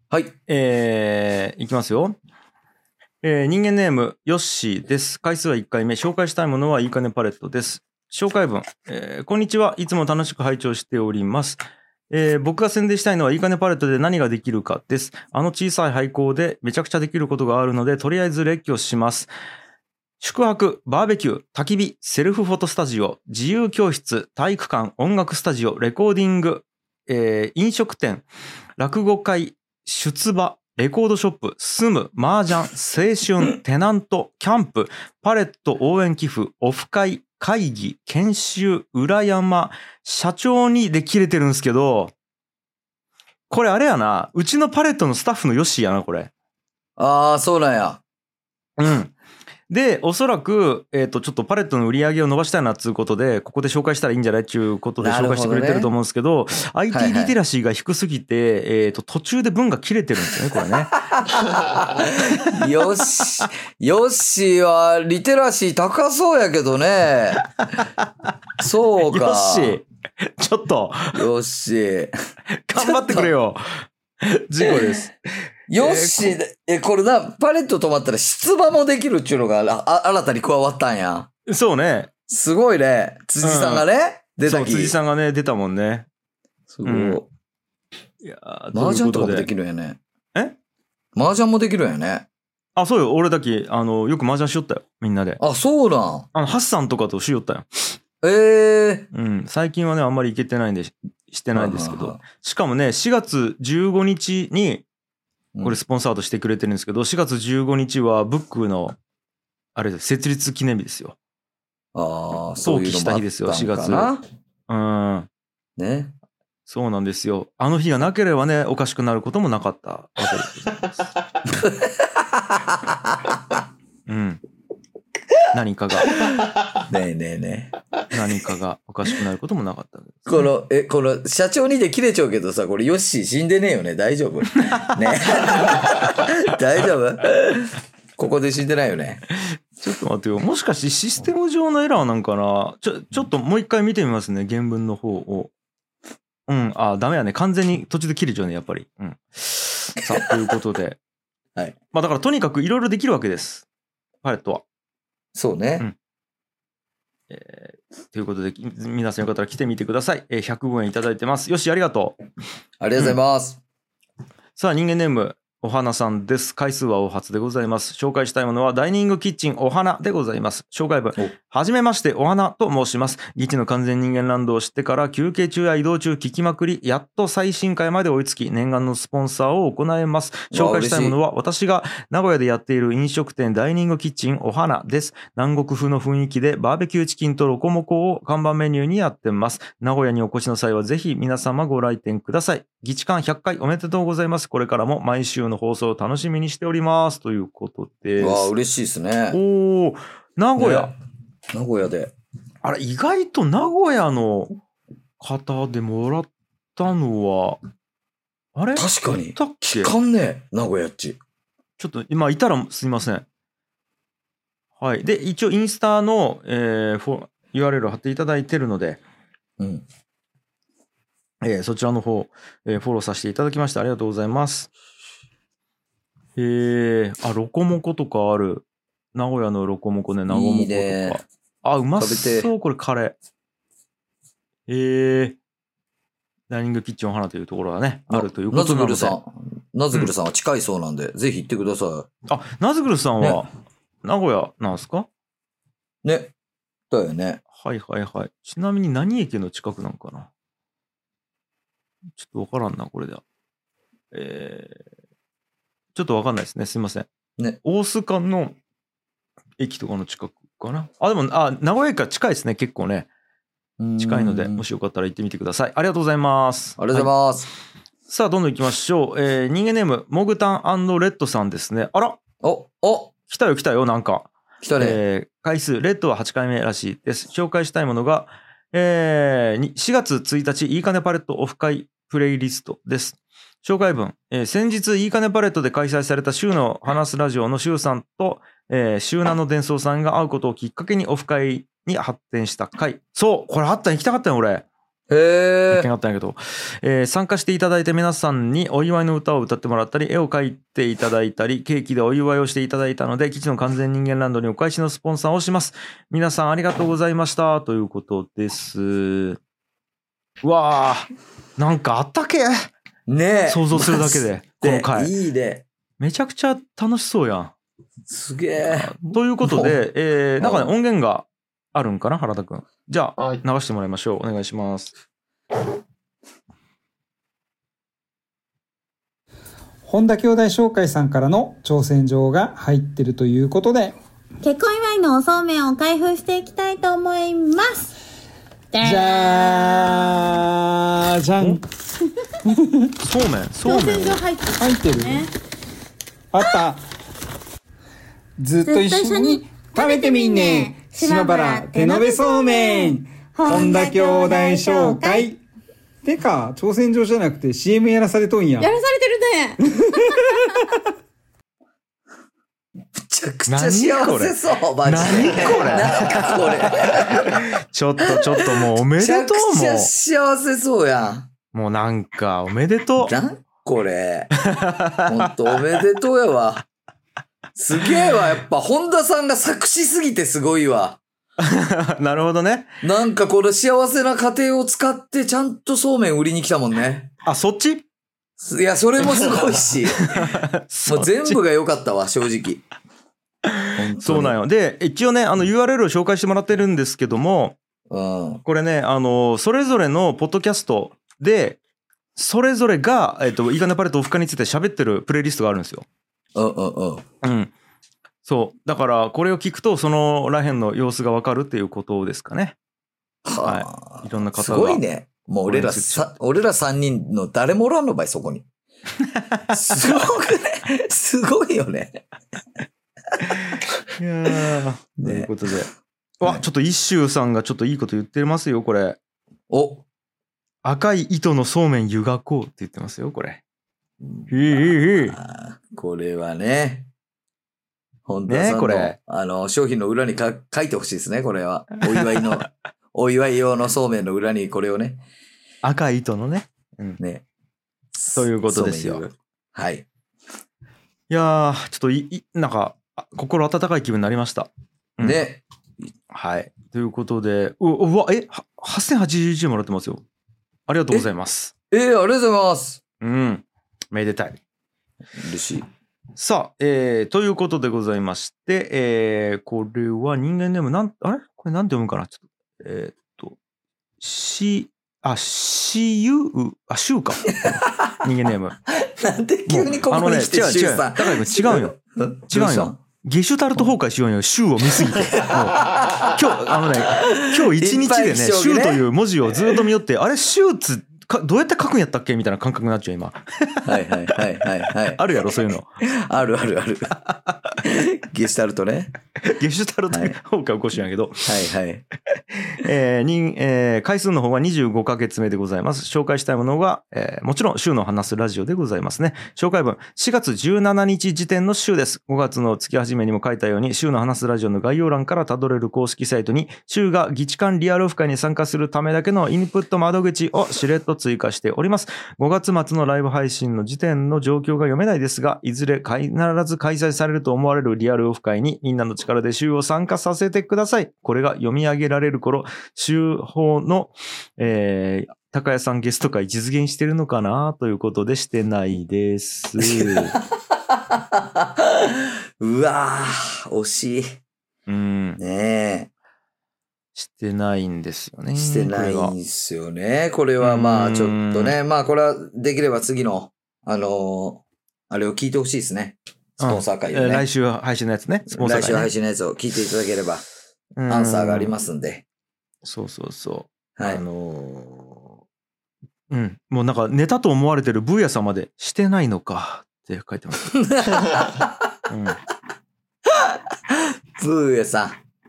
Speaker 2: はい。
Speaker 1: えーいきますよ。えー人間ネーム、ヨッシーです。回数は1回目。紹介したいものはいいかねパレットです。紹介文、えーこんにちは。いつも楽しく拝聴しております。えー僕が宣伝したいのはいいかねパレットで何ができるかです。あの小さい廃校でめちゃくちゃできることがあるので、とりあえず列挙します。宿泊、バーベキュー、焚き火、セルフフォトスタジオ、自由教室、体育館、音楽スタジオ、レコーディング、えー飲食店、落語会、出馬、レコードショップ、住む、麻雀、青 春、テナント、キャンプ、パレット応援寄付、オフ会、会議、研修、裏山、社長にで切れてるんですけど、これあれやな、うちのパレットのスタッフのヨッシーやな、これ。
Speaker 2: ああ、そうなんや。
Speaker 1: うん。で、おそらく、えっ、と、ちょっとパレットの売り上げを伸ばしたいなっていうことで、ここで紹介したらいいんじゃないっていうことで
Speaker 2: な
Speaker 1: 紹
Speaker 2: るほど
Speaker 1: 介
Speaker 2: ね
Speaker 1: してくれてると思うんですけど、
Speaker 2: はい
Speaker 1: IT リテラシーが低すぎて、えっ、と、途中で文が切れてるんですよね、これね。
Speaker 2: よ し、よしは、リテラシー高そうやけどね。そうか。
Speaker 1: よし、ちょっと、
Speaker 2: よし。
Speaker 1: 頑張ってくれよ。事故です。
Speaker 2: よし、え、これな、パレット止まったら出馬もできるっちゅうのが、ああ、新たに加わったんや。
Speaker 1: そうね。
Speaker 2: すごいね。辻さんがね、出
Speaker 1: そ
Speaker 2: た
Speaker 1: う
Speaker 2: き。
Speaker 1: 辻さんがね、出たもんね。
Speaker 2: すごい。
Speaker 1: うんいやー
Speaker 2: 麻雀とか
Speaker 1: と
Speaker 2: も
Speaker 1: い
Speaker 2: で
Speaker 1: うこ
Speaker 2: きるんやね。
Speaker 1: え
Speaker 2: 麻雀もできるんやね。
Speaker 1: あ、そうよ。俺だけ、あの、よく麻雀しよったよ。みんなで。
Speaker 2: あ、そうなん。
Speaker 1: あの、ハッサンとかとしよったよ。
Speaker 2: ええ
Speaker 1: うん。最近はね、あんまり行けてないんでし、して
Speaker 2: ー。
Speaker 1: ないんですけど。
Speaker 2: は
Speaker 1: しかもね、4月15日に、
Speaker 2: うん
Speaker 1: これスポンサードしてくれてるんですけど、4月15日はブックの、あれです、設立記念日ですよ。
Speaker 2: いはい。ああ、そういうのもあ
Speaker 1: 登記した
Speaker 2: ったんかな
Speaker 1: 日ですよ4うん。
Speaker 2: ね。
Speaker 1: そうなんですよ。あの日がなければね、おかしくなることもなかったわけでございます。 うん。何かが、
Speaker 2: ねえねえねえ。
Speaker 1: 何かがおかしくなることもなかったんです
Speaker 2: この、え、この、社長にで切れちゃうけどさ、これ、ヨッシー死んでねえよね。大丈 夫。ね 大丈夫ここで死んでないよね。
Speaker 1: ちょっと待ってよ。もしかしてシステム上のエラーなんかなちょ、ちょっともう一回見てみますね。原文の方を。うん。あ、ダメやね。完全に途中で切れちゃうね、やっぱり。うん。さあ、ということで。
Speaker 2: はい。
Speaker 1: まあだからとにかくいろいろできるわけです。パレットは。
Speaker 2: そうね。
Speaker 1: うんえーということで、き皆さんよかったら来てみてください。えー、105円いただいてます。よし、ありがとう。
Speaker 2: ありがとうございます。
Speaker 1: さあ、人間ネーム、お花さんです。回数はお初でございます。紹介したいものは、ダイニングキッチンお花でございます。紹介文、はじめまして、お花と申します。ギチの完全人間ランドを知ってから、休憩中や移動中聞きまくり、やっと最新回まで追いつき、念願のスポンサーを行います。紹介したいものは、私が名古屋でやっている飲食店ダイニングキッチンお花です。南国風の雰囲気でバーベキューチキンとロコモコを看板メニューにやってます。名古屋にお越しの際はぜひ皆様ご来店ください。議事館100回おめでとうございます。これからも毎週の放送を楽しみにしております。ということで
Speaker 2: わあ、
Speaker 1: す。
Speaker 2: 嬉しいですね。
Speaker 1: おお、名古屋。
Speaker 2: ね名古屋で。
Speaker 1: あれ、意外と名古屋の方でもらったのは、あれ
Speaker 2: 確かに
Speaker 1: い。たっけ
Speaker 2: 聞かんねえ、名古屋っち。
Speaker 1: ちょっと今いたらすいません。はい。で、一応インスタの、えーフォ URL を貼っていただいてるので、
Speaker 2: うん。
Speaker 1: えーそちらの方、えーフォローさせていただきましてありがとうございます。えー、あ、ロコモコとかある。名古屋のロコモコね、名古モコ
Speaker 2: いい
Speaker 1: とか。
Speaker 2: ね。
Speaker 1: あ、うま
Speaker 2: 食べ
Speaker 1: そう、これカレー。えー、ダイニングキッチンお花というところがね、あるというこ
Speaker 2: なず
Speaker 1: とな
Speaker 2: ぐ
Speaker 1: ので。
Speaker 2: るさん。なずぐるさんは近いそうなんで、ぜひ行ってくださ
Speaker 1: あ、ナズグルさんは、名古屋なんですか
Speaker 2: い。ね。だよね。
Speaker 1: はいはいはい。ちなみに何駅の近くなんかなちょっとわからんな、これでは。えー、ちょっとわかんないですね。すいません。
Speaker 2: ね。
Speaker 1: 大須間の駅とかの近くかな。あ、でも、あ、名古屋駅から近いですね、結構ね。近いので、
Speaker 2: うん
Speaker 1: もしよかったら行ってみてください。ありがとうございます。
Speaker 2: ありがとうご
Speaker 1: は
Speaker 2: ざいます。
Speaker 1: いさあ、どんどん行きましょう。えー、人間ネーム、モグタンレッドさんですね。あら
Speaker 2: お、お、
Speaker 1: 来たよ来たよ、なんか。
Speaker 2: 来たね。
Speaker 1: えー回数、レッドは8回目らしいです。紹介したいものが、えーに4月1日、いいかねパレットオフ会プレイリストです。紹介文、えー先日、いいかねパレットで開催された週の話すラジオの週さんと、えー、週7の伝送さんが会うことをきっかけにオフ会に発展した回。そう、これあったん行きたかったよ、俺。発
Speaker 2: へ
Speaker 1: 見
Speaker 2: え。
Speaker 1: があったんやけど、えー参加していただいて皆さんにお祝いの歌を歌ってもらったり絵を描いていただいたりケーキでお祝いをしていただいたので基地の完全人間ランドにお返しのスポンサーをします皆さんありがとうございましたということですうわーなんかあったけ
Speaker 2: ねえ。
Speaker 1: 想像するだけでこの
Speaker 2: マ
Speaker 1: 回
Speaker 2: ジでいいね。
Speaker 1: めちゃくちゃ楽しそうやん
Speaker 2: すげえ。
Speaker 1: ということ
Speaker 2: も
Speaker 1: で、えーなんか
Speaker 2: う
Speaker 1: ね音源があるんかな原田くんじゃあ
Speaker 5: はい
Speaker 1: 流してもらいましょうお願いします
Speaker 8: 本田兄弟紹介さんからの挑戦状が入ってるということで、
Speaker 9: 結婚祝いのおそうめんを開封していきたいと思いますじ
Speaker 8: じゃーじゃん
Speaker 1: そうめんそう
Speaker 9: 挑
Speaker 1: めん
Speaker 9: 戦状入って
Speaker 8: 入ってる
Speaker 9: ね
Speaker 8: あったずっと一緒に食べてみんね島原手延べそうめん本田兄弟紹介てか、挑戦状じゃなくて CM やらされとんや。
Speaker 9: やらされてるね
Speaker 2: めちゃくちゃ幸せそう、マジで。
Speaker 1: 何これ
Speaker 2: なんか これ。
Speaker 1: ちょっとちょっともうおめ
Speaker 2: め
Speaker 1: で
Speaker 2: ちゃ
Speaker 1: と
Speaker 2: く
Speaker 1: う
Speaker 2: ち
Speaker 1: も
Speaker 2: ゃ
Speaker 1: う
Speaker 2: 幸せそうやん。
Speaker 1: もうなんか、おめでとう。
Speaker 2: なんこ れ。ほんと、おめでとうやわ。すげえわ、やっぱ、本田さんが作詞すぎてすごいわ。
Speaker 1: なるほどね。
Speaker 2: なんかこの幸せな家庭を使って、ちゃんとそうめん売りに来たもんね。
Speaker 1: あ、そっち
Speaker 2: いや、それもすご いし、
Speaker 1: そ
Speaker 2: も
Speaker 1: っ
Speaker 2: う
Speaker 1: ち
Speaker 2: 全部が良かったわ、正直。
Speaker 1: そうなん
Speaker 2: よ。
Speaker 1: よ。で、一応ね、あの URL を紹介してもらってるんですけども、
Speaker 2: うん。
Speaker 1: これね、あの、それぞれのポッドキャストで、それぞれが、えっと、いいかねパレットオフ会について喋ってるプレイリストがあるんですよ。
Speaker 2: うんうんうん。
Speaker 1: うん。そう。だから、これを聞くと、そのらへんの様子がわかるっていうことですかね。
Speaker 2: はい
Speaker 1: ろんな方が
Speaker 2: すごいね。もう俺らさ、俺ら3人の誰もおらんのばい、そこに。すごくね。すごいよね。
Speaker 1: いやーという
Speaker 2: ね
Speaker 1: ことで。わ、ちょっと一周さんがちょっといいこと言ってますよ、これ。
Speaker 2: お、
Speaker 1: 赤い糸のそうめん湯がこうって言ってますよ、これ。いいいいいい。
Speaker 2: あーこれはね。本田さん
Speaker 1: ね
Speaker 2: の、
Speaker 1: これ
Speaker 2: あの、商品の裏にか書いてほしいですね、これは。お 祝いの、お祝い用のそうめんの裏にこれをね。
Speaker 1: 赤い糸のね。
Speaker 2: ね。
Speaker 1: ということですよ
Speaker 2: そうめん用はい。
Speaker 1: いやー、ちょっといい、なんか、あ心温かい気分になりました。うん
Speaker 2: ね。
Speaker 1: はい。ということで、ううわ、え、は8081円もらってますよ。ありがとうございます。
Speaker 2: えー、ありがとうございます。
Speaker 1: うん。めでたい。
Speaker 2: 嬉しい。
Speaker 1: さあ、えー、ということでございまして、えー、これは人間ネーム、なん、あれこれなんて読むかなちょっと、えーっと、し、あ、しゆう、あ、しゅうか。人間ネーム。
Speaker 2: なんで急にここに来て、
Speaker 1: もうあのね
Speaker 2: シ
Speaker 1: 違う
Speaker 2: ュウさん。
Speaker 1: 違う高井君違うよ。違うよ。ゲシュタルト崩壊しようよ。シューを見す ぎて。もう今日、あのね、今日一日で
Speaker 2: い
Speaker 1: ね、
Speaker 2: っぱい気象
Speaker 1: シ
Speaker 2: に
Speaker 1: ュ
Speaker 2: ね
Speaker 1: ーという文字をずっと見よって、あれ、シューつ、かどうやって書くんやったっけみたいな感覚になっちゃう、今。
Speaker 2: はいはいはいはいはい。
Speaker 1: あるやろ、そういうの。
Speaker 2: あるあるある。ゲスタルトね。
Speaker 1: ゲシュタルト
Speaker 2: はい
Speaker 1: 崩壊起こしやんやけど。
Speaker 2: はいはい。
Speaker 1: えー人えー回数の方は25ヶ月目でございます。紹介したいものが、えーもちろん週の話すラジオでございますね。紹介文、4月17日時点の週です。5月の月始めにも書いたように、週の話すラジオの概要欄からたどれる公式サイトに、週が議事館リアルオフ会に参加するためだけのインプット窓口をしれっと追加しております。5月末のライブ配信の時点の状況が読めないですが、いずれ必ず開催されると思われるリアルオフ会にみんなの力で週を参加させてください。これが読み上げられる頃、週報の、えー高谷さんゲスト会実現してるのかなということでしてない です。
Speaker 2: うわー、惜しい。
Speaker 1: うん。
Speaker 2: ね
Speaker 1: してないんですよね。
Speaker 2: え。してない
Speaker 1: これが
Speaker 2: んすよね。これはまあちょっとね。まあこれはできれば次の、あのーあれを聞いてほしいですね。スポンサー会
Speaker 1: え
Speaker 2: をね。
Speaker 1: ー来週配信のやつね。スポンサー
Speaker 2: 来
Speaker 1: が
Speaker 2: 週
Speaker 1: ね
Speaker 2: 配信のやつを聞いていただければ、
Speaker 1: うん
Speaker 2: アンサーがありますんで。
Speaker 1: そうそうそう。
Speaker 2: はい
Speaker 1: あ。のーうん、もうなんかネタと思われてるブーヤさんまでしてないのかって書いて ます。うん、
Speaker 2: ブーヤさ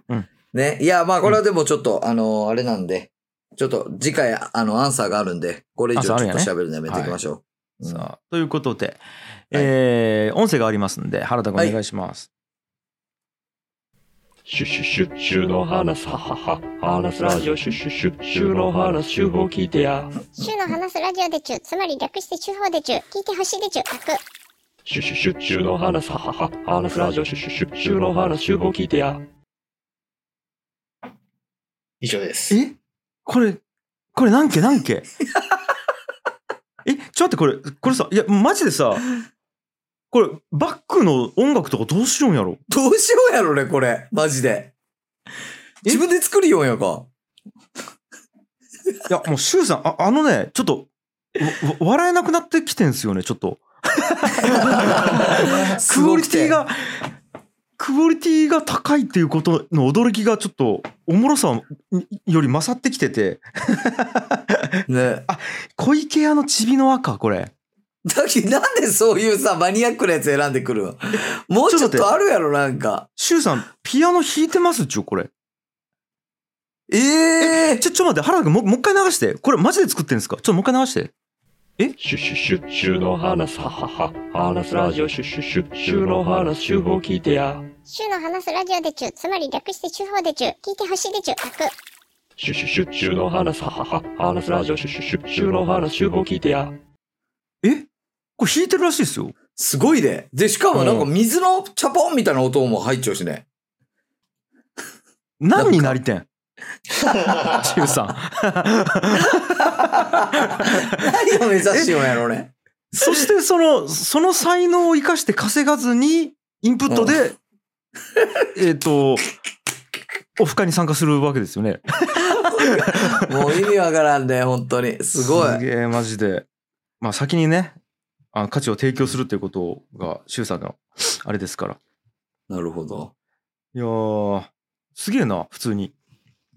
Speaker 2: ん。
Speaker 1: うん
Speaker 2: ね。いや、まあ、これはでもちょっと、あの、あれなんで、ちょっと次回、あの、アンサーがあるんで、これ以上ちょ
Speaker 1: あ
Speaker 2: っ
Speaker 1: そ
Speaker 2: と
Speaker 1: うあるんや
Speaker 2: 喋るのやめていきましょう。うん
Speaker 1: さあ、ということで、えー音声がありますんで、原田君お願いします。
Speaker 6: シュシュシュシュの話ははは話すラジオシュシュシュシュの話シュを聞いてや
Speaker 10: 週の話すラジオでちゅ、つまり略して週報でちゅ、聞いてほしいでちゅ、楽。
Speaker 6: シュシュシュシュの話ははは話すラジオシュシュシュシュの話シュを聞いてや
Speaker 5: 以上です。
Speaker 1: えこれ、これ何件何件 え、ちょっと待って、これ、これさ、いや、マジでさ、これ、バックの音楽とかどうしようんやろ
Speaker 2: どうしようやろね、これ。マジで。自分で作りようんやか。
Speaker 1: いや、もう、シュウさん、ああのね、ちょっと、わわ笑えなくなってきてんすよね、ちょっと。
Speaker 2: す
Speaker 1: クオ
Speaker 2: ご
Speaker 1: リ
Speaker 2: くて
Speaker 1: ティ。が、クオリティが高いっていうことの驚きがちょっと、おもろさより勝ってきてて、
Speaker 2: ね。
Speaker 1: 小池屋のちびの赤、これ。
Speaker 2: だけどなんでそういうさ、マニアックなやつ選んでくるんもうちょっ
Speaker 1: ちょっと待って
Speaker 2: とあるやろ、なんか。
Speaker 1: シュウさん、ピアノ弾いてますっちゅう、これ。
Speaker 2: ええ
Speaker 1: ちょ、ちょ待って、原田君、もうもう一回流して。これマジで作ってんですかちょっともう一回流して。
Speaker 6: シュシュシュシュの話ははは話すラジオシュシュシュシュの話シュを聞いてや
Speaker 10: 週の話すラジオでちゅ、つまり略して週報でちゅ、聞いてほしいでちゅ、楽。
Speaker 6: シュシュシュシュの話はは話すラジオシュシュシュシュの話シュを聞いてや
Speaker 1: えこれ弾いてるらしいですよ。
Speaker 2: すごいね。で、しかもなんか水のチャポンみたいな音も入っちゃうしね。
Speaker 1: 何になりてんシュウさん。
Speaker 2: 何を目指しようんやろね。
Speaker 1: そしてその、その才能を生かして稼がずに、インプットで、 えっと、オフ会に参加するわけですよね。
Speaker 2: もう意味わからんね、本当に。すご
Speaker 1: す
Speaker 2: い。
Speaker 1: げえ、マジで。まあ先にね、あの価値を提供するっていうことが、周さんの、あれですから。
Speaker 2: なるほど。
Speaker 1: いやー、すげえな、普通に。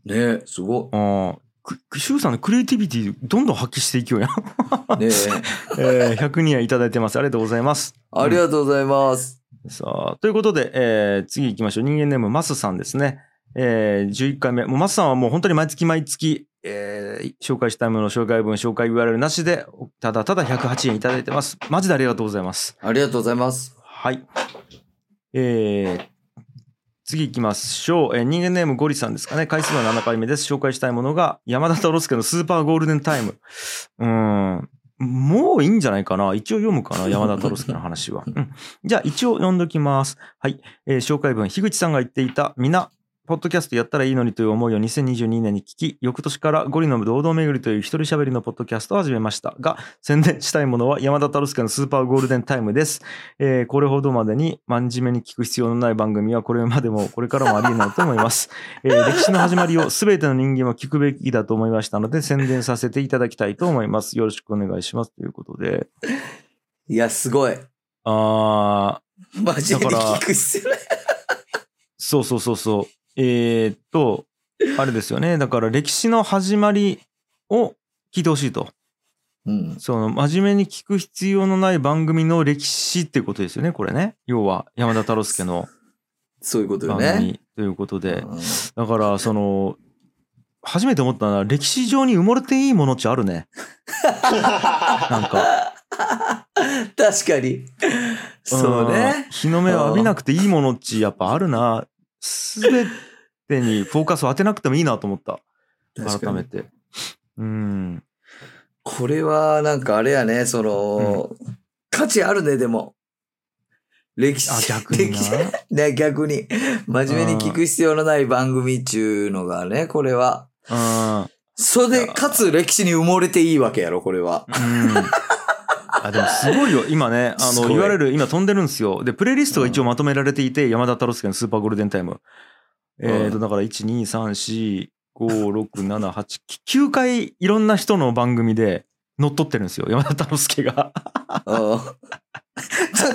Speaker 2: ねすご
Speaker 1: ああ、周さんのクリエイティビティ、どんどん発揮していきようや。
Speaker 2: い。ねえ
Speaker 1: えー、100人はいただいてます。ありがとうございます。
Speaker 2: ありがとうございます。
Speaker 1: さあ、ということで、えー次行きましょう。人間ネーム、マスさんですね。えー11回目。もうマスさんはもう本当に毎月毎月、えー紹介したいもの、紹介文、紹介 URL なしで、ただただ108円いただいてます。マジでありがとうございます。
Speaker 2: ありがとうございます。
Speaker 1: はい。えー次行きましょう、えー人間ネームゴリさんですかね。回数は7回目です。紹介したいものが、山田太郎介のスーパーゴールデンタイム。うーん。もういいんじゃないかな。一応読むかな。山田太郎介の話は。うん。じゃあ一応読んどきます。はい。えー紹介文、樋口さんが言っていた、皆、ポッドキャストやったらいいのにという思いを2022年に聞き、翌年からゴリの堂々巡りという一人喋りのポッドキャストを始めましたが、宣伝したいものは山田太郎介のスーパーゴールデンタイムです。えーこれほどまでに真面目に聞く必要のない番組はこれまでもこ れからもありえないと思います。えー歴史の始まりを全ての人間は聞くべきだと思いましたので、宣伝させていただきたいと思います。よろしくお願いします。ということで。
Speaker 2: いや、すごい。
Speaker 1: あー、
Speaker 2: マジで
Speaker 1: だから
Speaker 2: 聞く必要ない。
Speaker 1: そうそうそうそう。えーっと、あれですよね。だから歴史の始まりを聞いてほしいと。
Speaker 2: うん。
Speaker 1: その、真面目に聞く必要のない番組の歴史ってことですよね、これね。要は、山田太郎介の
Speaker 2: そういうことよ
Speaker 1: 番
Speaker 2: ね。
Speaker 1: 組ということで。
Speaker 2: うん
Speaker 1: だ から、その、初めて思ったのは、歴史上に埋もれていいものっちゃある ね。なんか、
Speaker 2: 確かに。そうね
Speaker 1: ん。日の目を浴びなくていいものっちやっぱあるな。すべてにフォーカスを当てなくてもいいなと思った。
Speaker 2: 確か
Speaker 1: 改
Speaker 2: に
Speaker 1: めて。うん。
Speaker 2: これはなんかあれやね、その、価値あるね、でも。歴史
Speaker 1: あ、逆にな
Speaker 2: 歴。史ね、逆に。真面目に聞く必要のない番組っちゅうのがね、これは。
Speaker 1: うん。
Speaker 2: それで、かつ歴史に埋もれていいわけやろ、これは。
Speaker 1: うんあでもすごいよ今ねあ
Speaker 2: すご
Speaker 1: の
Speaker 2: い
Speaker 1: いわゆる今飛んでるんですよでプレイリストが一応まとめられていて、山田太郎介のスーパーゴールデンタイム、えっ、とだから123456789回いろんな人の番組で乗っ取ってるんですよ山田太郎介 が
Speaker 2: うん。ちょっ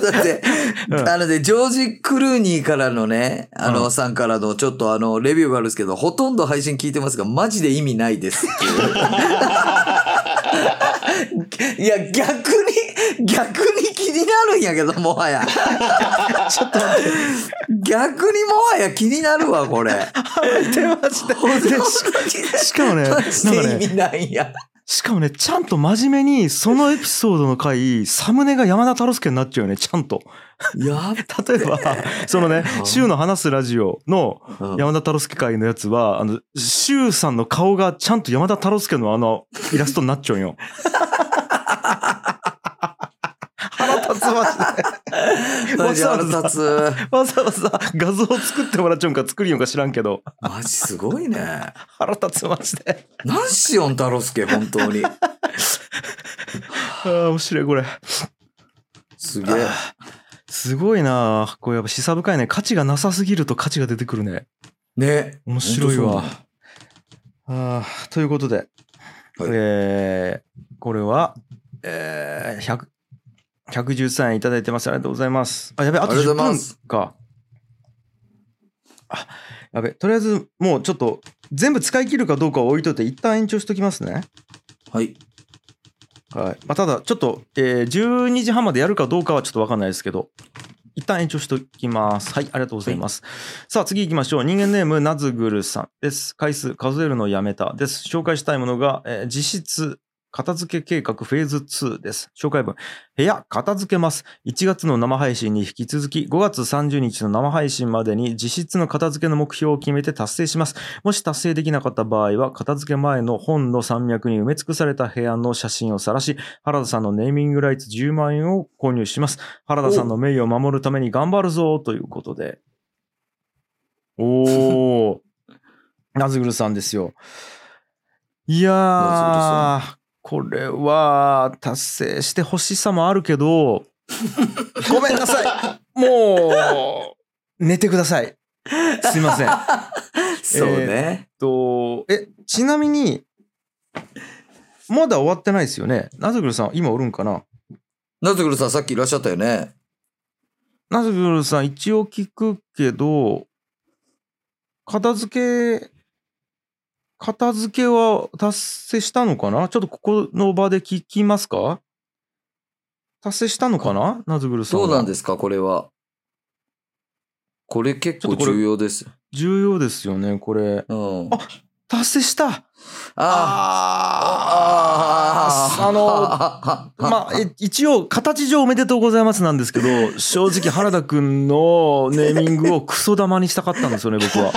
Speaker 2: と待って、
Speaker 1: うん
Speaker 2: あのね、ジョージ・クルーニーからのね、あの、
Speaker 1: うん
Speaker 2: さんからの、ちょっとあの、レビューがあるんですけど、ほとんど配信聞いてますが、マジで意味ないですって いう。いや、逆に、逆に気になるんやけど、も はや。
Speaker 1: ちょっと待って
Speaker 2: 逆にもはや気になるわ、これ。
Speaker 1: しかも ね
Speaker 2: マジ
Speaker 1: なんか
Speaker 2: で
Speaker 1: ね
Speaker 2: 意味ないや。
Speaker 1: しかもねちゃんと真面目にそのエピソードの回サムネが山田太郎介になっちゃうよねちゃんと
Speaker 2: や
Speaker 1: 例えば そのね
Speaker 2: うん
Speaker 1: 週の話すラジオの
Speaker 2: ば
Speaker 1: 山田太郎介会のやつは、あの、周さんの顔がちゃんと山田太郎介のあの、イラストになっちゃ うんよ。腹立つマジで。
Speaker 2: マジ腹立つ。
Speaker 1: わざわざ画像を作ってもらっちゃうんか作りようか知らんけど。
Speaker 2: マジすごいね。
Speaker 1: 腹立つマジで。
Speaker 2: 何しよん、太郎介、本当に。
Speaker 1: ああ、面白いこれ。
Speaker 2: すげえ。
Speaker 1: すごいなあこれやっぱ示唆深いね。価値がなさすぎると価値が出てくるね。
Speaker 2: ね。
Speaker 1: 面白いわ
Speaker 2: 本当そう。
Speaker 1: ああ、ということで、
Speaker 2: はい
Speaker 1: えーこれは、えー、100 113円いただいてます。ありがとうございます。あ、やべ、あと
Speaker 2: ありがと
Speaker 1: 10
Speaker 2: うござい
Speaker 1: 分
Speaker 2: ます
Speaker 1: か。あ、やべ、とりあえず、もうちょっと、全部使い切るかどうかは置いといて、一旦延長しときますね。
Speaker 2: はい。
Speaker 1: はい。まあ、ただ、ちょっと、えー、12時半までやるかどうかはちょっとわかんないですけど、一旦延長しておきます。はい、ありがとうございます。さあ、次行きましょう。人間ネーム、なずぐるさんです。回数、数えるのをやめたです。紹介したいものが、えー実質、片付け計画フェーズ2です。紹介文。部屋、片付けます。1月の生配信に引き続き、5月30日の生配信までに実質の片付けの目標を決めて達成します。もし達成できなかった場合は、片付け前の本の山脈に埋め尽くされた部屋の写真を晒し、原田さんのネーミングライツ10万円を購入します。原田さんの名誉を守るために頑張るぞということで。おー。ナズグルさんですよ。いや
Speaker 2: ナ
Speaker 1: ー、これは達成してほしさもあるけど、 ごめんなさい。もう、寝てください。すいません。
Speaker 2: そうね。
Speaker 1: えっと、え、ちなみに、まだ終わってないですよね。ナズグルさん、今おるんかな
Speaker 2: なぜくるさん、さっきいらっしゃったよね。
Speaker 1: ナズグルさん、一応聞くけど、片付け、片付けは達成したのかなちょっとここの場で聞きますか達成したのかなナズグルさん
Speaker 2: そ
Speaker 1: は。
Speaker 2: うなんですか、これは。これ結構重要です。
Speaker 1: 重要ですよね、これ。
Speaker 2: うん。
Speaker 1: あ達成した
Speaker 2: あ
Speaker 1: あーあの、まあ、え一応、形上おめでとうございますなんですけど、正直原田くんのネーミングをクソ玉にしたかったんですよね、僕は。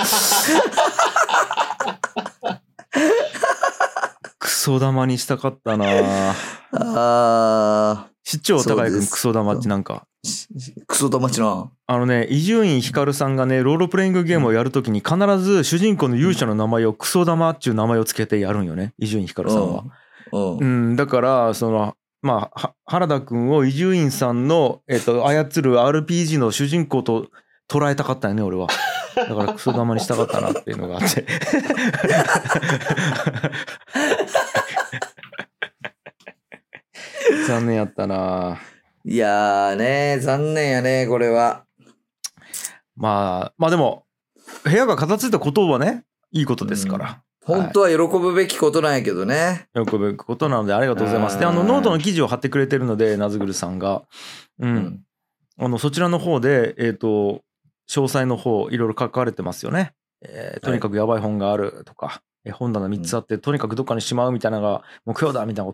Speaker 1: クソ玉にしたかったなぁ
Speaker 2: ああ
Speaker 1: 市長高井
Speaker 2: そう
Speaker 1: く
Speaker 2: で
Speaker 1: ん
Speaker 2: す
Speaker 1: クソ玉ってなんか、
Speaker 2: ー、しクソ友達な。
Speaker 1: あのね、伊集院光さんがね、ロールプレイングゲームをやるときに必ず主人公の勇者の名前をクソ玉っていう名前をつけてやるんよね、伊集院光さんは。
Speaker 2: うん。う。
Speaker 1: うんん、だから、その、まあ、は原田くんを伊集院さんの、えっと、操る RPG の主人公と捉えたかったよね、俺は。だからクソ玉にしたかったなっていうのがあって。 残念やったない
Speaker 2: やーね、残念やね、これは。
Speaker 1: まあ、まあでも、部屋が片付いたことはね、いいことですから。
Speaker 2: 本当は喜ぶべきことなんやけどね。
Speaker 1: よくべきことなのでありがとうございます。で、あの、
Speaker 2: うん
Speaker 1: ノートの記事を貼ってくれてるので、なずぐるさんが。う。。
Speaker 2: うん
Speaker 1: あの、そちらの方で、えっ、と、詳細の方、いろいろ書かれてますよね。えーとにかくやばい本があるとか、えー本棚3つあって、とにかくどっかにしまうみたいなのが目標だみたいなこ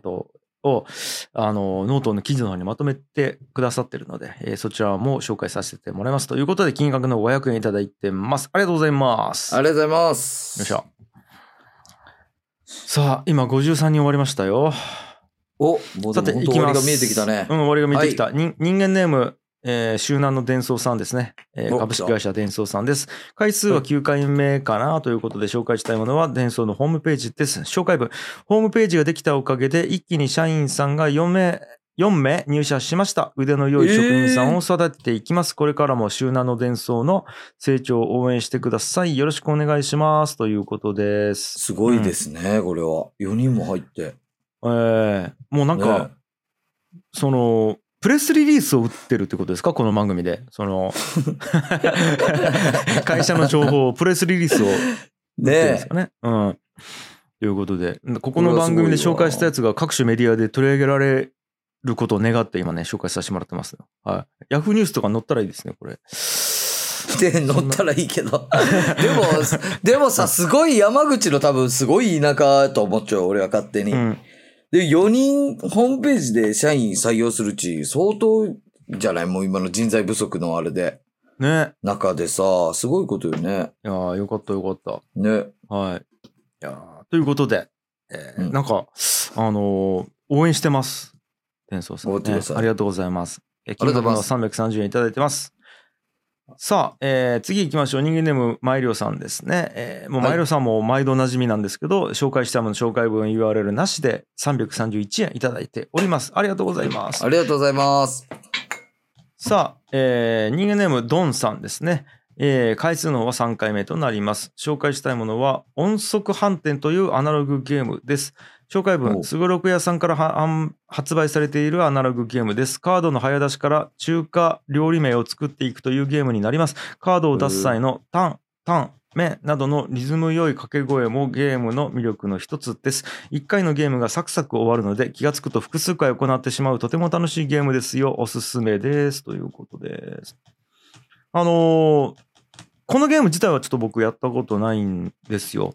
Speaker 1: とを、あの、ノートの記事の方にまとめてくださってるので、えーそちらも紹介させてもらいます。ということで、金額の500円いただいてます。ありがとうございます。
Speaker 2: ありがとうございま
Speaker 1: よい
Speaker 2: す。
Speaker 1: しょ。さあ、今53人終わりましたよ。
Speaker 2: お、もう
Speaker 1: さ
Speaker 2: で
Speaker 1: て、
Speaker 2: も
Speaker 1: い
Speaker 2: 本
Speaker 1: き
Speaker 2: 当終わ
Speaker 1: ま
Speaker 2: り
Speaker 1: す。
Speaker 2: が見えてきたね
Speaker 1: う。ん、終わりが見えてきた。人人間ネーム、えー、周南の伝送さんですね。えー
Speaker 2: お
Speaker 1: 株式会社伝送さんです。回数は9回目かなということで紹介したいものは伝送のホームページです。紹介文。ホームページができたおかげで、一気に社員さんが4名、4名入社しました。腕の良い職人さんを育てていきます。これからも周南の伝送の成長を応援してください。よろしくお願いします。ということです。
Speaker 2: すごいですね、これは。4人も入って。
Speaker 1: えー、もうなんか、
Speaker 2: ね
Speaker 1: そのプレスリリースを打ってるってことですかこの番組でその会社の情報をプレスリリースを打ってるんです
Speaker 2: ね
Speaker 1: かね。うんということでここの番組で紹介したやつが各種メディアで取り上げられることを願って今ね紹介させてもらってますよ。はい、ヤフーニュースとか載ったらいいですねこれ。
Speaker 2: で、乗ったらいい けど。でも、でもさ、すごい山口の多分すごい田舎と思っちゃう、俺は勝手に。
Speaker 1: うん
Speaker 2: で、4人ホームページで社員採用するうち、相当じゃないもう今の人材不足のあれで。
Speaker 1: ね
Speaker 2: 中でさ、すごいことよね。
Speaker 1: いやーよかったよかった。
Speaker 2: ね。
Speaker 1: はい。いやーということで、えー
Speaker 2: うん
Speaker 1: なんか、あのー応援してます。天宗さん、
Speaker 2: 応援してください
Speaker 1: ありがとうございます。えー、
Speaker 2: あ
Speaker 1: 金
Speaker 2: りがと
Speaker 1: 額
Speaker 2: うござい
Speaker 1: の
Speaker 2: ます
Speaker 1: 330円いただいてます。さあ、えー次行きましょう。人間ネーム、マイリョさんですね。えーもう、
Speaker 2: はい
Speaker 1: マイリョさんも毎度おなじみなんですけど、紹介したもの紹介文 URL なしで331円いただいております。ありがとうございます
Speaker 2: あ。りがとうございます。
Speaker 1: さあ、えー人間ネームドンさんですね。えー回数の方は3回目となります。紹介したいものは、音速反転というアナログゲームです。紹介
Speaker 2: お
Speaker 1: 文、
Speaker 2: う
Speaker 1: すごろく屋さんからは販発売されているアナログゲームです。カードの早出しから中華料理名を作っていくというゲームになります。カードを出す際のタン、タン、メなどのリズム良い掛け声もゲームの魅力の一つです。1回のゲームがサクサク終わるので気がつくと複数回行ってしまうとても楽しいゲームですよ。おすすめです。ということです。あのーこのゲーム自体はちょっと僕やったことないんですよ。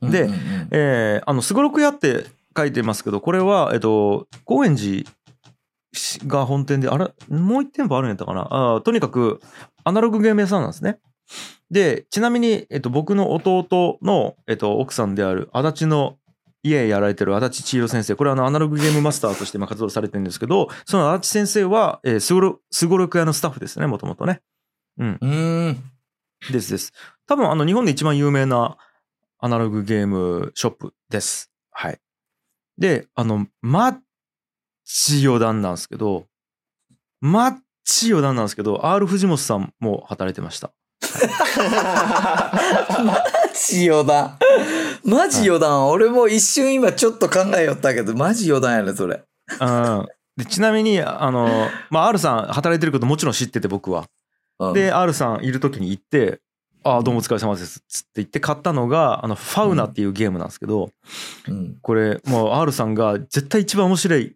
Speaker 1: で
Speaker 2: うんうんうん
Speaker 1: えーあの、すごろく屋って書いてますけど、これは、えっと、高円寺が本店で、あれ、もう一店舗あるんやったかなあーとにかく、アナログゲーム屋さんなんですね。で、ちなみに、えっと、僕の弟の、えっと、奥さんである、足立の家やられてる足立千尋先生、これはあの、アナログゲームマスターとして今活動されてるんですけど、その足立先生は、えーすごろすごろく屋のスタッフですね、もともとね。うん。
Speaker 2: うーん。
Speaker 1: ですです。多分あの日本で一番有名なアナログゲームショップです。はい。で、あの、マッチ余談なんですけど、マッチ余談なんですけど、R 藤本さんも働いてました。
Speaker 2: マジ余談。マジ余談。俺も一瞬今ちょっと考えよったけど、マジ余談やね、それ。
Speaker 1: うん。でちなみに、あの、まあ、R さん働いてることもちろん知ってて僕は。
Speaker 2: うん、
Speaker 1: で、R さんいる時に行って、ああ、どうもお疲れ様です。つって言って買ったのが、あの、ファウナっていうゲームなんですけど、
Speaker 2: うん、
Speaker 1: これもう R さんが絶対一番面白い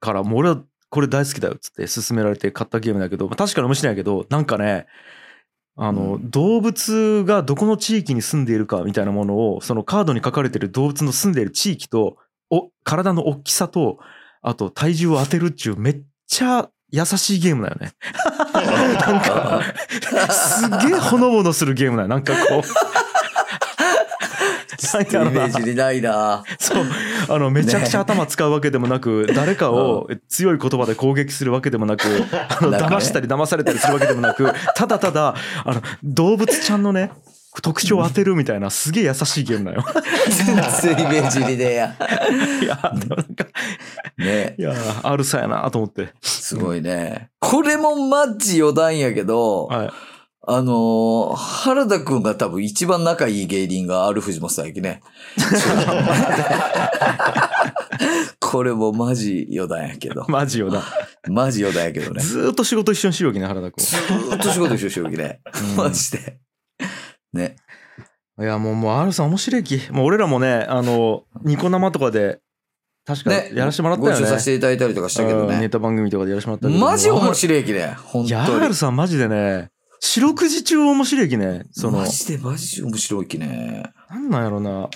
Speaker 1: からもう俺はこれ大好きだよっつって勧められて買ったゲームだけど、まあ、確かに面白いんやけどなんかねあの、動物がどこの地域に住んでいるかみたいなものをそのカードに書かれてる動物の住んでいる地域とお体の大きさとあと体重を当てるっちゅうめっちゃ優しいゲームだよね。なんか すげえほのぼのするゲームだよ。なんかこうなんやろ
Speaker 2: イメ
Speaker 1: な
Speaker 2: ージにないな。
Speaker 1: そうあのめちゃくちゃ頭使うわけでもなく、誰かを強い言葉で攻撃するわけでもなく、あの
Speaker 2: なんかね
Speaker 1: 騙したり騙されたりするわけでもなくただただあの動物ちゃんのね特徴を当てるみたいなすげえ優しいゲームだよ。
Speaker 2: 全然イメージにねえや。
Speaker 1: いやでもなんか
Speaker 2: ね
Speaker 1: いやあるさやなと思って。
Speaker 2: すごいね。これもマジ余談やけど、
Speaker 1: はい、
Speaker 2: あのー原田くんが多分一番仲いい芸人がある藤本さんや きね。 これもマジ余談やけど。
Speaker 1: マジよな。
Speaker 2: マジ余談やけどね。ず
Speaker 1: ずーっと仕事一緒にしようきね原田君。
Speaker 2: ーっと仕事一緒しようきね。
Speaker 1: うん
Speaker 2: マジで。ね。
Speaker 1: いやもうもう R さん面白いき。もう俺らもねあのニコ生とかで確か
Speaker 2: ね。
Speaker 1: やらせてもらったよね。
Speaker 2: ご一緒させていただいたりとかしたけど
Speaker 1: うんネ
Speaker 2: ね。
Speaker 1: タ番組とかでやらせてもらったけど。
Speaker 2: マジ
Speaker 1: もう
Speaker 2: 面白いきね。本
Speaker 1: いや、
Speaker 2: 当
Speaker 1: R
Speaker 2: に。
Speaker 1: さんマジでね、四六時中面白いきね。その
Speaker 2: マ、ジでマジ面白いきね。
Speaker 1: なんなんやろな。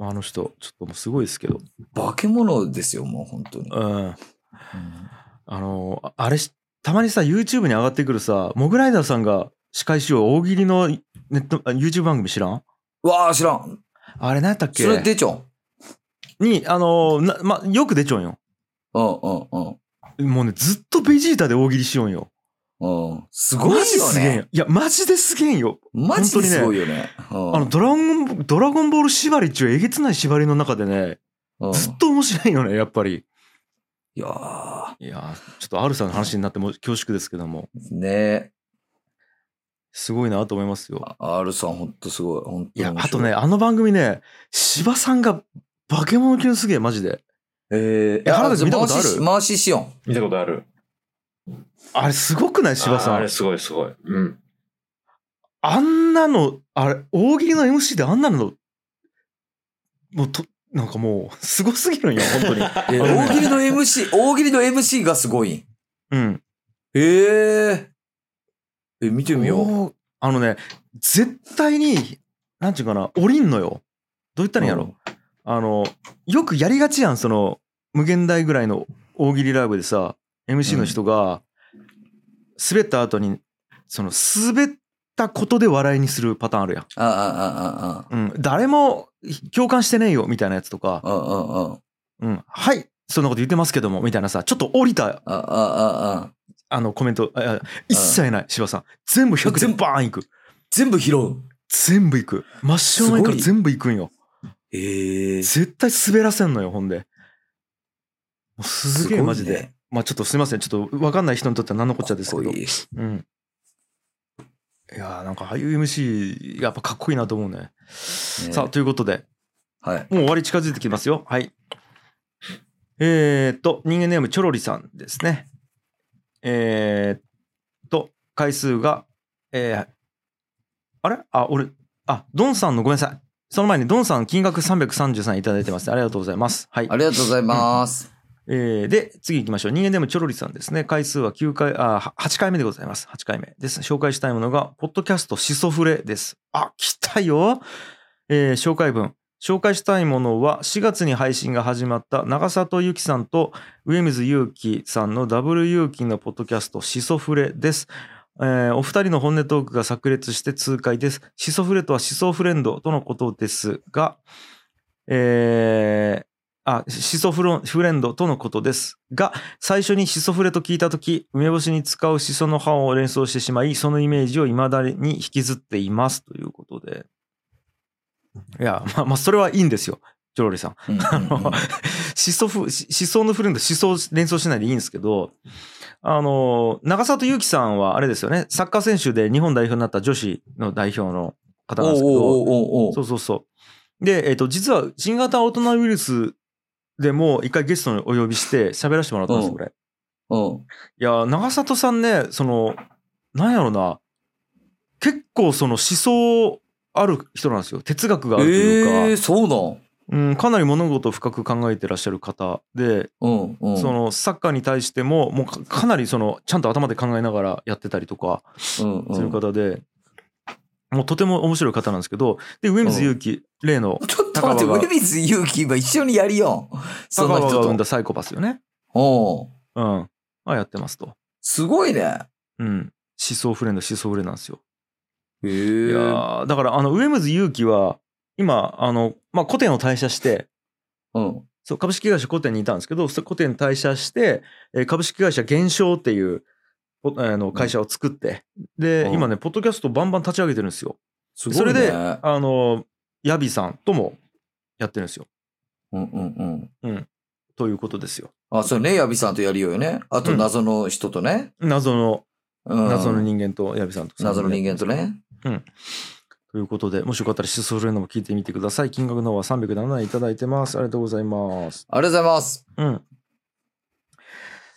Speaker 1: あの人、ちょっともうすごいですけど。
Speaker 2: 化け物ですよ、もう本当に。
Speaker 1: うん。あの、ああれし、たまにさ、YouTube に上がってくるさ、モグライダーさんが司会しよう大喜利のネット、あ YouTube 番組知らん
Speaker 2: うわあ、知らん。
Speaker 1: あれ何やったっけ
Speaker 2: それ出ちゃう。
Speaker 1: に、あの、なま、よく出ちゃうんよ。
Speaker 2: うんうんうん。
Speaker 1: もうね、ずっとベジータで大喜利しようんよ。
Speaker 2: うん。すごい
Speaker 1: マジ
Speaker 2: よ
Speaker 1: すげえん
Speaker 2: ね。
Speaker 1: よ。いや、マジですげえんよ。
Speaker 2: マジですごいよね。うん
Speaker 1: あの、ドラゴン、ドラゴンボール縛りっちゅうえげつない縛りの中でね、
Speaker 2: うん
Speaker 1: ずっと面白いよね、やっぱり。
Speaker 2: いやー
Speaker 1: いやー、ちょっと R さんの話になってもう恐縮ですけども、
Speaker 2: ね
Speaker 1: すごいなと思いますよ。
Speaker 2: ア R さんほんとすごい。ほんと
Speaker 1: いや、
Speaker 2: 面白
Speaker 1: あとね、。あの番組ね、芝さんが化け物級すげえ、マジで。
Speaker 2: えー、
Speaker 1: え原田君見たことある
Speaker 2: 回し回ししよん。
Speaker 5: 見たことある。
Speaker 1: あれ、すごくない芝
Speaker 5: あ
Speaker 1: さ
Speaker 5: ーあ
Speaker 1: ん
Speaker 5: れ。すごいすごい。 うん。
Speaker 1: あんなの、あれ、大喜利の MC であんなの、もうと、なんかもう、すごすぎるんよ、本当に。
Speaker 2: え
Speaker 1: あのね
Speaker 2: 大喜利の MC、大喜利の MC がすごいん。
Speaker 1: うん。
Speaker 2: えー、え、見てみよう。
Speaker 1: おーあのね、絶対に、なんていうかな、降りんのよ。どう言ったらいいんやろ。あの、よくやりがちやん、その、無限大ぐらいの大喜利ライブでさ、MC の人が、滑った後に、その、滑ったことで笑いにするパターンあるやん。
Speaker 2: あああ
Speaker 1: うん。誰も共感してねえよ、みたいなやつと
Speaker 2: あああ
Speaker 1: か、
Speaker 2: あああ
Speaker 1: うん。はい、そんなこと言ってますけども、みたいなさ、ちょっと降りた、
Speaker 2: ああああ
Speaker 1: あの、コメント、ああ一切ない、柴さん。全部100
Speaker 2: 全
Speaker 1: 点
Speaker 2: 部
Speaker 1: バーンいく。
Speaker 2: 全部拾う。
Speaker 1: 全部いく。真っ白前から
Speaker 2: すごい
Speaker 1: 全部いくんよ。
Speaker 2: ええ
Speaker 1: 絶対滑らせんのよ、ほんで。もうすげえ、マジで。。まあちょっとすいません。ちょっと分かんない人にとっては何のこっちゃですけど。
Speaker 2: かっこいい
Speaker 1: うん。いやーなんかああいう MC、やっぱかっこいいなと思うね。さあ、ということで、
Speaker 2: はい。
Speaker 1: もう終わり近づいてきますよ。はい。えーっと、人間ネームチョロリさんですね。えーっと、回数が、えーあれあ、俺、あ、ドンさんのごめんなさい。その前にドンさん金額333いただいてます。ありがとうございます。はい
Speaker 2: あ。りがとうございます。
Speaker 1: えーで、次行きましょう。人間でもチョロリさんですね。回数は9回、あ、は8回目でございます。8回目です。紹介したいものが、ポッドキャストシソフレです。あ、来たよ。えー紹介文。紹介したいものは、4月に配信が始まった長里ゆきさんと上水祐樹さんのダブル祐樹のポッドキャストシソフレです。えーお二人の本音トークが炸裂して痛快です。シソフレとは思想フレンドとのことですが、えー、あ、シソフロンフレンドとのことですが、最初にシソフレと聞いたとき、梅干しに使うシソの葉を連想してしまい、そのイメージを未だに引きずっていますということで。いや、まあ、まあ、それはいいんですよ、ジョロリさん。
Speaker 2: うんうんうん
Speaker 1: シソフ、シシソのフレンド、シソを連想しないでいいんですけど、あの、長里祐樹さんはあれですよね、サッカー選手で日本代表になった女子の代表の方なんですけど、
Speaker 2: おうおうおうおう
Speaker 1: そうそうそう。で、えっ、と、実は新型オトナウイルスでも一回ゲストにお呼びして喋らせてもらったんですよ、
Speaker 2: うん
Speaker 1: これ。
Speaker 2: おう
Speaker 1: いや、長里さんね、その、なんやろな、結構その思想ある人なんですよ。哲学があると
Speaker 2: え
Speaker 1: い
Speaker 2: え
Speaker 1: うか、
Speaker 2: そうなん
Speaker 1: うん、かなり物事を深く考えてらっしゃる方で、
Speaker 2: うんうん。
Speaker 1: そのサッカーに対しても、もうかかなりその、ちゃんと頭で考えながらやってたりとか、
Speaker 2: うんうん
Speaker 1: する方で、もうとても面白い方なんですけど、で、上水祐樹、例の、
Speaker 2: ちょっと待
Speaker 1: 高
Speaker 2: っ
Speaker 1: 輪
Speaker 2: て、
Speaker 1: が
Speaker 2: 上水祐樹今一緒にやりよん。
Speaker 1: 佐
Speaker 2: その
Speaker 1: 川が生ん
Speaker 2: 人と。
Speaker 1: だサイコパスよね。
Speaker 2: おう
Speaker 1: うん。はやってますと。
Speaker 2: すごいね。
Speaker 1: うん。思想フレンド、思想フレンドなんですよ。
Speaker 2: ええ
Speaker 1: いやーだからあの、上水祐樹は、今、あの、まあ、古典を退社して、
Speaker 2: うん。
Speaker 1: そう、株式会社古典にいたんですけど、そ古典退社して、えー株式会社減少っていう、ポあの会社を作って、で
Speaker 2: う、ん
Speaker 1: 今ね、ポッドキャストバンバン立ち上げてるんですよ。
Speaker 2: すごい
Speaker 1: そ
Speaker 2: ね
Speaker 1: れで、あの、ヤビさんともやってるんですよ。
Speaker 2: うんうんうん。
Speaker 1: ということですよ。
Speaker 2: あ、そうね、ヤビさんとやりようよね。あと
Speaker 1: うん
Speaker 2: 謎の人とね。
Speaker 1: 謎の、
Speaker 2: うん
Speaker 1: 謎の人間とヤビさんと、
Speaker 2: 謎の人間と。ね。
Speaker 1: ということで、もしよかったら、シソフレのも聞いてみてください。金額の方は307円いただいてます。ありがとうございます。
Speaker 2: ありがとうございます。
Speaker 1: うん。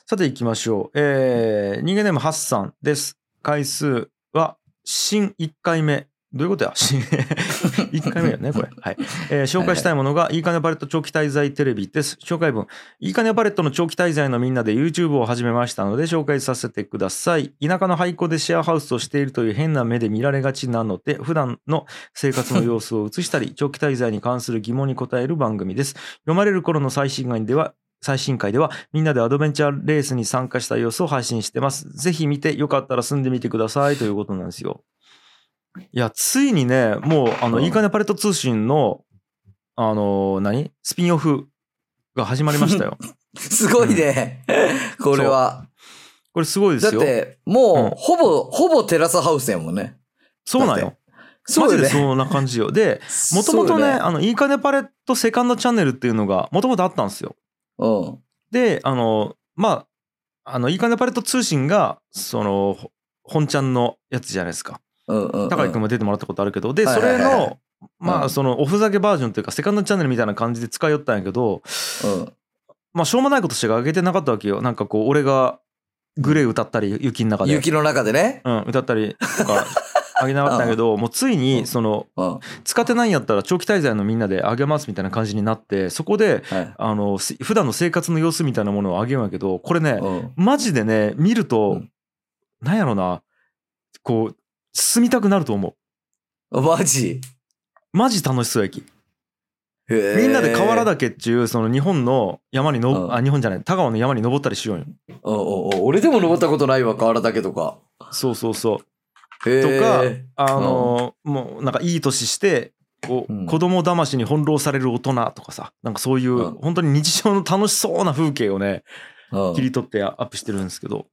Speaker 1: さて行きましょう。えー、人間ネームハッサンです。回数は新1回目。どういうことや 新1回目よね、これ。はい。えー紹介したいものが、いいかねパレット長期滞在テレビです。紹介文。いいかねパレットの長期滞在のみんなで YouTube を始めましたので、紹介させてください。田舎の廃校でシェアハウスをしているという変な目で見られがちなので、普段の生活の様子を映したり、長期滞在に関する疑問に答える番組です。読まれる頃の最新回では、最新回ではみんなでアドベンチャーレースに参加した様子を配信してます。ぜひ見てよかったら住んでみてくださいということなんですよ。いや、ついにね、もうあの、
Speaker 2: うん
Speaker 1: いいかねパレット通信の、あの、何スピンオフが始まりました よ。
Speaker 2: すごいね。 これは。
Speaker 1: これすごいで
Speaker 2: だっ
Speaker 1: すよ。
Speaker 2: て、
Speaker 1: う
Speaker 2: も
Speaker 1: ん
Speaker 2: う、ほぼ、ほぼテラスハウスやもんね。
Speaker 1: そうなんよ。
Speaker 2: そ
Speaker 1: マ
Speaker 2: う
Speaker 1: ジ
Speaker 2: よ
Speaker 1: で
Speaker 2: ね。
Speaker 1: そんな感じよ。で、もともとね、
Speaker 2: そうよ
Speaker 1: あの、いいかねパレットセカンドチャンネルっていうのが、もともとあったんですよ。
Speaker 2: うん。
Speaker 1: で、あの、まあ、あの、いいかねパレット通信が、その、ほ本ちゃんのやつじゃないですか。
Speaker 2: うんうんうん。
Speaker 1: 高井君も出てもらったことあるけど、で、
Speaker 2: はい
Speaker 1: そ
Speaker 2: はいは
Speaker 1: れ
Speaker 2: いはい
Speaker 1: の、ま
Speaker 2: う
Speaker 1: あ、
Speaker 2: ん
Speaker 1: その、おふざけバージョンというか、セカンドチャンネルみたいな感じで使いよったんやけど、
Speaker 2: うん。
Speaker 1: まあ、しょうもないことしか上げてなかったわけよ。なんかこう、俺が、グレー歌ったり、雪の中で。
Speaker 2: 雪の中でね。
Speaker 1: うん、歌ったりと か、上げなかったんやけど、もうついに、その、
Speaker 2: うん。は
Speaker 1: 使ってないんやったら長期滞在のみんなで上げますみたいな感じになって、そこで、
Speaker 2: い。
Speaker 1: あの、す普段の生活の様子みたいなものを上げようんやけど、これね、
Speaker 2: うん。
Speaker 1: マジでね、見る
Speaker 2: う
Speaker 1: と
Speaker 2: ん、
Speaker 1: なんやろな、こう、進みたくなると思う。
Speaker 2: マジ。
Speaker 1: マジ楽しそうやき。
Speaker 2: み
Speaker 1: みんなで河原岳っていうその日本の山にの、
Speaker 2: うん
Speaker 1: あ日本じゃない田川の山に登ったりしようよ
Speaker 2: うんうんうん。俺でも登ったことないわ、河原だけとか。
Speaker 1: そうそうそう、
Speaker 2: へー
Speaker 1: とかあのーもうなんかいい年してこう、
Speaker 2: うん
Speaker 1: 子供騙しに翻弄される大人とかさなんかそういう、
Speaker 2: うん
Speaker 1: 本当に日常の楽しそうな風景をね
Speaker 2: うん
Speaker 1: 切り取ってアップしてるんですけど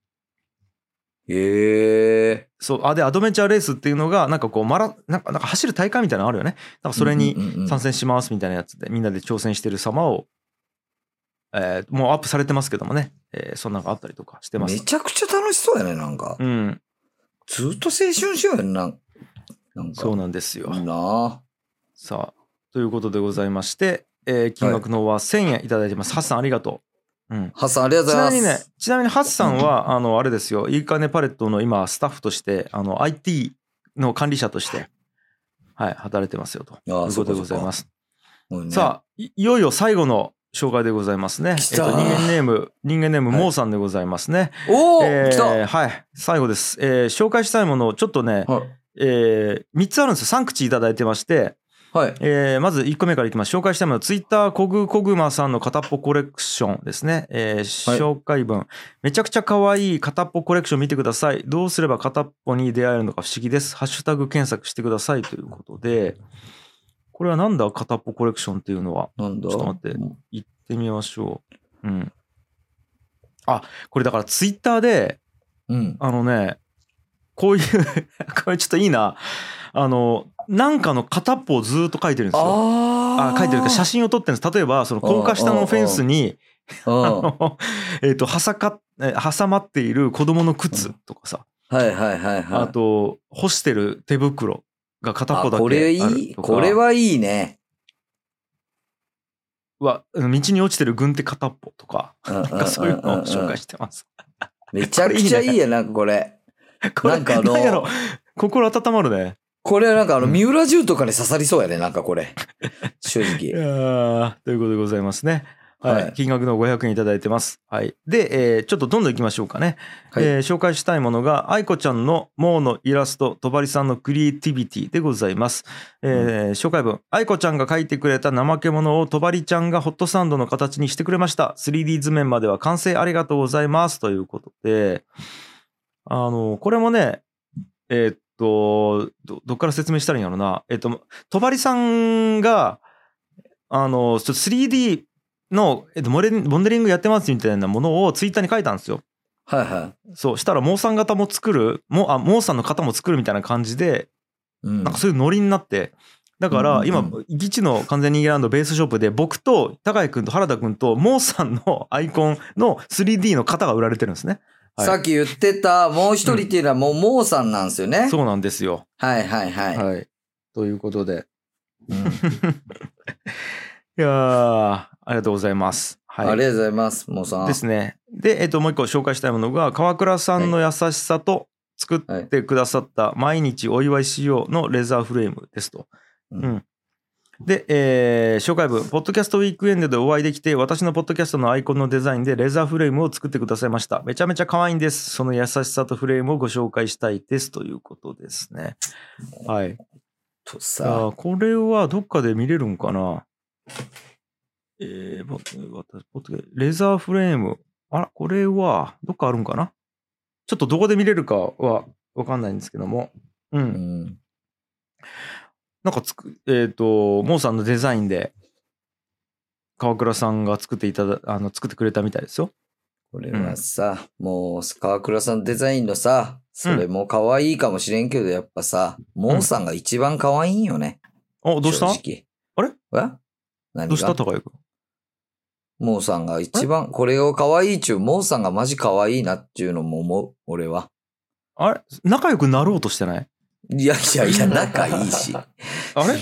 Speaker 2: へえ。
Speaker 1: そうあでアドベンチャーレースっていうのがなんかこうマラなんかなんか走る大会みたいなのあるよねなんかそれに
Speaker 2: うんうんうん
Speaker 1: 参戦しますみたいなやつでみんなで挑戦してる様を、えーもうアップされてますけどもね、えーそんなのがあったりとかしてます
Speaker 2: めちゃくちゃ楽しそうやね、なんか。
Speaker 1: うん
Speaker 2: ずっと青春しようやんな。なんか。
Speaker 1: そうなんですよ。
Speaker 2: いいな
Speaker 1: さあ、ということでございまして、えー金額の方は1000円いただいてます。ハッサンありがとう。うん。
Speaker 2: ハッサン、ありがとう
Speaker 1: ち
Speaker 2: ござい
Speaker 1: な
Speaker 2: ます。
Speaker 1: みにね、ちなみにハッサンは、あの、あれですよ、いいかねパレットの今、スタッフとして、あの、IT の管理者として、はい、働いてますよと。
Speaker 2: ああ
Speaker 1: いうことでございます。
Speaker 2: もうね
Speaker 1: さあ、いいよいよ最後の紹介でございますね。えっ
Speaker 2: 来
Speaker 1: と、
Speaker 2: た
Speaker 1: 人間ネーム、人間ネーム、モーさんでございますね。
Speaker 2: おお、来た、
Speaker 1: えーはい、最後です。えー紹介したいものをちょっとね、
Speaker 2: はい
Speaker 1: え3つあるんですよ。3口いただいてまして、
Speaker 2: はい。
Speaker 1: えーまず1個目からいきます。紹介したいもの、ツイッターコグコグマさんの片っぽコレクションですね。えー
Speaker 2: はい
Speaker 1: 紹介文。めちゃくちゃ可愛い片っぽコレクション見てください。どうすれば片っぽに出会えるのか不思議です。ハッシュタグ検索してくださいということで、これはなんだ片っぽコレクションっていうのは。
Speaker 2: なんだ
Speaker 1: ちょっと待って行ってみましょう。うん。あ、これだからツイッターで、
Speaker 2: うん。
Speaker 1: あのね、こういう、 これちょっといいな。あの、なんかの片っぽをずーっと書いてるんですよ。
Speaker 2: あ
Speaker 1: あ書いてるか写真を撮ってるんです例えばその高架下のフェンスに
Speaker 2: 真。うん。
Speaker 1: あ
Speaker 2: は
Speaker 1: の、 えっと挟かえ挟まっている子供の靴とかさ、
Speaker 2: いはいはいはい。
Speaker 1: あと干してる手袋が片っぽ
Speaker 2: あ、
Speaker 1: だけあるとか
Speaker 2: これいい。これはいいね。
Speaker 1: うわ道に落ちてる軍手片っぽとか
Speaker 2: なん
Speaker 1: なんかそういうのを紹介してます。
Speaker 2: めちゃくちゃいいや、なんかこれ。
Speaker 1: これ
Speaker 2: なんかあの
Speaker 1: なんやろ心温まるね。
Speaker 2: これはなんかあの、
Speaker 1: うん
Speaker 2: 三浦淳とかに刺さりそうやね、なんかこれ。正
Speaker 1: い
Speaker 2: 直。
Speaker 1: やーということでございますね。はい、
Speaker 2: はい
Speaker 1: 金額の500円いただいてます。はい、で、えーちょっとどんどんいきましょうかね。
Speaker 2: はい
Speaker 1: えー紹介したいものが、愛子ちゃんのモーのイラスト、とばりさんのクリエイティビティでございます。えー紹介文、愛子ちゃんが描いてくれた怠け者をとばりちゃんがホットサンドの形にしてくれました。3D 図面までは完成ありがとうございます。ということで、あの、これもね、えーっと、ど、どっから説明したらいいんやろな。えっと、とばりさんが、あの、ちょっと 3D の、えっと、モレモデリングやってますみたいなものをツイッターに書いたんですよ。
Speaker 2: はいは
Speaker 1: そう、したら、モーさん型も作る、もあ、モーさんの型も作るみたいな感じで、
Speaker 2: い。うん
Speaker 1: なんかそういうノリになって、だから今、
Speaker 2: うん
Speaker 1: ギチの完全人間ランドベースショップで僕と高井君と原田君とモーさんのアイコンの 3D の型が売られてるんですね。はい
Speaker 2: さっき言ってた、もう一人っていうのはもう、モーさんなんですよね。
Speaker 1: そうなんですよ。
Speaker 2: はいはいはい。
Speaker 7: はい。ということで。
Speaker 1: いやーありがとうございます。はい、
Speaker 2: ありがとうございます、モーさん。
Speaker 1: ですね。で、えっと、もう一個紹介したいものが、川倉さんの優しさと作ってくださった毎日お祝いしようのレザーフレームですと。
Speaker 2: うん
Speaker 1: うんで、えー紹介文、ポッドキャストウィークエンドでお会いできて、私のポッドキャストのアイコンのデザインでレザーフレームを作ってくださいました。めちゃめちゃ可愛いんです。その優しさとフレームをご紹介したいですということですね。はい。
Speaker 2: と
Speaker 1: あ
Speaker 2: さ、
Speaker 1: あこれはどっかで見れるんかなえー、ぼ私ぼレザーフレーム。あら、これはどっかあるんかなちょっとどこで見れるかはわかんないんですけども。う。
Speaker 2: うんん。
Speaker 1: なんかつく、えっ、と、モーさんのデザインで、川倉さんが作っていただ、あの、作ってくれたみたいですよ。
Speaker 2: これはさ、もう、川倉さんデザインのさ、それも可愛いかもしれんけど、やっぱさ、モーさんが一番可愛いんよね。
Speaker 1: あ、どうした
Speaker 2: 正直。
Speaker 1: あれ
Speaker 2: え何
Speaker 1: どうした
Speaker 2: が
Speaker 1: 高井君。
Speaker 2: モーさんが一番、これを可愛いっちゅう、モーさんがマジ可愛いなっていうのも思う、俺は。
Speaker 1: あれ仲良くなろうとしてない
Speaker 2: いやいやいや、仲いいし。
Speaker 1: あれ仲
Speaker 2: ね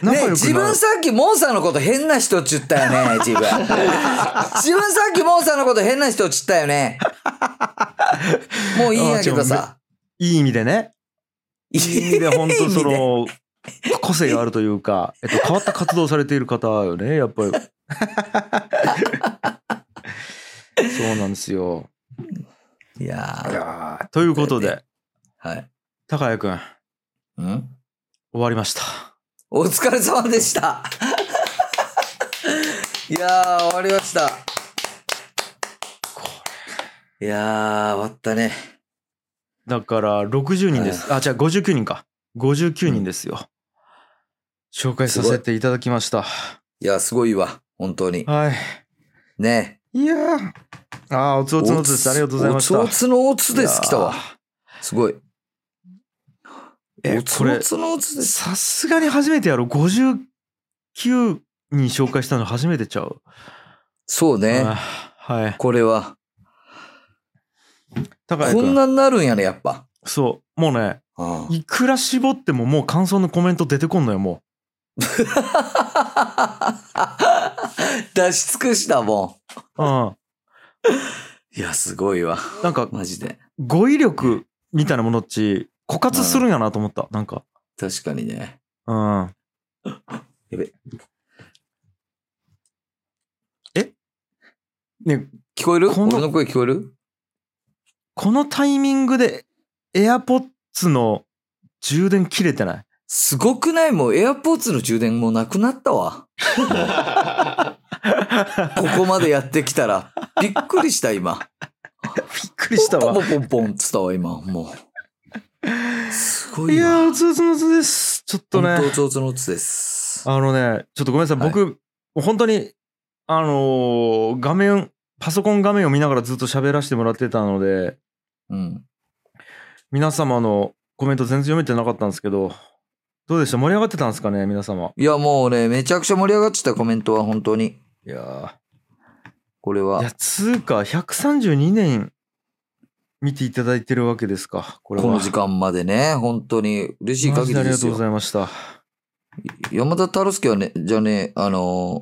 Speaker 1: 良くなろう。
Speaker 2: 自分さっきモンさんのこと変な人っちゅったよ ね、自分。自分さっきモンさんのこと変な人っちゅったよね。もういいんやけどさ。
Speaker 1: いい意味でね。
Speaker 2: い
Speaker 1: いい意味で本当そ
Speaker 2: いい意
Speaker 1: の個性があるというか、えっと、変わった活動をされている方よねやっ ぱりそうなんですよ
Speaker 2: 味でい
Speaker 1: い
Speaker 2: や
Speaker 1: やーということで
Speaker 2: ーはい。
Speaker 1: 高谷君
Speaker 2: うん
Speaker 1: 終わりました
Speaker 2: お疲れ様でした。 いやー、終わりました。いやー、終わったね。
Speaker 1: だから60人ですあじゃあ59人か59人ですよ、紹介させていただきました
Speaker 2: いやー、すごいわ。本当に。
Speaker 1: はい
Speaker 2: ね。
Speaker 1: いやーあーおつおつのつですありがとうございました
Speaker 2: おつおつのおつです、来たわ
Speaker 1: いや。
Speaker 2: すごい。
Speaker 1: え
Speaker 2: おつ
Speaker 1: これ
Speaker 2: おつのおつです。
Speaker 1: さすがに初めてやろ59に紹介したの初めてちゃう
Speaker 2: そうね。
Speaker 1: あはい
Speaker 2: これは。
Speaker 1: 高谷
Speaker 2: こん
Speaker 1: 君
Speaker 2: なになるんやね、やっぱ。
Speaker 1: そうもうねいくら絞ってももう感想のコメント出てこんのよも
Speaker 2: 出し尽くしたも
Speaker 1: う、うん、
Speaker 2: ん。いや、すごいわ。
Speaker 1: なんか
Speaker 2: マジで。
Speaker 1: 語彙力みたいなものっち枯渇するんやなと思ったなんか
Speaker 2: 確かにね。
Speaker 1: うんえね
Speaker 2: 聞こえる
Speaker 1: この
Speaker 2: 俺の声聞こえる
Speaker 1: このタイミングで AirPods の充電切れてない
Speaker 2: すごくないもう、エアポーツの充電もうなくなっ たわ。ここまでやってきたら、びっくりした、今。
Speaker 1: びっくりしたわ
Speaker 2: ポンポンポンポンっつったわ、今。もう。すご
Speaker 1: い
Speaker 2: いわ。
Speaker 1: やーおつおつのつですちょっとね
Speaker 2: 本当、おつおつのおつです。
Speaker 1: あのね、ちょっとごめんなさい、
Speaker 2: はい
Speaker 1: 僕、もう本当に、あのー画面、パソコン画面を見ながらずっと喋らせてもらってたので、
Speaker 2: うん。
Speaker 1: 皆様のコメント全然読めてなかったんですけど、どうでした盛り上がってたんですかね、皆様。
Speaker 2: いや、もうね、めちゃくちゃ盛り上がってたコメントは、本当に。
Speaker 1: いや
Speaker 2: これ
Speaker 1: ー。
Speaker 2: はい
Speaker 1: や、つうか、132年見ていただいてるわけですか、これは。
Speaker 2: この時間までね、本当に嬉しい
Speaker 1: マ
Speaker 2: 限
Speaker 1: ジであ
Speaker 2: り
Speaker 1: り
Speaker 2: で
Speaker 1: が
Speaker 2: す
Speaker 1: とうご
Speaker 2: よ。
Speaker 1: ざいました。
Speaker 2: 山田太郎介はね、じゃあね、あの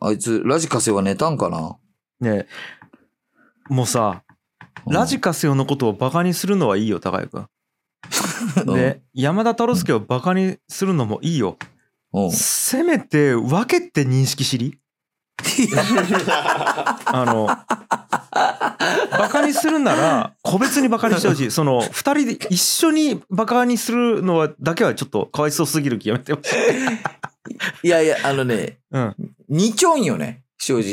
Speaker 2: ーあいつ、ラジカセは寝たんかな、
Speaker 1: ねえもうさ、
Speaker 2: うん
Speaker 1: ラジカセオのことをバカにするのはいいよ、高谷君。
Speaker 2: うん
Speaker 1: で、山田太郎介をバカにするのもいいよ。
Speaker 2: うん。
Speaker 1: せめて分けて認識し りあの、バカにするなら、個別にバカにしてほ しい。その、二人で一緒にバカにするのは、だけはちょっとかわいそうすぎる気やめてほしい。
Speaker 2: いやいや、あのね、
Speaker 1: うん。
Speaker 2: 二ちょんよね、正直。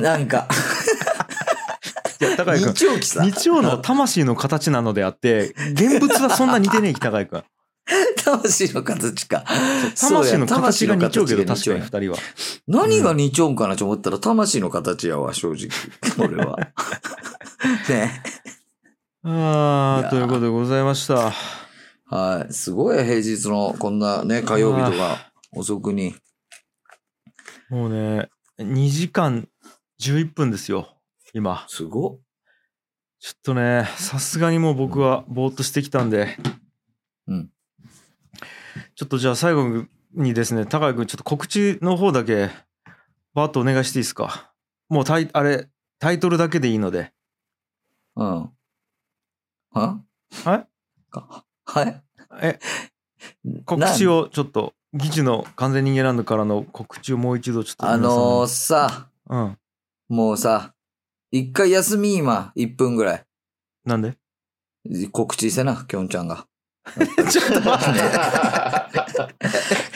Speaker 2: なんか。
Speaker 1: いや、高井君
Speaker 2: 日曜日さ。
Speaker 1: 日曜の魂の形なのであって、現物はそんな似てねえ、高井君。
Speaker 2: 魂の形か。そう
Speaker 1: 魂
Speaker 2: や
Speaker 1: の形が日曜けど、確
Speaker 2: 魂
Speaker 1: か
Speaker 2: の
Speaker 1: に二
Speaker 2: 形が日曜
Speaker 1: 人は。
Speaker 2: 何が日曜かなと思ったら、魂の形やわ、正直。 俺は。ね。
Speaker 1: あ
Speaker 2: いや
Speaker 1: あ、
Speaker 2: ー
Speaker 1: ということでございました。
Speaker 2: はい。すごい、平日の、こんなね、火曜日とか、遅くに。
Speaker 1: もうね、2時間11分ですよ、今。
Speaker 2: すごっ。
Speaker 1: ちょっとね、さすがにもう僕はぼーっとしてきたんで。
Speaker 2: うん。
Speaker 1: ちょっとじゃあ最後にですね、高井君、ちょっと告知の方だけ、バーッとお願いしていいですか。もうタイ、あれ、タイトルだけでいいので。
Speaker 2: うん。は
Speaker 1: はい
Speaker 2: かはい
Speaker 1: え、告知をちょっと、議事の完全人間ランドからの告知をもう一度ちょっと
Speaker 2: あ
Speaker 1: 皆さんに。
Speaker 2: のー、さ、
Speaker 1: うん。
Speaker 2: もうさ、一回休み今、1分ぐら
Speaker 1: なんで
Speaker 2: い。告知せな、きょんちゃんが。
Speaker 1: ちょっと待って。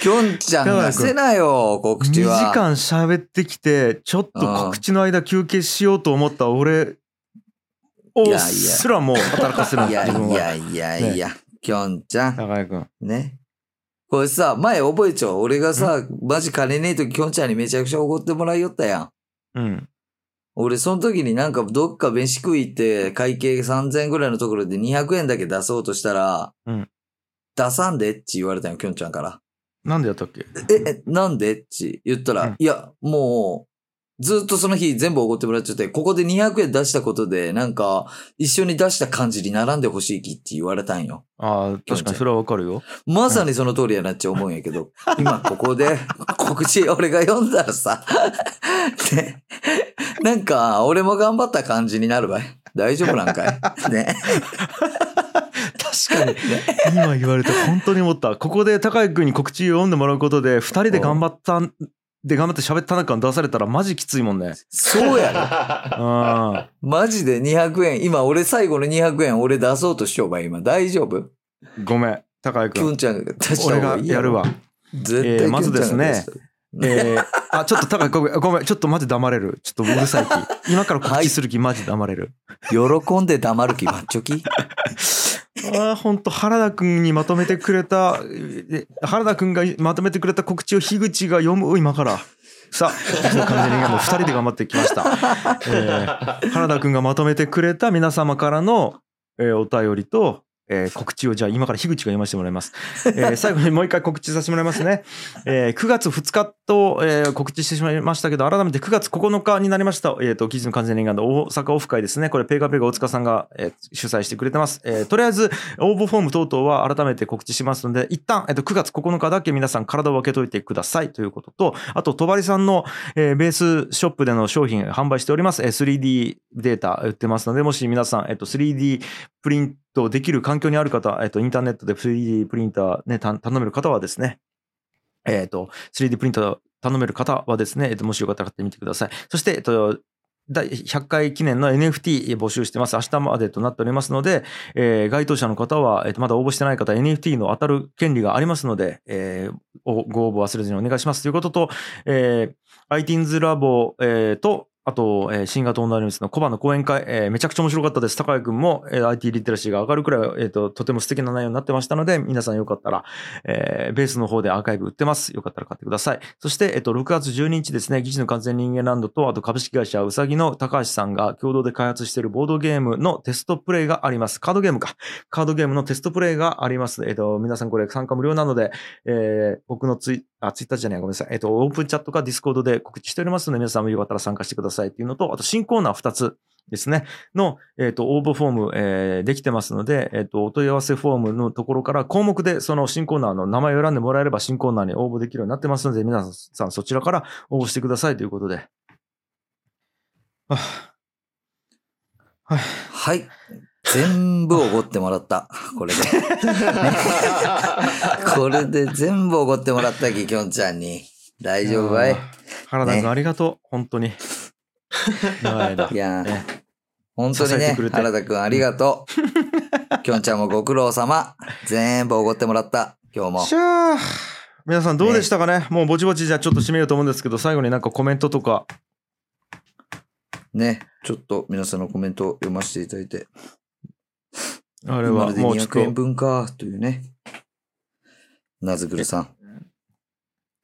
Speaker 2: きょんちゃんがせなよ、告
Speaker 1: 2
Speaker 2: 知
Speaker 1: 時
Speaker 2: は。
Speaker 1: 間喋ってきて、ちょっと告知の間休憩しようと思った俺
Speaker 2: いやい
Speaker 1: を
Speaker 2: や
Speaker 1: すらもう働かせるん
Speaker 2: い
Speaker 1: です
Speaker 2: や
Speaker 1: 自分
Speaker 2: い
Speaker 1: は。
Speaker 2: やいやいや、きょんちゃん。
Speaker 1: 高井君。
Speaker 2: ね。これさ、前覚えちゃう。俺がさ、マジ金ねえとき、きょんちゃんにめちゃくちゃ怒ってもらいよったやん。
Speaker 1: うん。
Speaker 2: 俺、その時になんかどっか飯食いって会計3000円ぐらいのところで200円だけ出そうとしたら、
Speaker 1: うん
Speaker 2: 出さんでって言われたよ、きょんちゃんから。
Speaker 1: なんでやったっけ
Speaker 2: え、え、なんでって言ったら、
Speaker 1: うん
Speaker 2: いや、もう、ずっとその日全部おごってもらっちゃって、ここで200円出したことで、なんか、一緒に出した感じに並んでほしいきって言われたんよ。
Speaker 1: ああ、確かにそれはわかるよ。
Speaker 2: まさにその通りやなって思うんやけど、今ここ で、告知俺が読んだらさ、ね、なんか、俺も頑張った感じになるばい。大丈夫なんかいね。
Speaker 1: 確かに。今言われて本当に思った。ここで高井君に告知を読んでもらうことで、二人で頑張ったん、で頑張って喋った中に出されたらマジきついもん ね。
Speaker 2: そうやろ。
Speaker 1: あ
Speaker 2: マジで200円。今、俺最後の200円、俺出そうとしようばい、今。大丈夫
Speaker 1: あ、ごめん。高井
Speaker 2: きゅ
Speaker 1: 君。
Speaker 2: んちゃんが出した
Speaker 1: 俺
Speaker 2: 方
Speaker 1: が
Speaker 2: がいいや
Speaker 1: やる
Speaker 2: ろ。
Speaker 1: わ。
Speaker 2: 絶対、
Speaker 1: えーまずですね。えー、あ、ちょっと高井ごめん、ごめん、ちょっとマジ黙れる。ちょっとうるさい気。今から告知する気、マジ黙れる。
Speaker 2: 喜んで黙る気マッチョキ。
Speaker 1: ああ、本当原田君にまとめてくれた、え原田君がまとめてくれた告知を樋口が読む、今から。さあ、その完全にもう二人で頑張ってきました。えー原田君がまとめてくれた皆様からの、えーお便りと、えー告知をじゃあ今から樋口が読ませてもらいます。えー最後にもう一回告知させてもらいますね。えー9月2日と、えー告知してしまいましたけど、改めて9月9日になりました、えっ、と、記事の完全念願の大阪オフ会ですね。これ、ペーカーペーカー大塚さんが、えー主催してくれてます。えーとりあえず、応募フォーム等々は改めて告知しますので、一旦、えっと、9月9日だけ皆さん体を分けといてくださいということと、あと、とばりさんの、えーベースショップでの商品販売しております。えー 3D データ売ってますので、もし皆さん、えっと、3D プリントできる環境にある方、えっと、インターネットで 3D プリンターね、た頼める方はですね、えっと、3D プリンター頼める方はですね、えっと、もしよかったら買ってみてください。そして、えっと、第100回記念の NFT 募集してます。明日までとなっておりますので、えー該当者の方は、えーとまだ応募してない方、NFT の当たる権利がありますので、えーおご応募忘れずにお願いしますということと、えー、iTunes ラボ、えーと、あと、えー新型オンラインニュースのコバの講演会、えーめちゃくちゃ面白かったです。高井くんも、えー IT リテラシーが上がるくらい、えーと、とても素敵な内容になってましたので、皆さんよかったら、えーベースの方でアーカイブ売ってます。よかったら買ってください。そして、えっと、6月12日ですね、議事の完全人間ランドと、あと株式会社うさぎの高橋さんが共同で開発しているボードゲームのテストプレイがあります。カードゲームか。カードゲームのテストプレイがあります。えっと、皆さんこれ参加無料なので、えー僕のツイ、あ、ツイッターじゃない、ごめんなさい。えっと、オープンチャットかディスコードで告知しておりますので、皆さんもよかったら参加してくださいっていうのと、あと新コーナー2つ。ですね。の、えっ、と、応募フォーム、えーできてますので、えっ、と、お問い合わせフォームのところから項目で、その新コーナーの名前を選んでもらえれば、新コーナーに応募できるようになってますので、皆さんそちらから応募してくださいということで。はあ
Speaker 2: はい。全部おごってもらった。これで。これで全部おごってもらったき、きょんちゃんに。大丈夫ばい
Speaker 1: あー原田君、
Speaker 2: ね
Speaker 1: ありがとう。本当に。長い 間
Speaker 2: いやー
Speaker 1: ね
Speaker 2: 本当に
Speaker 1: 支えて
Speaker 2: ね
Speaker 1: くれ、て
Speaker 2: 原田くんありがとう。きょんちゃんもご苦労様。全部おごってもらった。今日も。
Speaker 1: しゃー皆さんどうでしたかねもうぼちぼちじゃあちょっと締めようと思うんですけど、最後になんかコメントとか。
Speaker 2: ね、ちょっと皆さんのコメントを読ませていただいて、
Speaker 1: あれ
Speaker 2: ま
Speaker 1: は
Speaker 2: るで
Speaker 1: もうちょっ
Speaker 2: 200円
Speaker 1: と
Speaker 2: 分か、というね。なずぐるさん。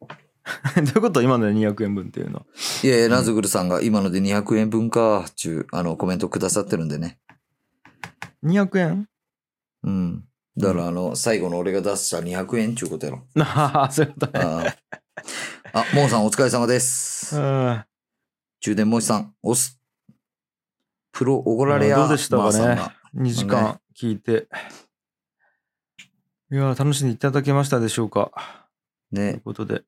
Speaker 1: どういうこと今ので200円分っていうの
Speaker 2: いやいや、なずぐるさんが今ので200円分か、ちゅう、あの、コメントくださってるんでね。
Speaker 1: 200円
Speaker 2: うん。だから、あの、最後の俺が出した200円ちゅうことやろ。
Speaker 1: ああそういう ことね
Speaker 2: あーあ、モンさんお疲れ様です。
Speaker 1: うん
Speaker 2: 充電モイさん、おす。プロおごられや。
Speaker 1: どうでした
Speaker 2: マ
Speaker 1: か
Speaker 2: ーさん
Speaker 1: ね
Speaker 2: が。
Speaker 1: 2時間聞いていやー楽しんでいただけましたでしょうかという
Speaker 2: ね。
Speaker 1: ことで、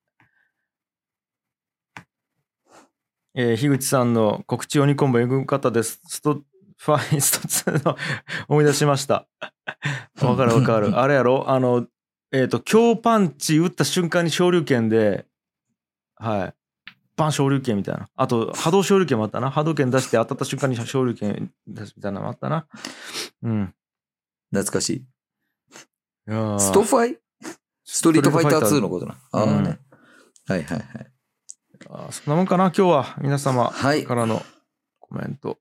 Speaker 1: えー、樋口さんの告知鬼コンボエグかったですストファイ スト2の思い出しましたわかるわかるあれやろあのえっ、と強パンチ打った瞬間に昇竜拳ではいバン昇竜拳みたいなあと波動昇竜拳もあったな波動拳出して当たった瞬間に昇竜拳出すみたいなのもあったなうん
Speaker 2: 懐かしい。
Speaker 1: いやー
Speaker 2: ストファイストリートファイター2のことな。ああ
Speaker 1: うん
Speaker 2: ね。はいはいはい。
Speaker 1: あーそんなもんかな今日は皆様
Speaker 2: はい
Speaker 1: からのコメント、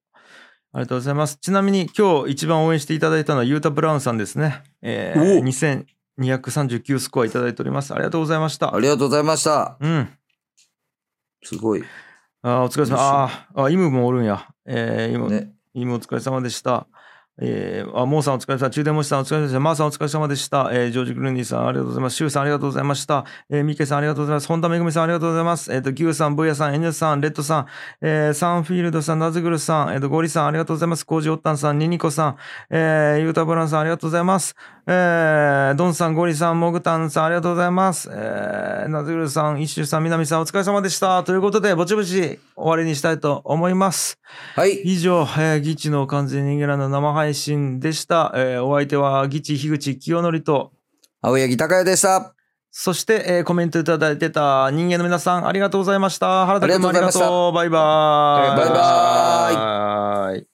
Speaker 1: ありがとうございますちなみに今日一番応援していただいたのはユータ・ブラウンさんですね、え
Speaker 2: お
Speaker 1: ー、2239スコアいただいておりますありがとうございました
Speaker 2: ありがとうございました。
Speaker 1: うん
Speaker 2: すごい。
Speaker 1: あーお疲れ様
Speaker 2: よいしょ
Speaker 1: あーあイムもおるんや、えー、イム
Speaker 2: ね。
Speaker 1: イムお疲れ様でしたえー、あモーさんお疲れ様でした中電モシさんお疲れ様でしたマーさんお疲れ様でした、えージョージ・グルーニーさんありがとうございますシュウさんありがとうございました、えー、ミケさんありがとうございます本田めぐみさんありがとうございますえっ、とギュウさんブイヤさんエニュさんレッドさん、えーサンフィールドさんナズグルさんえっ、とゴリさんありがとうございますコージオッタンさんニニコさんえー、ユータブランさんありがとうございます。えー、ドンさん、ゴリさん、モグタンさんありがとうございます。えー、ナズグルさん、イッシュさん、ミナミさんお疲れ様でした。ということで、ぼちぼち終わりにしたいと思います。
Speaker 2: はい。
Speaker 1: 以上、えー、ギチの完全人間ランの生配信でした。えーお相手はギチ、樋口清則と、
Speaker 2: 青柳高也でした。
Speaker 1: そして、えーコメントいただいてた人間の皆さん、ありがとうございました。原田君もあ
Speaker 2: あ
Speaker 1: り
Speaker 2: り
Speaker 1: が
Speaker 2: がとうございました
Speaker 1: とう。バイバーイ。
Speaker 2: バイバ
Speaker 1: イ。